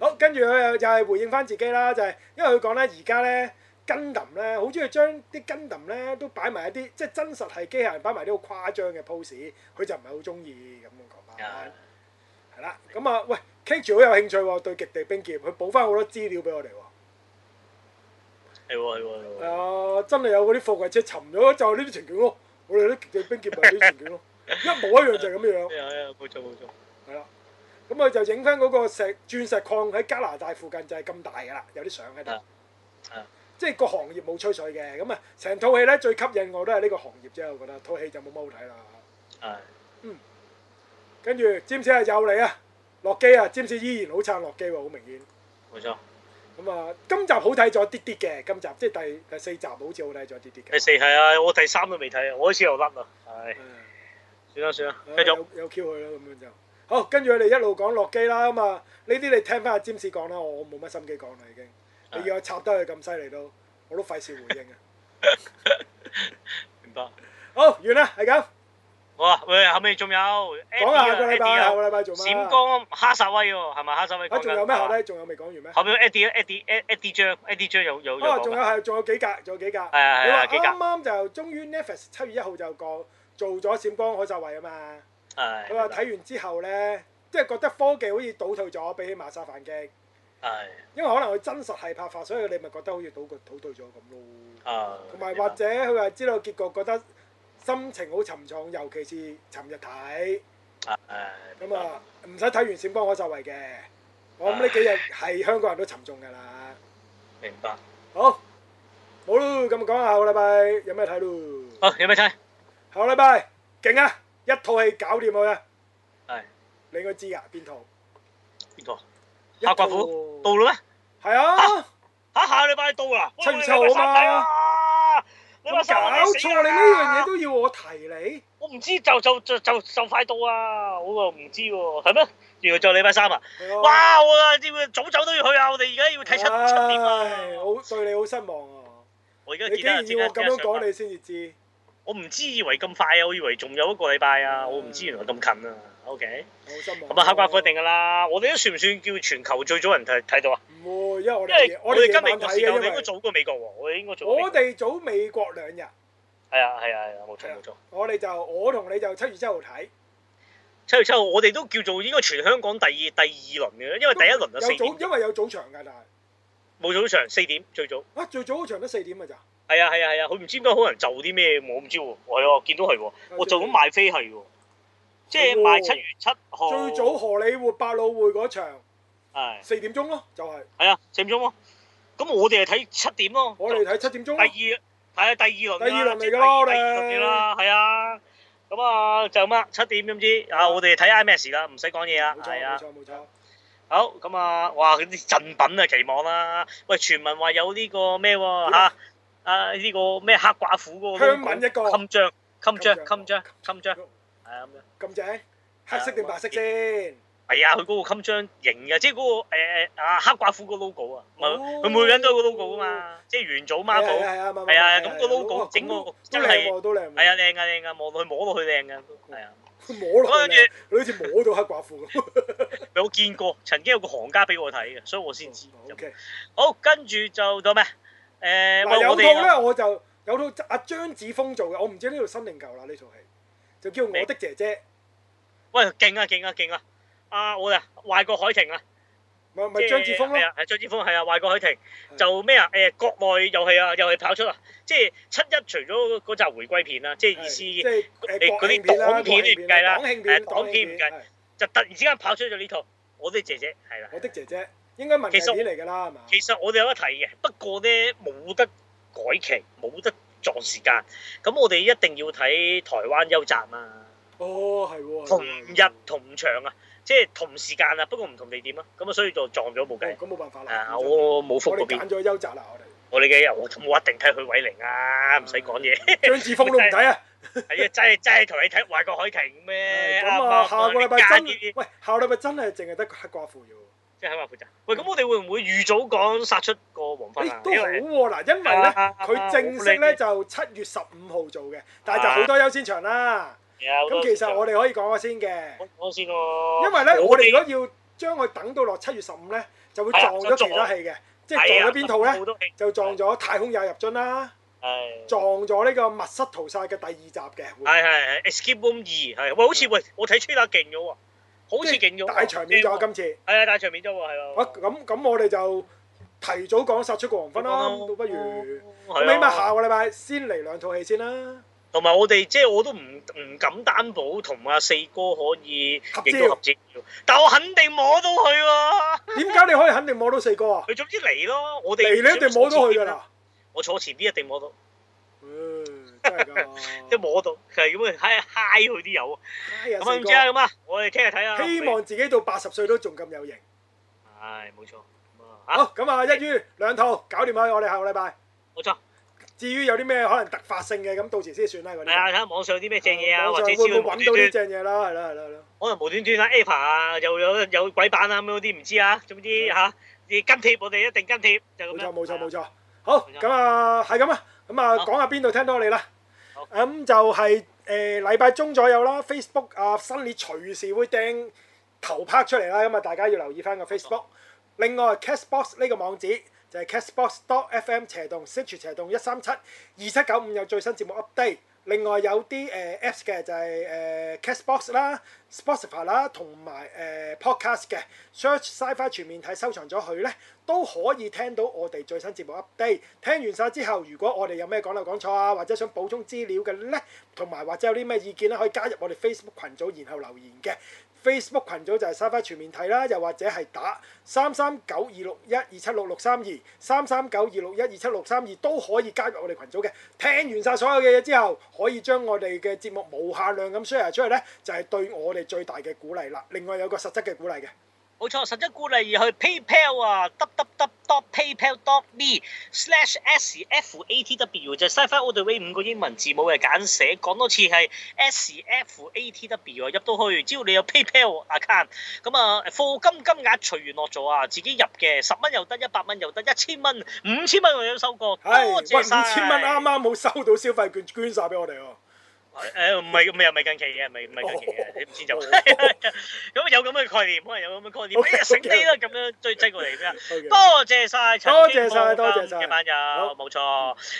Speaker 2: 好，跟住佢又又係回應翻自己啦，就係、因為佢講咧，而家咧 Gundam 咧，好中意將啲 Gundam 咧都擺埋一啲即係真實係機械人擺埋啲好誇張嘅 pose，佢就唔係好中意咁樣講
Speaker 1: 啊
Speaker 2: 翻。係啦，咁啊，喂，K 住好有興趣喎，對極地冰劍，佢補翻好多資料俾我哋喎。
Speaker 1: 係喎係喎係
Speaker 2: 係
Speaker 1: 喎，
Speaker 2: 啊，真係有嗰啲貨櫃車沉咗，就係呢啲情景咯。我哋啲極地冰劍咪呢啲情景咯，一模一樣就係咁樣樣。
Speaker 1: 係啊係啊，冇錯冇錯。
Speaker 2: 係啦。咁佢就影翻嗰個石鑽石礦喺加拿大附近就係咁大㗎啦，有啲相喺度
Speaker 1: 啊啊。
Speaker 2: 即係個行業冇吹水嘅，咁啊成套戲咧最吸引我都係呢個行業啫，我覺得套戲就冇乜好睇啦。
Speaker 1: 係
Speaker 2: 跟住詹士啊又嚟啊，落機啊，詹士依然好撐落機喎，好明顯。
Speaker 1: 冇錯。
Speaker 2: 咁啊，今集好睇咗啲啲嘅，今集即係第第四集好似好睇咗啲啲嘅。
Speaker 1: 第四係啊，我第三都未睇啊，我好似又甩啦。係，
Speaker 2: 嗯
Speaker 1: 算啦算啦，繼
Speaker 2: 啊
Speaker 1: 續。
Speaker 2: 有有 Q 佢啦，咁樣就好。跟住佢哋一路講落機啦，咁啊呢啲你聽翻阿詹士講啦，我我冇乜心機講啦已經。
Speaker 1: 啊
Speaker 2: 你要我插得佢咁犀利都，我都費事回應啊。
Speaker 1: 明白。
Speaker 2: 好，完啦，係咁。
Speaker 1: 好啊，喂，後尾仲有
Speaker 2: 講
Speaker 1: Eddie
Speaker 2: 下
Speaker 1: 啊
Speaker 2: 下個禮拜，
Speaker 1: ，Eddie 啊
Speaker 2: 下個禮拜做乜？
Speaker 1: 閃光哈薩威喎，係咪哈薩威
Speaker 2: 啊，
Speaker 1: 講緊？
Speaker 2: 仲有咩後咧？仲有未講完咩？
Speaker 1: 後面 Eddie Eddie Eddie 張 Eddie 張有有有
Speaker 2: 啊，仲有
Speaker 1: 講。
Speaker 2: 係，仲有幾格，仲有幾格。
Speaker 1: 係啊係啊
Speaker 2: 你
Speaker 1: 幾
Speaker 2: 話
Speaker 1: 格
Speaker 2: 啱啱就終於 Netflix 七月一號就講做咗閃光海獸位啊嘛。
Speaker 1: 係。
Speaker 2: 佢話睇完之後咧，即係覺得科技好似倒退咗，比起馬沙反擊。
Speaker 1: 係
Speaker 2: 因為可能佢真實係拍法，所以你咪覺得好似倒個倒退咗咁咯。
Speaker 1: 啊。
Speaker 2: 同埋或者佢話知道結局覺得心情好沉重，尤其是尋日睇
Speaker 1: 係
Speaker 2: 咁啊，唔使睇完閃光可就圍嘅。
Speaker 1: 啊
Speaker 2: 我諗呢幾日係香港人都沉重㗎啦。
Speaker 1: 明白。
Speaker 2: 好，冇咯，咁講下下個禮拜有咩睇咯？
Speaker 1: 好，有咩睇？
Speaker 2: 下個禮拜勁啊，一套戲搞掂佢啊！
Speaker 1: 係
Speaker 2: 你應該知㗎，邊套？
Speaker 1: 邊個？
Speaker 2: 一
Speaker 1: 黑寡
Speaker 2: 套
Speaker 1: 婦到啦咩？
Speaker 2: 係啊，
Speaker 1: 嚇下禮拜到啦，
Speaker 2: 七月七號啊
Speaker 1: 喂。
Speaker 2: 嘛
Speaker 1: 你話
Speaker 2: 搞
Speaker 1: 三萬零
Speaker 2: 錯
Speaker 1: 死
Speaker 2: 你
Speaker 1: 啦
Speaker 2: 呢樣嘢都要我提你？
Speaker 1: 我唔知就就就就就快到啊！我又唔知喎，係咩？原來就禮拜三啊！
Speaker 2: 係啊
Speaker 1: 哇！我啊，知唔知早走都要去啊！我哋而家要睇七七點
Speaker 2: 唉
Speaker 1: 啊！
Speaker 2: 好對你好失望啊！
Speaker 1: 我而家
Speaker 2: 你
Speaker 1: 見
Speaker 2: 竟
Speaker 1: 啦，
Speaker 2: 然
Speaker 1: 即
Speaker 2: 要我
Speaker 1: 刻
Speaker 2: 咁樣講，
Speaker 1: 你，
Speaker 2: 你先至知。
Speaker 1: 我唔知以為咁快啊！我以為仲有一個禮拜啊！
Speaker 2: 哦
Speaker 1: 我唔知原來咁近啊！OK，
Speaker 2: 好失望。
Speaker 1: 咁啊，黑瓜一定㗎啦！我哋都算唔算叫全球最早人睇睇到啊？
Speaker 2: 唔會，因為
Speaker 1: 因
Speaker 2: 我
Speaker 1: 為
Speaker 2: 哋
Speaker 1: 我
Speaker 2: 哋
Speaker 1: 哋
Speaker 2: 夜
Speaker 1: 今
Speaker 2: 晚
Speaker 1: 日嘅
Speaker 2: 睇
Speaker 1: 時間，我哋
Speaker 2: 嘅，因
Speaker 1: 應該
Speaker 2: 為
Speaker 1: 早過美國喎，我哋應該早過美國。
Speaker 2: 我哋早美國兩日，
Speaker 1: 係啊係啊係啊，冇錯冇錯。
Speaker 2: 我哋就我同你就七月七號睇，
Speaker 1: 七月七號，我哋都叫做應該全香港第二第二輪嘅，因為第一輪就啊四
Speaker 2: 有早，
Speaker 1: 點，
Speaker 2: 因為有早場㗎，但係
Speaker 1: 冇早場四點最早。
Speaker 2: 啊最早嗰場得四點㗎咋。
Speaker 1: 係啊係啊係啊，佢唔知點解可能就啲咩喎，我唔知喎。我係啊，見到係喎，我就咁買飛係喎，即係買七月七號。
Speaker 2: 最早荷里活百老匯嗰場
Speaker 1: 係
Speaker 2: 四點鐘咯，就係
Speaker 1: 係啊，四點鐘咯。咁我哋係睇七點咯。
Speaker 2: 我哋睇七點鐘
Speaker 1: 第
Speaker 2: 咯。
Speaker 1: 二係啊，第二輪啦
Speaker 2: 第二輪嚟㗎
Speaker 1: 即係
Speaker 2: 啦
Speaker 1: 第二
Speaker 2: 我
Speaker 1: 第
Speaker 2: 哋
Speaker 1: 二輪嚟啦，係啊。咁啊就咁啦，七點點知啊，我哋睇 IMAX 啦，唔使講嘢啊，
Speaker 2: 冇
Speaker 1: 係
Speaker 2: 錯冇
Speaker 1: 啊。
Speaker 2: 錯冇錯，
Speaker 1: 好咁啊！哇，嗰啲贈品啊，期望啦。喂，傳聞話有呢個咩喎
Speaker 2: 點啊
Speaker 1: 嚇？啊呢個咩黑寡婦嗰個
Speaker 2: 香吻一個
Speaker 1: 襟章，襟章，襟
Speaker 2: 襟
Speaker 1: 章
Speaker 2: 章，
Speaker 1: 襟章，係啊咁樣。
Speaker 2: 咁正，黑色定白色先？
Speaker 1: 係啊，佢嗰個襟章型嘅，即係嗰個誒誒啊黑寡婦個 logo 啊，咪
Speaker 2: 哦
Speaker 1: 佢每個人都有個 logo 噶嘛，即係元祖
Speaker 2: 係啊
Speaker 1: Marvel
Speaker 2: 係啊，
Speaker 1: 係啊咁個 logo 整個
Speaker 2: 都
Speaker 1: 真係
Speaker 2: 靚喎，都靚喎。
Speaker 1: 係啊，靚啊靚啊，望落去摸落去靚嘅，係啊。
Speaker 2: 摸落去
Speaker 1: 跟
Speaker 2: 靚，你好似摸到黑寡婦咁。
Speaker 1: 有見過，曾經有個行家俾我睇嘅，所以我先知。
Speaker 2: O K，
Speaker 1: 好，跟住就到咩？誒，
Speaker 2: 嗱
Speaker 1: 喂，
Speaker 2: 有
Speaker 1: 我哋
Speaker 2: 套咧我就有套阿張子豐做嘅，我唔知呢套新定舊啦呢套戲，就叫我的姐姐，
Speaker 1: 喂，勁啊勁啊勁啊！啊，我啊，壞過海婷啊，
Speaker 2: 咪咪張子豐
Speaker 1: 係
Speaker 2: 咯，
Speaker 1: 啊，係張子峰係啊，壞過海婷
Speaker 2: 係
Speaker 1: 就咩啊？誒，國內又係啊，又係跑出啊！即係七一除咗嗰集回歸片啦，即係意
Speaker 2: 即
Speaker 1: 思
Speaker 2: 係
Speaker 1: 你
Speaker 2: 誒
Speaker 1: 嗰
Speaker 2: 國
Speaker 1: 啲
Speaker 2: 慶片啦，
Speaker 1: 港片你唔計啦
Speaker 2: 港慶
Speaker 1: 誒
Speaker 2: 片、
Speaker 1: 港片唔計
Speaker 2: 係
Speaker 1: 就突然之間跑出咗呢套，我啲姐姐係啦。
Speaker 2: 我的姐姐應該文藝
Speaker 1: 其實
Speaker 2: 片嚟㗎啦，係嘛？
Speaker 1: 其實我哋有得睇嘅，不過咧冇得改期，冇得撞時間，咁我哋一定要睇台灣優集啊！
Speaker 2: 哦，係喎，
Speaker 1: 同日同場啊，即係同時間啊，不過唔同地點啊，咁啊所以就撞咗冇計
Speaker 2: 哦。咁冇辦法啦
Speaker 1: 啊！，我冇覆
Speaker 2: 我
Speaker 1: 嗰
Speaker 2: 哋
Speaker 1: 邊
Speaker 2: 揀。咗優澤啦，我哋
Speaker 1: 我哋嘅人，我我一定睇許偉玲啊，唔使講嘢，
Speaker 2: 張子豐都唔睇啊。
Speaker 1: 係啊，真係真係同你睇壞過海婷咩？
Speaker 2: 咁啊，下個禮拜真
Speaker 1: 啱啱
Speaker 2: 喂，下個禮拜真係淨係得黑寡婦要，
Speaker 1: 即係喺話負責。喂，咁我哋會唔會預早講殺出個黃昏啊
Speaker 2: 誒？都
Speaker 1: 因
Speaker 2: 好
Speaker 1: 為啊
Speaker 2: 喎嗱，因為咧佢正式咧就七月十五號做嘅，但
Speaker 1: 啊
Speaker 2: 係就好多優先場啦。咁其實我哋可以講下先嘅，
Speaker 1: 講講先咯，
Speaker 2: 因為咧我哋如果要將佢等到落七月十五咧，就
Speaker 1: 哎
Speaker 2: 會撞咗其他戲嘅，即係撞咗邊套咧？
Speaker 1: 咧？
Speaker 2: 就撞咗《太空也入樽》啦，
Speaker 1: 係
Speaker 2: 撞咗呢個《密室逃殺》嘅第二集嘅，會
Speaker 1: 係係係 Escape Room 二係喂，好似喂我睇 trailer 勁咗喎，好似勁咗喎
Speaker 2: 大場面咗今次。
Speaker 1: 係啊，大場面咗喎，係
Speaker 2: 啊，
Speaker 1: 喎。
Speaker 2: 咁咁我哋就提早講殺出個黃昏啦，
Speaker 1: 哦
Speaker 2: 倒不如。咁
Speaker 1: 係
Speaker 2: 起碼
Speaker 1: 啊。
Speaker 2: 下個禮拜先嚟兩套戲先啦，
Speaker 1: 同埋我哋即係我都唔唔敢擔保同阿四哥可以影到合照，但我肯定摸到佢喎、
Speaker 2: 點解你可以肯定摸到四 個啊？
Speaker 1: 佢總之嚟咯，我哋
Speaker 2: 嚟你一定摸到佢 㗎！啦，哦
Speaker 1: 我坐前邊一定摸到，
Speaker 2: 嗯，真係㗎。
Speaker 1: 即係 摸到，係咁啊，嗨嗨佢啲友。
Speaker 2: 嗨
Speaker 1: 咁
Speaker 2: 啊
Speaker 1: 啊，
Speaker 2: 四
Speaker 1: 唔知啊，
Speaker 2: 哥，
Speaker 1: 咁啊，我哋聽日睇啊。
Speaker 2: 希望自己到八十歲都仲咁有型。
Speaker 1: 唉，冇錯。咁啊嚇，
Speaker 2: 好，咁啊，一於兩套搞掂佢，我哋下個禮拜。
Speaker 1: 冇錯。
Speaker 2: 至於有啲咩可能突發性嘅，咁到時先算啦嗰
Speaker 1: 係啊，睇
Speaker 2: 啲。
Speaker 1: 下網上有啲咩正嘢啊，
Speaker 2: 網
Speaker 1: 或者
Speaker 2: 上會
Speaker 1: 知
Speaker 2: 唔會
Speaker 1: 佢無
Speaker 2: 揾到啲
Speaker 1: 端端，
Speaker 2: 正嘢啦？係啦係啦係啦。
Speaker 1: 可能無端端啦 a p a 啊，又有有鬼版啊咁嗰啲唔知啊，總之嚇，你跟貼我哋一定跟貼，就咁樣。
Speaker 2: 冇錯冇錯
Speaker 1: 係啊
Speaker 2: 冇錯。好
Speaker 1: 冇錯，
Speaker 2: 咁啊係咁啊，咁啊
Speaker 1: 好
Speaker 2: 講下邊度聽到我哋啦
Speaker 1: 好。
Speaker 2: 咁就係誒禮拜中左右啦，Facebook 啊新年隨時會掟頭拍出嚟啦，咁啊大家要留意翻個 Facebook。另外 Castbox 呢個網址就係 castbox.fm 斜洞 s i t 斜洞一三七二七九五有最新節目 update。另外有啲誒、呃 Apps 嘅就係、誒、Castbox 啦、Spotify 啦，同埋誒 Podcast 嘅 Search Sci-Fi 全面睇收藏咗佢咧，都可以聽到我哋最新節目 update。聽完晒之後，如果我哋有咩講漏講錯啊，或者想補充資料嘅咧，同埋或者有啲咩意見咧，可以加入我哋 Facebook 群組，然後留言嘅。Facebook 群組就係 Sci-Fi 全面睇啦，又或者係打三三九二六一二七六六三二三三九二六一二七六三二都可以加入我哋群組嘅。聽完晒所有嘅嘢之後，可以將我哋嘅節目無限量咁 share 出去呢，就係、對我哋最大嘅鼓勵啦。另外有個實質嘅鼓勵嘅。
Speaker 1: 冇錯，實質鼓勵去 PayPal 啊，www.paypal.me/sfatw 就 Sci-Fi All The Way 五個英文字母嘅簡寫，講多次係 E sfatw 啊，入到去，只要你有 PayPal account，咁啊課金金額隨緣落咗啊，自己入嘅十蚊又得，一百蚊又得，一千蚊、五千蚊我有收過，
Speaker 2: 係，
Speaker 1: 多謝
Speaker 2: 喂，
Speaker 1: 晒。
Speaker 2: 五千蚊啱啱冇收到消費券，捐晒俾我哋喎。
Speaker 1: 誒唔係唔係唔係近期嘅，唔係唔係 近期
Speaker 2: 哦
Speaker 1: 嘅，你唔知就咁有咁嘅概念，可能有咁嘅概 念，哎呀
Speaker 2: OK，OK，OK
Speaker 1: 醒啲啦，咁樣追追過嚟咩啊？
Speaker 2: OK
Speaker 1: 多謝晒陳
Speaker 2: 多
Speaker 1: 經
Speaker 2: 謝晒多謝晒
Speaker 1: 嘅朋友
Speaker 2: 好，
Speaker 1: 冇錯。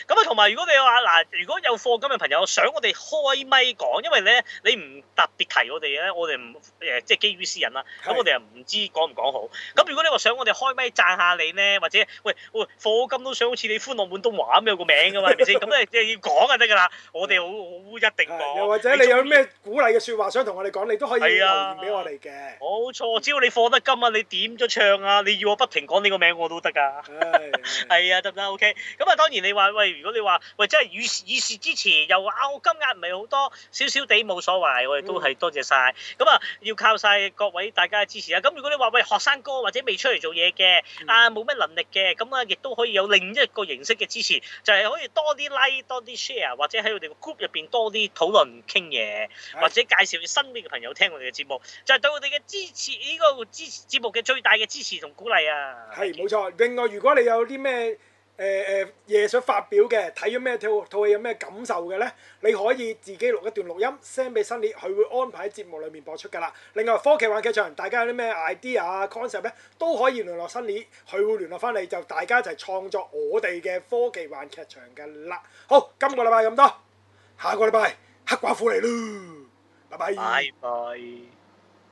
Speaker 1: 咁啊，同埋如果你話嗱，如果有課金嘅朋友想我哋開咪講，因為咧你唔特別提我哋咧，我哋唔誒即係基於私隱啦，咁
Speaker 2: 係
Speaker 1: 我哋又唔知講唔講好。咁如果你話想我哋開咪讚下你咧，或者喂喂課金都想好似你歡樂滿東華咁有個名㗎嘛，係咪 先？咁你你要講就得㗎啦，我哋好好一定
Speaker 2: 係
Speaker 1: 講。
Speaker 2: 又或者你有
Speaker 1: 中意
Speaker 2: 咩鼓勵嘅説話想同我哋講，你都可以留
Speaker 1: 係啊
Speaker 2: 言俾我哋嘅。
Speaker 1: 冇錯，只要你放得金啊，你點咗唱啊，你要我不停講你個名我都得㗎。
Speaker 2: 唉
Speaker 1: 係啊，得唔得？OK。咁啊，當然你話喂，如果你話喂，真係以示以示支持，又話啊，我金額唔係好多，少少地冇所謂，我哋都
Speaker 2: 嗯
Speaker 1: 係多謝晒。咁啊，要靠晒各位大家嘅支持啊。咁如果你話喂學生哥或者未出嚟做嘢嘅
Speaker 2: 嗯
Speaker 1: 啊，冇乜能力嘅，咁啊，亦都可以有另一個形式嘅支持，就係可以多啲 like、多啲 share，或者喺我哋個 group 入邊多啲討論傾嘢，
Speaker 2: 係
Speaker 1: 或者介紹你身邊嘅朋友聽我哋嘅節目，就係對我哋嘅支持呢個支持節目嘅最大嘅支持同鼓勵啊。
Speaker 2: 係冇錯。另外，如果你有啲咩誒誒嘢想發表嘅，睇咗咩套套戲有咩感受嘅咧，你可以自己錄一段錄音 send 俾新烈，佢會安排喺節目裡面播出㗎啦。另外，科技玩劇場，大家有啲咩 idea 啊 concept 咧，都可以聯絡新烈，佢會聯絡翻你，就大家一齊創作我哋嘅科技玩劇場㗎啦。好，今個禮拜咁多，下個禮拜黑寡婦嚟咯，拜拜。
Speaker 1: 拜拜。